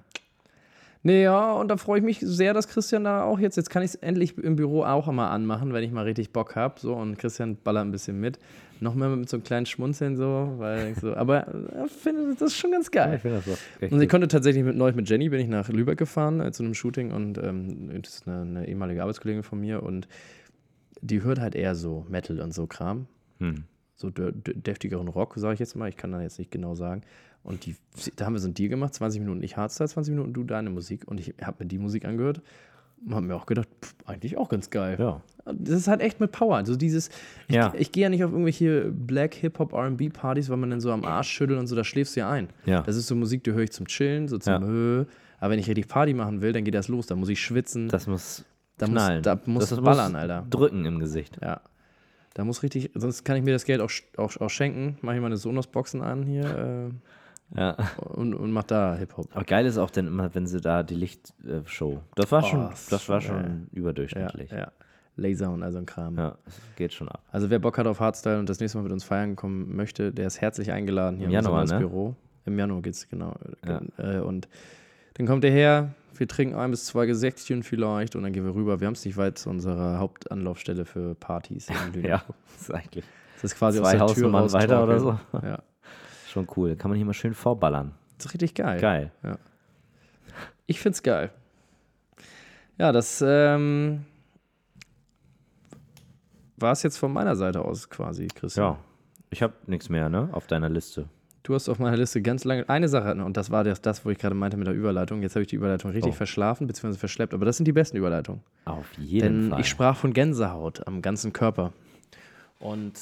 Speaker 2: Nee, ja, und da freue ich mich sehr, dass Christian da auch jetzt, jetzt kann ich es endlich im Büro auch mal anmachen, wenn ich mal richtig Bock habe. So, und Christian ballert ein bisschen mit. Nochmal mit so einem kleinen Schmunzeln so, weil ich so, aber äh, finde das ist schon ganz geil.
Speaker 1: finde das auch echt
Speaker 2: Und ich
Speaker 1: gut.
Speaker 2: konnte tatsächlich mit neulich mit Jenny bin ich nach Lübeck gefahren äh, zu einem Shooting und ähm, das ist eine, eine ehemalige Arbeitskollegin von mir und die hört halt eher so Metal und so Kram. So dö- dö- deftigeren Rock, sage ich jetzt mal. Ich kann da jetzt nicht genau sagen. Und die, da haben wir so einen Deal gemacht: 20 Minuten ich Hardstyle, 20 Minuten du deine Musik. Und ich habe mir die Musik angehört und habe mir auch gedacht, pff, eigentlich auch ganz geil.
Speaker 1: Ja.
Speaker 2: Das ist halt echt mit Power. Also dieses, ich,
Speaker 1: Ja.
Speaker 2: ich gehe ja nicht auf irgendwelche Black Hip-Hop RB-Partys, weil man dann so am Arsch schüttelt und so, da schläfst du ja ein.
Speaker 1: Ja.
Speaker 2: Das ist so Musik, die höre ich zum Chillen, so zum
Speaker 1: Ja.
Speaker 2: Hö. Aber wenn ich richtig Party machen will, dann geht das los. Da muss ich schwitzen.
Speaker 1: Das muss
Speaker 2: Da muss-
Speaker 1: knallen.
Speaker 2: da muss
Speaker 1: das
Speaker 2: ballern, Alter.
Speaker 1: Drücken im Gesicht.
Speaker 2: ja. Da muss richtig, sonst kann ich mir das Geld auch, sch- auch, auch schenken. Mache ich meine Sonos-Boxen an hier
Speaker 1: Ja.
Speaker 2: äh, und, und mach da Hip-Hop.
Speaker 1: Aber geil ist auch dann immer, wenn sie da die Lichtshow. Das war schon, das war schon
Speaker 2: Ja,
Speaker 1: überdurchschnittlich. Ja,
Speaker 2: ja. Laser und all so ein Kram.
Speaker 1: es geht schon ab.
Speaker 2: Also wer Bock hat auf Hardstyle und das nächste Mal mit uns feiern kommen möchte, der ist herzlich eingeladen hier
Speaker 1: Im
Speaker 2: in unser
Speaker 1: Januar,
Speaker 2: neues
Speaker 1: ne?
Speaker 2: Büro. Im Januar geht's genau. Äh, Und dann kommt er her, wir trinken ein bis zwei Gesäckchen vielleicht und dann gehen wir rüber. Wir haben es nicht weit zu unserer Hauptanlaufstelle für Partys. in Lüneburg.
Speaker 1: [laughs] Ja, ist eigentlich
Speaker 2: Das ist quasi
Speaker 1: Zwei
Speaker 2: aus der Tür
Speaker 1: Hausnummern
Speaker 2: raus
Speaker 1: weiter oder
Speaker 2: torkeln. Ja.
Speaker 1: schon cool. Kann man hier mal schön vorballern.
Speaker 2: Das ist richtig geil.
Speaker 1: Geil.
Speaker 2: Ich find's geil. Ja, das ähm, war es jetzt von meiner Seite aus quasi, Christian.
Speaker 1: Ja. Ich habe nichts mehr, ne? Auf deiner Liste.
Speaker 2: Du hast auf meiner Liste ganz lange eine Sache und das war das, das wo ich gerade meinte mit der Überleitung. Jetzt habe ich die Überleitung richtig
Speaker 1: Oh.
Speaker 2: verschlafen bzw. verschleppt, aber das sind die besten Überleitungen.
Speaker 1: Auf jeden
Speaker 2: Denn
Speaker 1: Fall.
Speaker 2: ich sprach von Gänsehaut am ganzen Körper. Und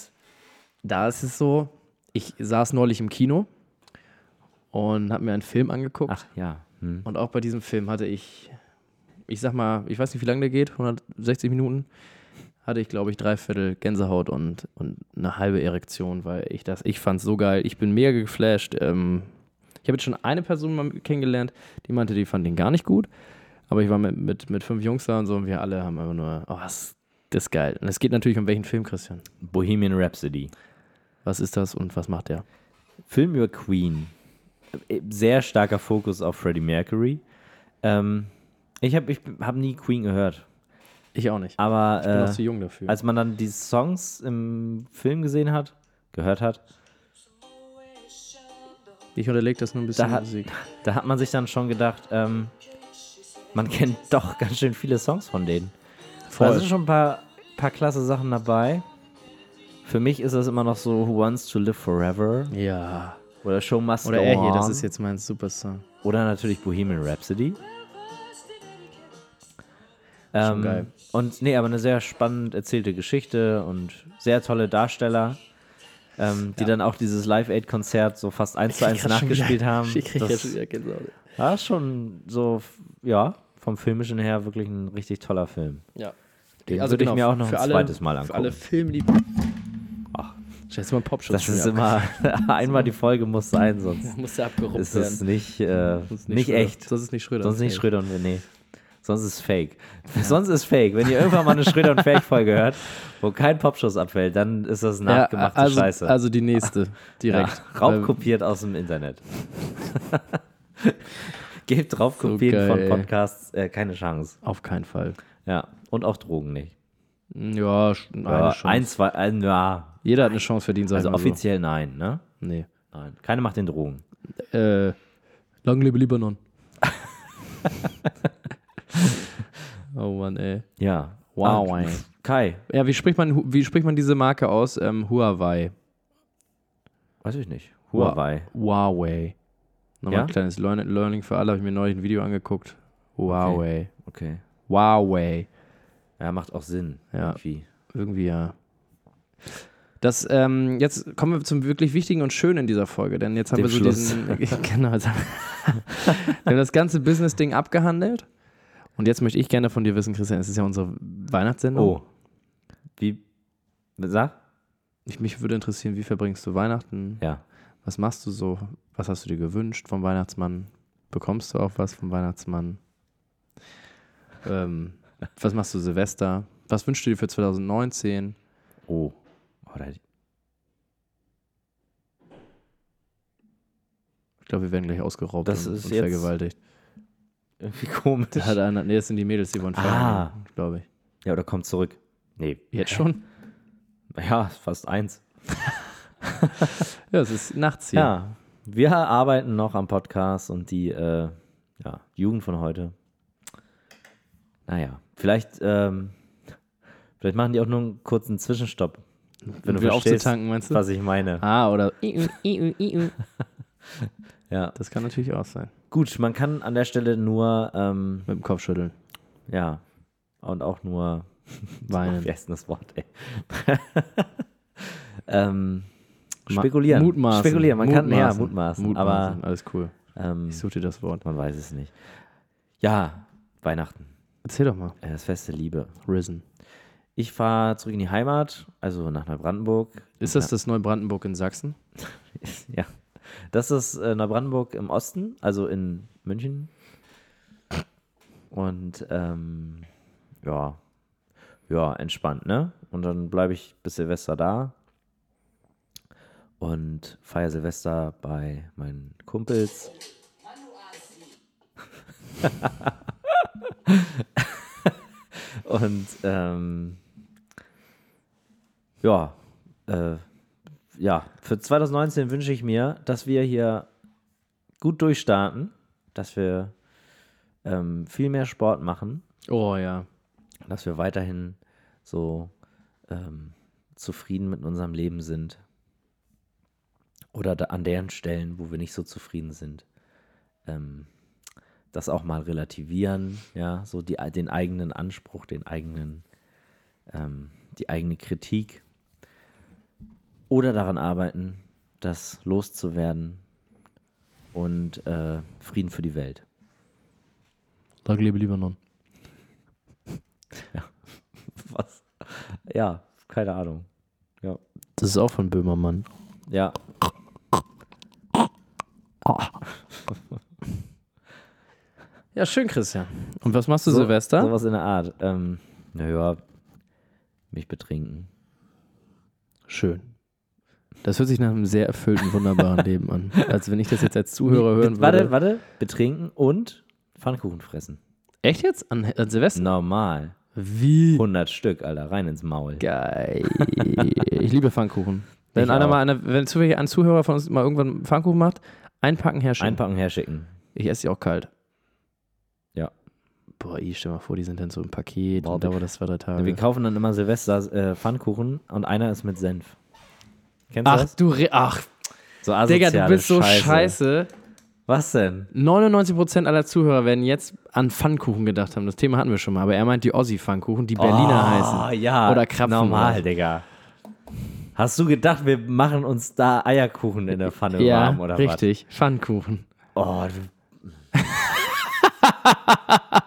Speaker 2: da ist es so, ich saß neulich im Kino und habe mir einen Film angeguckt.
Speaker 1: Ach ja. Hm.
Speaker 2: Und auch bei diesem Film hatte ich, ich sag mal, ich weiß nicht, wie lange der geht, 160 Minuten, hatte ich, glaube ich, drei Viertel Gänsehaut und, und eine halbe Erektion, weil ich das, ich fand's so geil. Ich bin mega geflasht. Ähm, ich habe jetzt schon eine Person mal kennengelernt, die meinte, die fand den gar nicht gut. Aber ich war mit, mit, mit fünf Jungs da und so und wir alle haben einfach nur, oh, das, das ist geil. Und es geht natürlich um welchen Film, Christian.
Speaker 1: Bohemian Rhapsody.
Speaker 2: Was ist das und was macht der?
Speaker 1: Film über Queen. Äh, Sehr starker Fokus auf Freddie Mercury. Ähm, ich habe ich hab nie Queen gehört.
Speaker 2: Ich auch nicht.
Speaker 1: Aber
Speaker 2: Ich bin
Speaker 1: äh,
Speaker 2: noch zu jung dafür.
Speaker 1: als man dann die Songs im Film gesehen hat, gehört hat,
Speaker 2: ich unterlege das nur ein bisschen
Speaker 1: da hat-
Speaker 2: Musik.
Speaker 1: da hat man sich dann schon gedacht, ähm, man [laughs] kennt doch ganz schön viele Songs von denen.
Speaker 2: Voll.
Speaker 1: Da sind schon ein paar, paar klasse Sachen dabei. Für mich ist das immer noch so Who Wants to Live Forever.
Speaker 2: Ja.
Speaker 1: Oder Show Must
Speaker 2: Oder
Speaker 1: Go
Speaker 2: er hier,
Speaker 1: On.
Speaker 2: das ist jetzt mein Supersong.
Speaker 1: Oder natürlich Bohemian Rhapsody. Ähm,
Speaker 2: geil.
Speaker 1: Und nee, aber eine sehr spannend erzählte Geschichte und sehr tolle Darsteller, ähm, die dann auch dieses Live-Aid-Konzert so fast eins zu eins nachgespielt haben.
Speaker 2: [laughs] Ich krieg
Speaker 1: das
Speaker 2: jetzt wieder Gänsehaut.
Speaker 1: war schon so, f- ja, vom filmischen her wirklich ein richtig toller Film.
Speaker 2: Ja. Also genau,
Speaker 1: Den würde ich mir auch noch ein
Speaker 2: für alle-
Speaker 1: zweites Mal angucken.
Speaker 2: Für alle Filmlieb.
Speaker 1: Ach.
Speaker 2: Scheiße, mal Popschutz.
Speaker 1: das ist
Speaker 2: schon wieder
Speaker 1: immer, [laughs] einmal die Folge muss sein, sonst
Speaker 2: ab- [laughs] Muss der abgeruppt
Speaker 1: ist es
Speaker 2: werden.
Speaker 1: nicht, äh,
Speaker 2: Sonst
Speaker 1: nicht,
Speaker 2: Schröder.
Speaker 1: echt.
Speaker 2: Sonst ist nicht Schröder.
Speaker 1: Sonst nicht
Speaker 2: Okay.
Speaker 1: Schröder und nee. Sonst ist Fake. [laughs] Sonst ist Fake. Wenn ihr irgendwann mal eine Schröder und Fake-Folge hört, wo kein Popschuss abfällt, dann ist das nachgemachte
Speaker 2: ja, also,
Speaker 1: Scheiße.
Speaker 2: Also die
Speaker 1: [laughs]
Speaker 2: nächste, direkt. Ähm.
Speaker 1: ja, raubkopiert aus dem Internet. [laughs] Gebt raubkopieren
Speaker 2: geil,
Speaker 1: von
Speaker 2: ey.
Speaker 1: Podcasts äh, keine Chance.
Speaker 2: Auf keinen Fall.
Speaker 1: Ja. Und auch Drogen nicht.
Speaker 2: Ja, sch- eine
Speaker 1: Ja,
Speaker 2: Chance.
Speaker 1: ein, zwei, ein, ja.
Speaker 2: Jeder hat eine Chance verdient, sag
Speaker 1: Also
Speaker 2: ich mal
Speaker 1: offiziell nein, ne?
Speaker 2: So. Nee.
Speaker 1: Nein. Keine macht den Drogen.
Speaker 2: Äh, lang lebe
Speaker 1: [laughs]
Speaker 2: Libanon. oh Mann, ey.
Speaker 1: Ja.
Speaker 2: Wow,
Speaker 1: Ah,
Speaker 2: ey.
Speaker 1: Kai,
Speaker 2: Ja, wie spricht man, Hu- wie spricht man diese Marke aus? Ähm, Huawei.
Speaker 1: weiß ich nicht. Huawei.
Speaker 2: Huawei. Nochmal
Speaker 1: Ja?
Speaker 2: ein kleines Learn- Learning für alle, habe ich mir neulich ein Video angeguckt. Huawei.
Speaker 1: Okay.
Speaker 2: Huawei.
Speaker 1: Ja, macht auch Sinn.
Speaker 2: Ja.
Speaker 1: Irgendwie.
Speaker 2: Irgendwie ja. Das, ähm, jetzt kommen wir zum wirklich Wichtigen und Schönen in dieser Folge, denn jetzt haben
Speaker 1: Dem
Speaker 2: wir so
Speaker 1: Schluss.
Speaker 2: diesen. [laughs] genau, jetzt haben wir [laughs] haben das ganze Business-Ding abgehandelt. Und jetzt möchte ich gerne von dir wissen, Christian, es ist ja unsere Weihnachtssendung.
Speaker 1: Oh. Wie? Sag?
Speaker 2: Ich, mich würde interessieren, wie verbringst du Weihnachten?
Speaker 1: Ja.
Speaker 2: Was machst du so? Was hast du dir gewünscht vom Weihnachtsmann? Bekommst du auch was vom Weihnachtsmann? Ähm, was machst du Silvester? Was wünschst du dir für 2019?
Speaker 1: Oh. oh da,
Speaker 2: Ich glaube, wir werden gleich ausgeraubt
Speaker 1: Das
Speaker 2: und,
Speaker 1: ist
Speaker 2: und
Speaker 1: jetzt- [laughs]
Speaker 2: vergewaltigt.
Speaker 1: irgendwie komisch.
Speaker 2: Da hat einer, nee, das sind die Mädels, die wollen
Speaker 1: Ah.
Speaker 2: feiern, glaube ich.
Speaker 1: Ja, oder kommt zurück. Nee.
Speaker 2: Jetzt
Speaker 1: [laughs]
Speaker 2: schon?
Speaker 1: Ja, ist fast eins.
Speaker 2: Ja, es ist nachts hier.
Speaker 1: Ja. Wir arbeiten noch am Podcast und die äh, ja, Jugend von heute. Naja, vielleicht, ähm, vielleicht machen die auch nur einen kurzen Zwischenstopp. Wenn
Speaker 2: Um
Speaker 1: du
Speaker 2: wieder
Speaker 1: verstehst,
Speaker 2: aufzutanken, meinst du?
Speaker 1: was ich meine.
Speaker 2: Ah, [laughs] oder.
Speaker 1: Ja.
Speaker 2: Das kann natürlich auch sein.
Speaker 1: Gut, man kann an der Stelle nur, ähm,
Speaker 2: Mit dem Kopfschütteln.
Speaker 1: ja, und auch nur Ach,
Speaker 2: Weinen.
Speaker 1: Wie heißt denn das Wort, ey? [laughs] ähm,
Speaker 2: Ma-
Speaker 1: spekulieren.
Speaker 2: Mutmaßen.
Speaker 1: Spekulieren, man kann ja
Speaker 2: mutmaßen.
Speaker 1: mutmaßen,
Speaker 2: Mutmaßen.
Speaker 1: aber
Speaker 2: Alles cool.
Speaker 1: ähm,
Speaker 2: Ich suche dir das Wort.
Speaker 1: man weiß es nicht. Ja, Weihnachten,
Speaker 2: Erzähl doch mal.
Speaker 1: äh, das Fest der Liebe.
Speaker 2: Risen.
Speaker 1: Ich fahre zurück in die Heimat, also nach Neubrandenburg.
Speaker 2: Ist das das Neubrandenburg in Sachsen?
Speaker 1: [laughs] Ja, das ist äh, Neubrandenburg im Osten, also in München. Und ähm, ja, ja, entspannt, ne? Und dann bleibe ich bis Silvester da und feiere Silvester bei meinen Kumpels. [laughs] und ähm, ja, äh, ja, für 2019 wünsche ich mir, dass wir hier gut durchstarten, dass wir ähm, viel mehr Sport machen,
Speaker 2: Oh ja.
Speaker 1: dass wir weiterhin so ähm, zufrieden mit unserem Leben sind. Oder da, an deren Stellen, wo wir nicht so zufrieden sind, ähm, das auch mal relativieren, ja, so die, den eigenen Anspruch, den eigenen, ähm, die eigene Kritik oder daran arbeiten, das loszuwerden und äh, Frieden für die Welt. [laughs]
Speaker 2: Tag lebe Libanon.
Speaker 1: Was? Ja, keine Ahnung. Ja.
Speaker 2: Das ist auch von Böhmermann.
Speaker 1: Ja.
Speaker 2: Ja, schön, Christian. Und was machst du Silvester?
Speaker 1: Sowas in der Art. Ähm, naja, mich betrinken.
Speaker 2: Schön. Das hört sich nach einem sehr erfüllten, [laughs] wunderbaren Leben an. Als wenn ich das jetzt als Zuhörer hören würde.
Speaker 1: Warte, warte. Betrinken und Pfannkuchen fressen.
Speaker 2: Echt jetzt? An, an Silvester?
Speaker 1: Normal.
Speaker 2: Wie
Speaker 1: 100 Stück, Alter. Rein ins Maul.
Speaker 2: geil. Ich liebe Pfannkuchen. Wenn
Speaker 1: Ich
Speaker 2: einer
Speaker 1: auch.
Speaker 2: mal eine, wenn zufällig ein Zuhörer von uns mal irgendwann Pfannkuchen macht, einpacken herrschen.
Speaker 1: Einpacken, herschicken.
Speaker 2: ich esse die auch kalt.
Speaker 1: Ja.
Speaker 2: Boah, ich stell mal vor, die sind dann so im Paket
Speaker 1: Boah,
Speaker 2: und
Speaker 1: wir-
Speaker 2: dauert das zwei, drei Tage.
Speaker 1: Wir kaufen dann immer Silvester äh, Pfannkuchen und einer ist mit Senf. Kennst du
Speaker 2: Ach,
Speaker 1: das?
Speaker 2: du Re Ach,
Speaker 1: So asoziale
Speaker 2: Digga, du bist so scheiße.
Speaker 1: Was denn?
Speaker 2: 99% aller Zuhörer werden jetzt an Pfannkuchen gedacht haben. Das Thema hatten wir schon mal, aber er meint die Ossi-Pfannkuchen, die Berliner
Speaker 1: Ah,
Speaker 2: heißen.
Speaker 1: ja.
Speaker 2: Oder Krapfen.
Speaker 1: Normal,
Speaker 2: oder-
Speaker 1: Digga. Hast du gedacht, wir machen uns da Eierkuchen in der Pfanne
Speaker 2: Ja,
Speaker 1: warm oder
Speaker 2: richtig. Pfannkuchen.
Speaker 1: was? Oh, du. [laughs]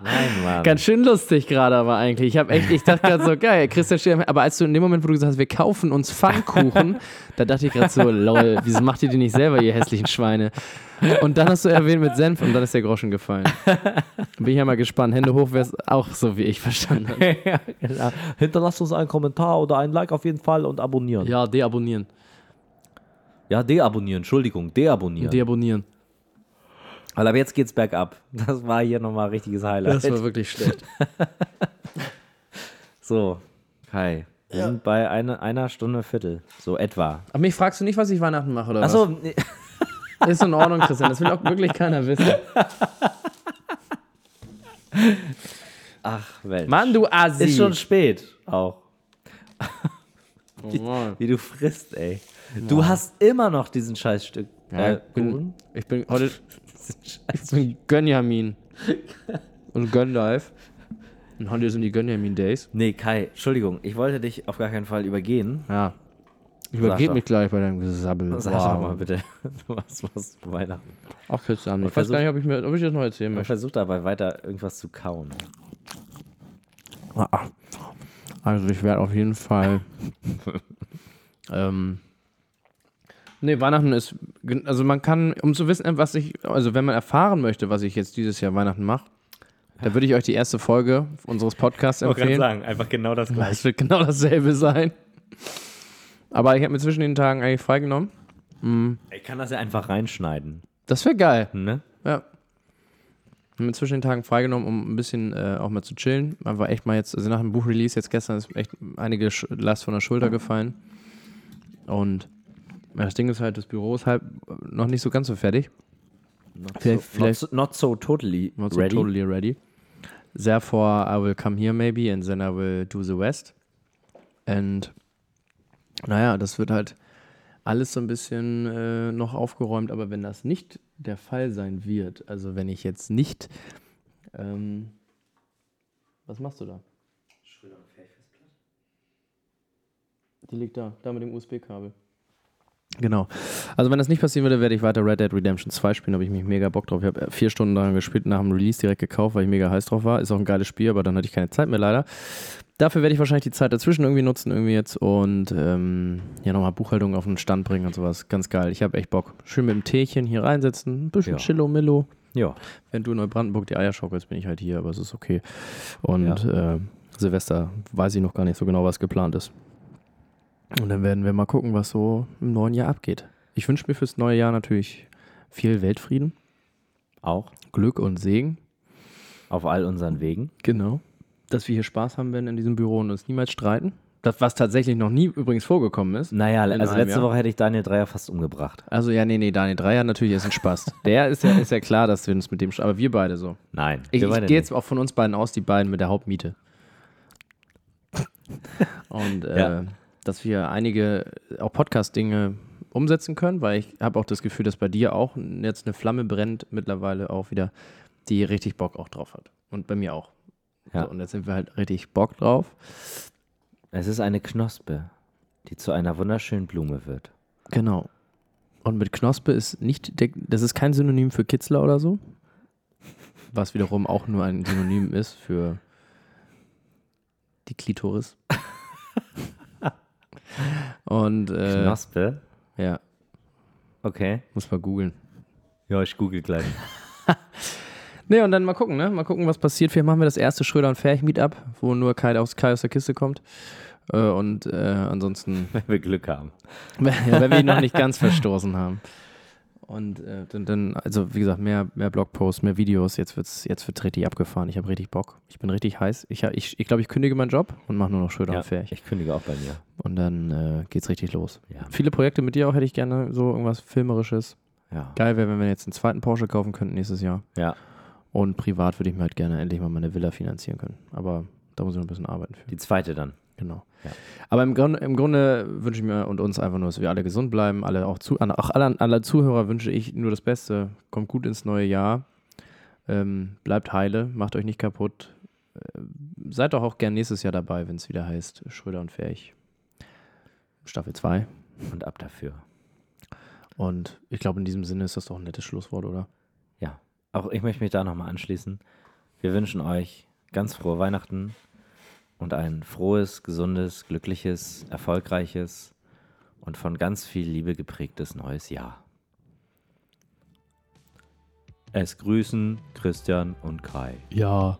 Speaker 1: Nein, Mann.
Speaker 2: Ganz schön lustig gerade aber eigentlich. Ich habe echt, ich dachte gerade so, geil, Christian steht am- Aber als du in dem Moment, wo du gesagt hast, wir kaufen uns Pfannkuchen, da dachte ich gerade so, lol, wieso macht ihr die nicht selber, ihr hässlichen Schweine? Und dann hast du erwähnt mit Senf und dann ist der Groschen gefallen. Bin ich ja mal gespannt. Hände hoch, wer es auch so wie ich verstanden hat.
Speaker 1: Ja, genau. Hinterlasst uns einen Kommentar oder einen Like auf jeden Fall und abonnieren.
Speaker 2: Ja, deabonnieren.
Speaker 1: Ja, deabonnieren, Entschuldigung, deabonnieren.
Speaker 2: Deabonnieren.
Speaker 1: Weil ab jetzt geht's bergab. Das war hier nochmal richtiges Highlight.
Speaker 2: Das war wirklich schlecht.
Speaker 1: so, Kai, wir sind bei eine, einer Stunde Viertel, so etwa.
Speaker 2: Aber mich fragst du nicht, was ich Weihnachten mache, oder
Speaker 1: Achso, nee,
Speaker 2: was? Ist in Ordnung, Christian. Das will auch wirklich keiner wissen.
Speaker 1: ach Welt.
Speaker 2: Mann, du Asi.
Speaker 1: Ist schon spät auch,
Speaker 2: Oh, Mann.
Speaker 1: wie du frisst, ey. Du hast immer noch diesen Scheißstück.
Speaker 2: Ja,
Speaker 1: äh,
Speaker 2: ich
Speaker 1: Kuchen.
Speaker 2: bin, ich bin heute. Ich bin Gönjamin. Und Göndive. Und heute sind die Gönjamin Days.
Speaker 1: Nee, Kai, Entschuldigung, ich wollte dich auf gar keinen Fall übergehen.
Speaker 2: Ja. Übergeht
Speaker 1: Sascha.
Speaker 2: mich gleich bei deinem Gesabbel.
Speaker 1: Sag doch mal bitte, [laughs] was machst du Weihnachten?
Speaker 2: Auch kurz an. Ich weiß gar nicht, ob ich, mir, ob ich das noch erzählen
Speaker 1: Man
Speaker 2: möchte.
Speaker 1: versucht dabei weiter irgendwas zu kauen.
Speaker 2: Ah. Also, ich werde auf jeden Fall. ähm. Nee, Weihnachten ist. gen- Also, man kann, um zu wissen, was ich. Also, wenn man erfahren möchte, was ich jetzt dieses Jahr Weihnachten mache, da würde ich euch die erste Folge unseres Podcasts empfehlen.
Speaker 1: sagen, einfach genau das
Speaker 2: Ja, Es wird genau dasselbe sein. Aber ich habe mir zwischen den Tagen eigentlich freigenommen.
Speaker 1: Ich kann das ja einfach reinschneiden,
Speaker 2: Das wäre geil.
Speaker 1: ne?
Speaker 2: Ja. Ich habe mir zwischen den Tagen freigenommen, um ein bisschen äh, auch mal zu chillen. Man war echt mal jetzt, also nach dem Buchrelease jetzt gestern ist echt einige Sch Last von der Schulter gefallen. Und ja, das Ding ist halt, das Büro ist halt noch nicht so ganz so fertig.
Speaker 1: Not
Speaker 2: Vielleicht-
Speaker 1: so,
Speaker 2: vielleicht-
Speaker 1: not so, not so totally
Speaker 2: Not so
Speaker 1: ready.
Speaker 2: totally ready. Therefore, I will come here maybe and then I will do the West. And naja, das wird halt alles so ein bisschen äh, noch aufgeräumt, aber wenn das nicht der Fall sein wird, also wenn ich jetzt nicht. Ähm, was machst du da? Die liegt da, da mit dem USB-Kabel. Genau. Also wenn das nicht passieren würde, werde ich weiter Red Dead Redemption 2 spielen. Da habe ich mich mega Bock drauf. Ich habe äh, vier Stunden daran gespielt, nach dem Release direkt gekauft, weil ich mega heiß drauf war. Ist auch ein geiles Spiel, aber dann hatte ich keine Zeit mehr leider. Dafür werde ich wahrscheinlich die Zeit dazwischen irgendwie nutzen, irgendwie jetzt und ähm, hier nochmal Buchhaltung auf den Stand bringen und sowas. Ganz geil. Ich habe echt Bock. Schön mit dem Teechen hier reinsetzen. Ein bisschen
Speaker 1: Ja.
Speaker 2: Chillo-Millo.
Speaker 1: Ja.
Speaker 2: Wenn du in Neubrandenburg die Eier schaukelst, bin ich halt hier, aber es ist okay. Und äh, Silvester weiß ich noch gar nicht so genau, was geplant ist. Und dann werden wir mal gucken, was so im neuen Jahr abgeht. Ich wünsche mir fürs neue Jahr natürlich viel Weltfrieden,
Speaker 1: Auch
Speaker 2: Glück und Segen.
Speaker 1: auf all unseren Wegen.
Speaker 2: Genau. Dass wir hier Spaß haben werden in diesem Büro und uns niemals streiten. Das, was tatsächlich noch nie übrigens vorgekommen ist.
Speaker 1: Naja,
Speaker 2: In
Speaker 1: also
Speaker 2: einem
Speaker 1: letzte
Speaker 2: Jahr.
Speaker 1: Woche hätte ich Daniel Dreier fast umgebracht.
Speaker 2: Also ja, nee, nee, Daniel Dreier natürlich ist ein [laughs] Spaß. Der ist ja, ist ja klar, dass wir uns mit dem, sch- aber wir beide so.
Speaker 1: Nein.
Speaker 2: Ich,
Speaker 1: wir
Speaker 2: ich
Speaker 1: beide
Speaker 2: gehe jetzt auch von uns beiden aus, die beiden mit der Hauptmiete. Und äh,
Speaker 1: Ja.
Speaker 2: dass wir einige auch Podcast-Dinge umsetzen können, weil ich habe auch das Gefühl, dass bei dir auch jetzt eine Flamme brennt mittlerweile auch wieder, die richtig Bock auch drauf hat. Und bei mir auch.
Speaker 1: Ja.
Speaker 2: So, und jetzt sind wir halt richtig Bock drauf.
Speaker 1: nicht. Es ist eine Knospe, die zu einer wunderschönen Blume wird.
Speaker 2: Genau. Und mit Knospe ist nicht, der, das ist kein Synonym für Kitzler oder so. Was wiederum auch nur ein Synonym ist für die Klitoris. Und äh,
Speaker 1: Knospe?
Speaker 2: ja,
Speaker 1: Okay.
Speaker 2: muss mal googeln.
Speaker 1: Ja, ich google gleich.
Speaker 2: Nee, und dann mal gucken, ne? Mal gucken, was passiert. Vielleicht machen wir das erste Schröder und Ferch Meetup, wo nur Kai aus, Kai aus der Kiste kommt. Äh, und äh, ansonsten
Speaker 1: [laughs] Wenn wir Glück haben.
Speaker 2: Ja, wenn wir ihn noch nicht ganz verstoßen haben. Und äh, dann, dann, also wie gesagt, mehr, mehr Blogposts, mehr Videos. Jetzt wird's, jetzt wird's richtig abgefahren. Ich habe richtig Bock. Ich bin richtig heiß. Ich, hab- ich, ich glaube, ich kündige meinen Job und mache nur noch Schröder
Speaker 1: Ja,
Speaker 2: und Ferch.
Speaker 1: ich kündige auch bei mir.
Speaker 2: Und dann äh, geht's richtig los.
Speaker 1: Ja.
Speaker 2: Viele Projekte mit dir auch hätte ich gerne, so irgendwas Filmerisches.
Speaker 1: Ja.
Speaker 2: Geil wäre, wenn wir jetzt einen zweiten Porsche kaufen könnten nächstes Jahr.
Speaker 1: ja.
Speaker 2: Und privat würde ich mir halt gerne endlich mal meine Villa finanzieren können. Aber da muss ich noch ein bisschen arbeiten für.
Speaker 1: Die zweite dann.
Speaker 2: Genau. Aber im Grunde, im Grunde wünsche ich mir und uns einfach nur, dass wir alle gesund bleiben. Alle auch, zu, an- auch aller, aller Zuhörer wünsche ich nur das Beste. Kommt gut ins neue Jahr. Ähm, bleibt heile, macht euch nicht kaputt. Ähm, seid doch auch gern nächstes Jahr dabei, wenn es wieder heißt Schröder und Fähig. Staffel 2.
Speaker 1: Und ab dafür.
Speaker 2: Und ich glaube, in diesem Sinne ist das doch ein nettes Schlusswort, oder?
Speaker 1: Ja, auch ich möchte mich da nochmal anschließen. Wir wünschen euch ganz frohe Weihnachten und ein frohes, gesundes, glückliches, erfolgreiches und von ganz viel Liebe geprägtes neues Jahr. Es grüßen Christian und Kai.
Speaker 2: Ja.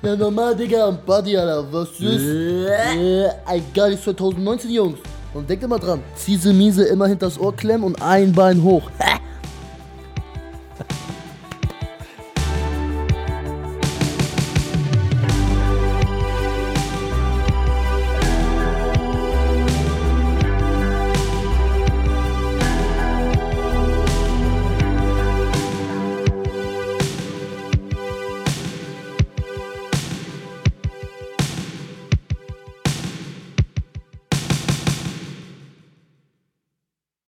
Speaker 3: Ja, normal, Digga, am Buddy, Alter. Was ist? äh, ein geiles 2019, Jungs. Und denkt immer dran, ziese Miese immer hinters Ohr klemmen und ein Bein hoch.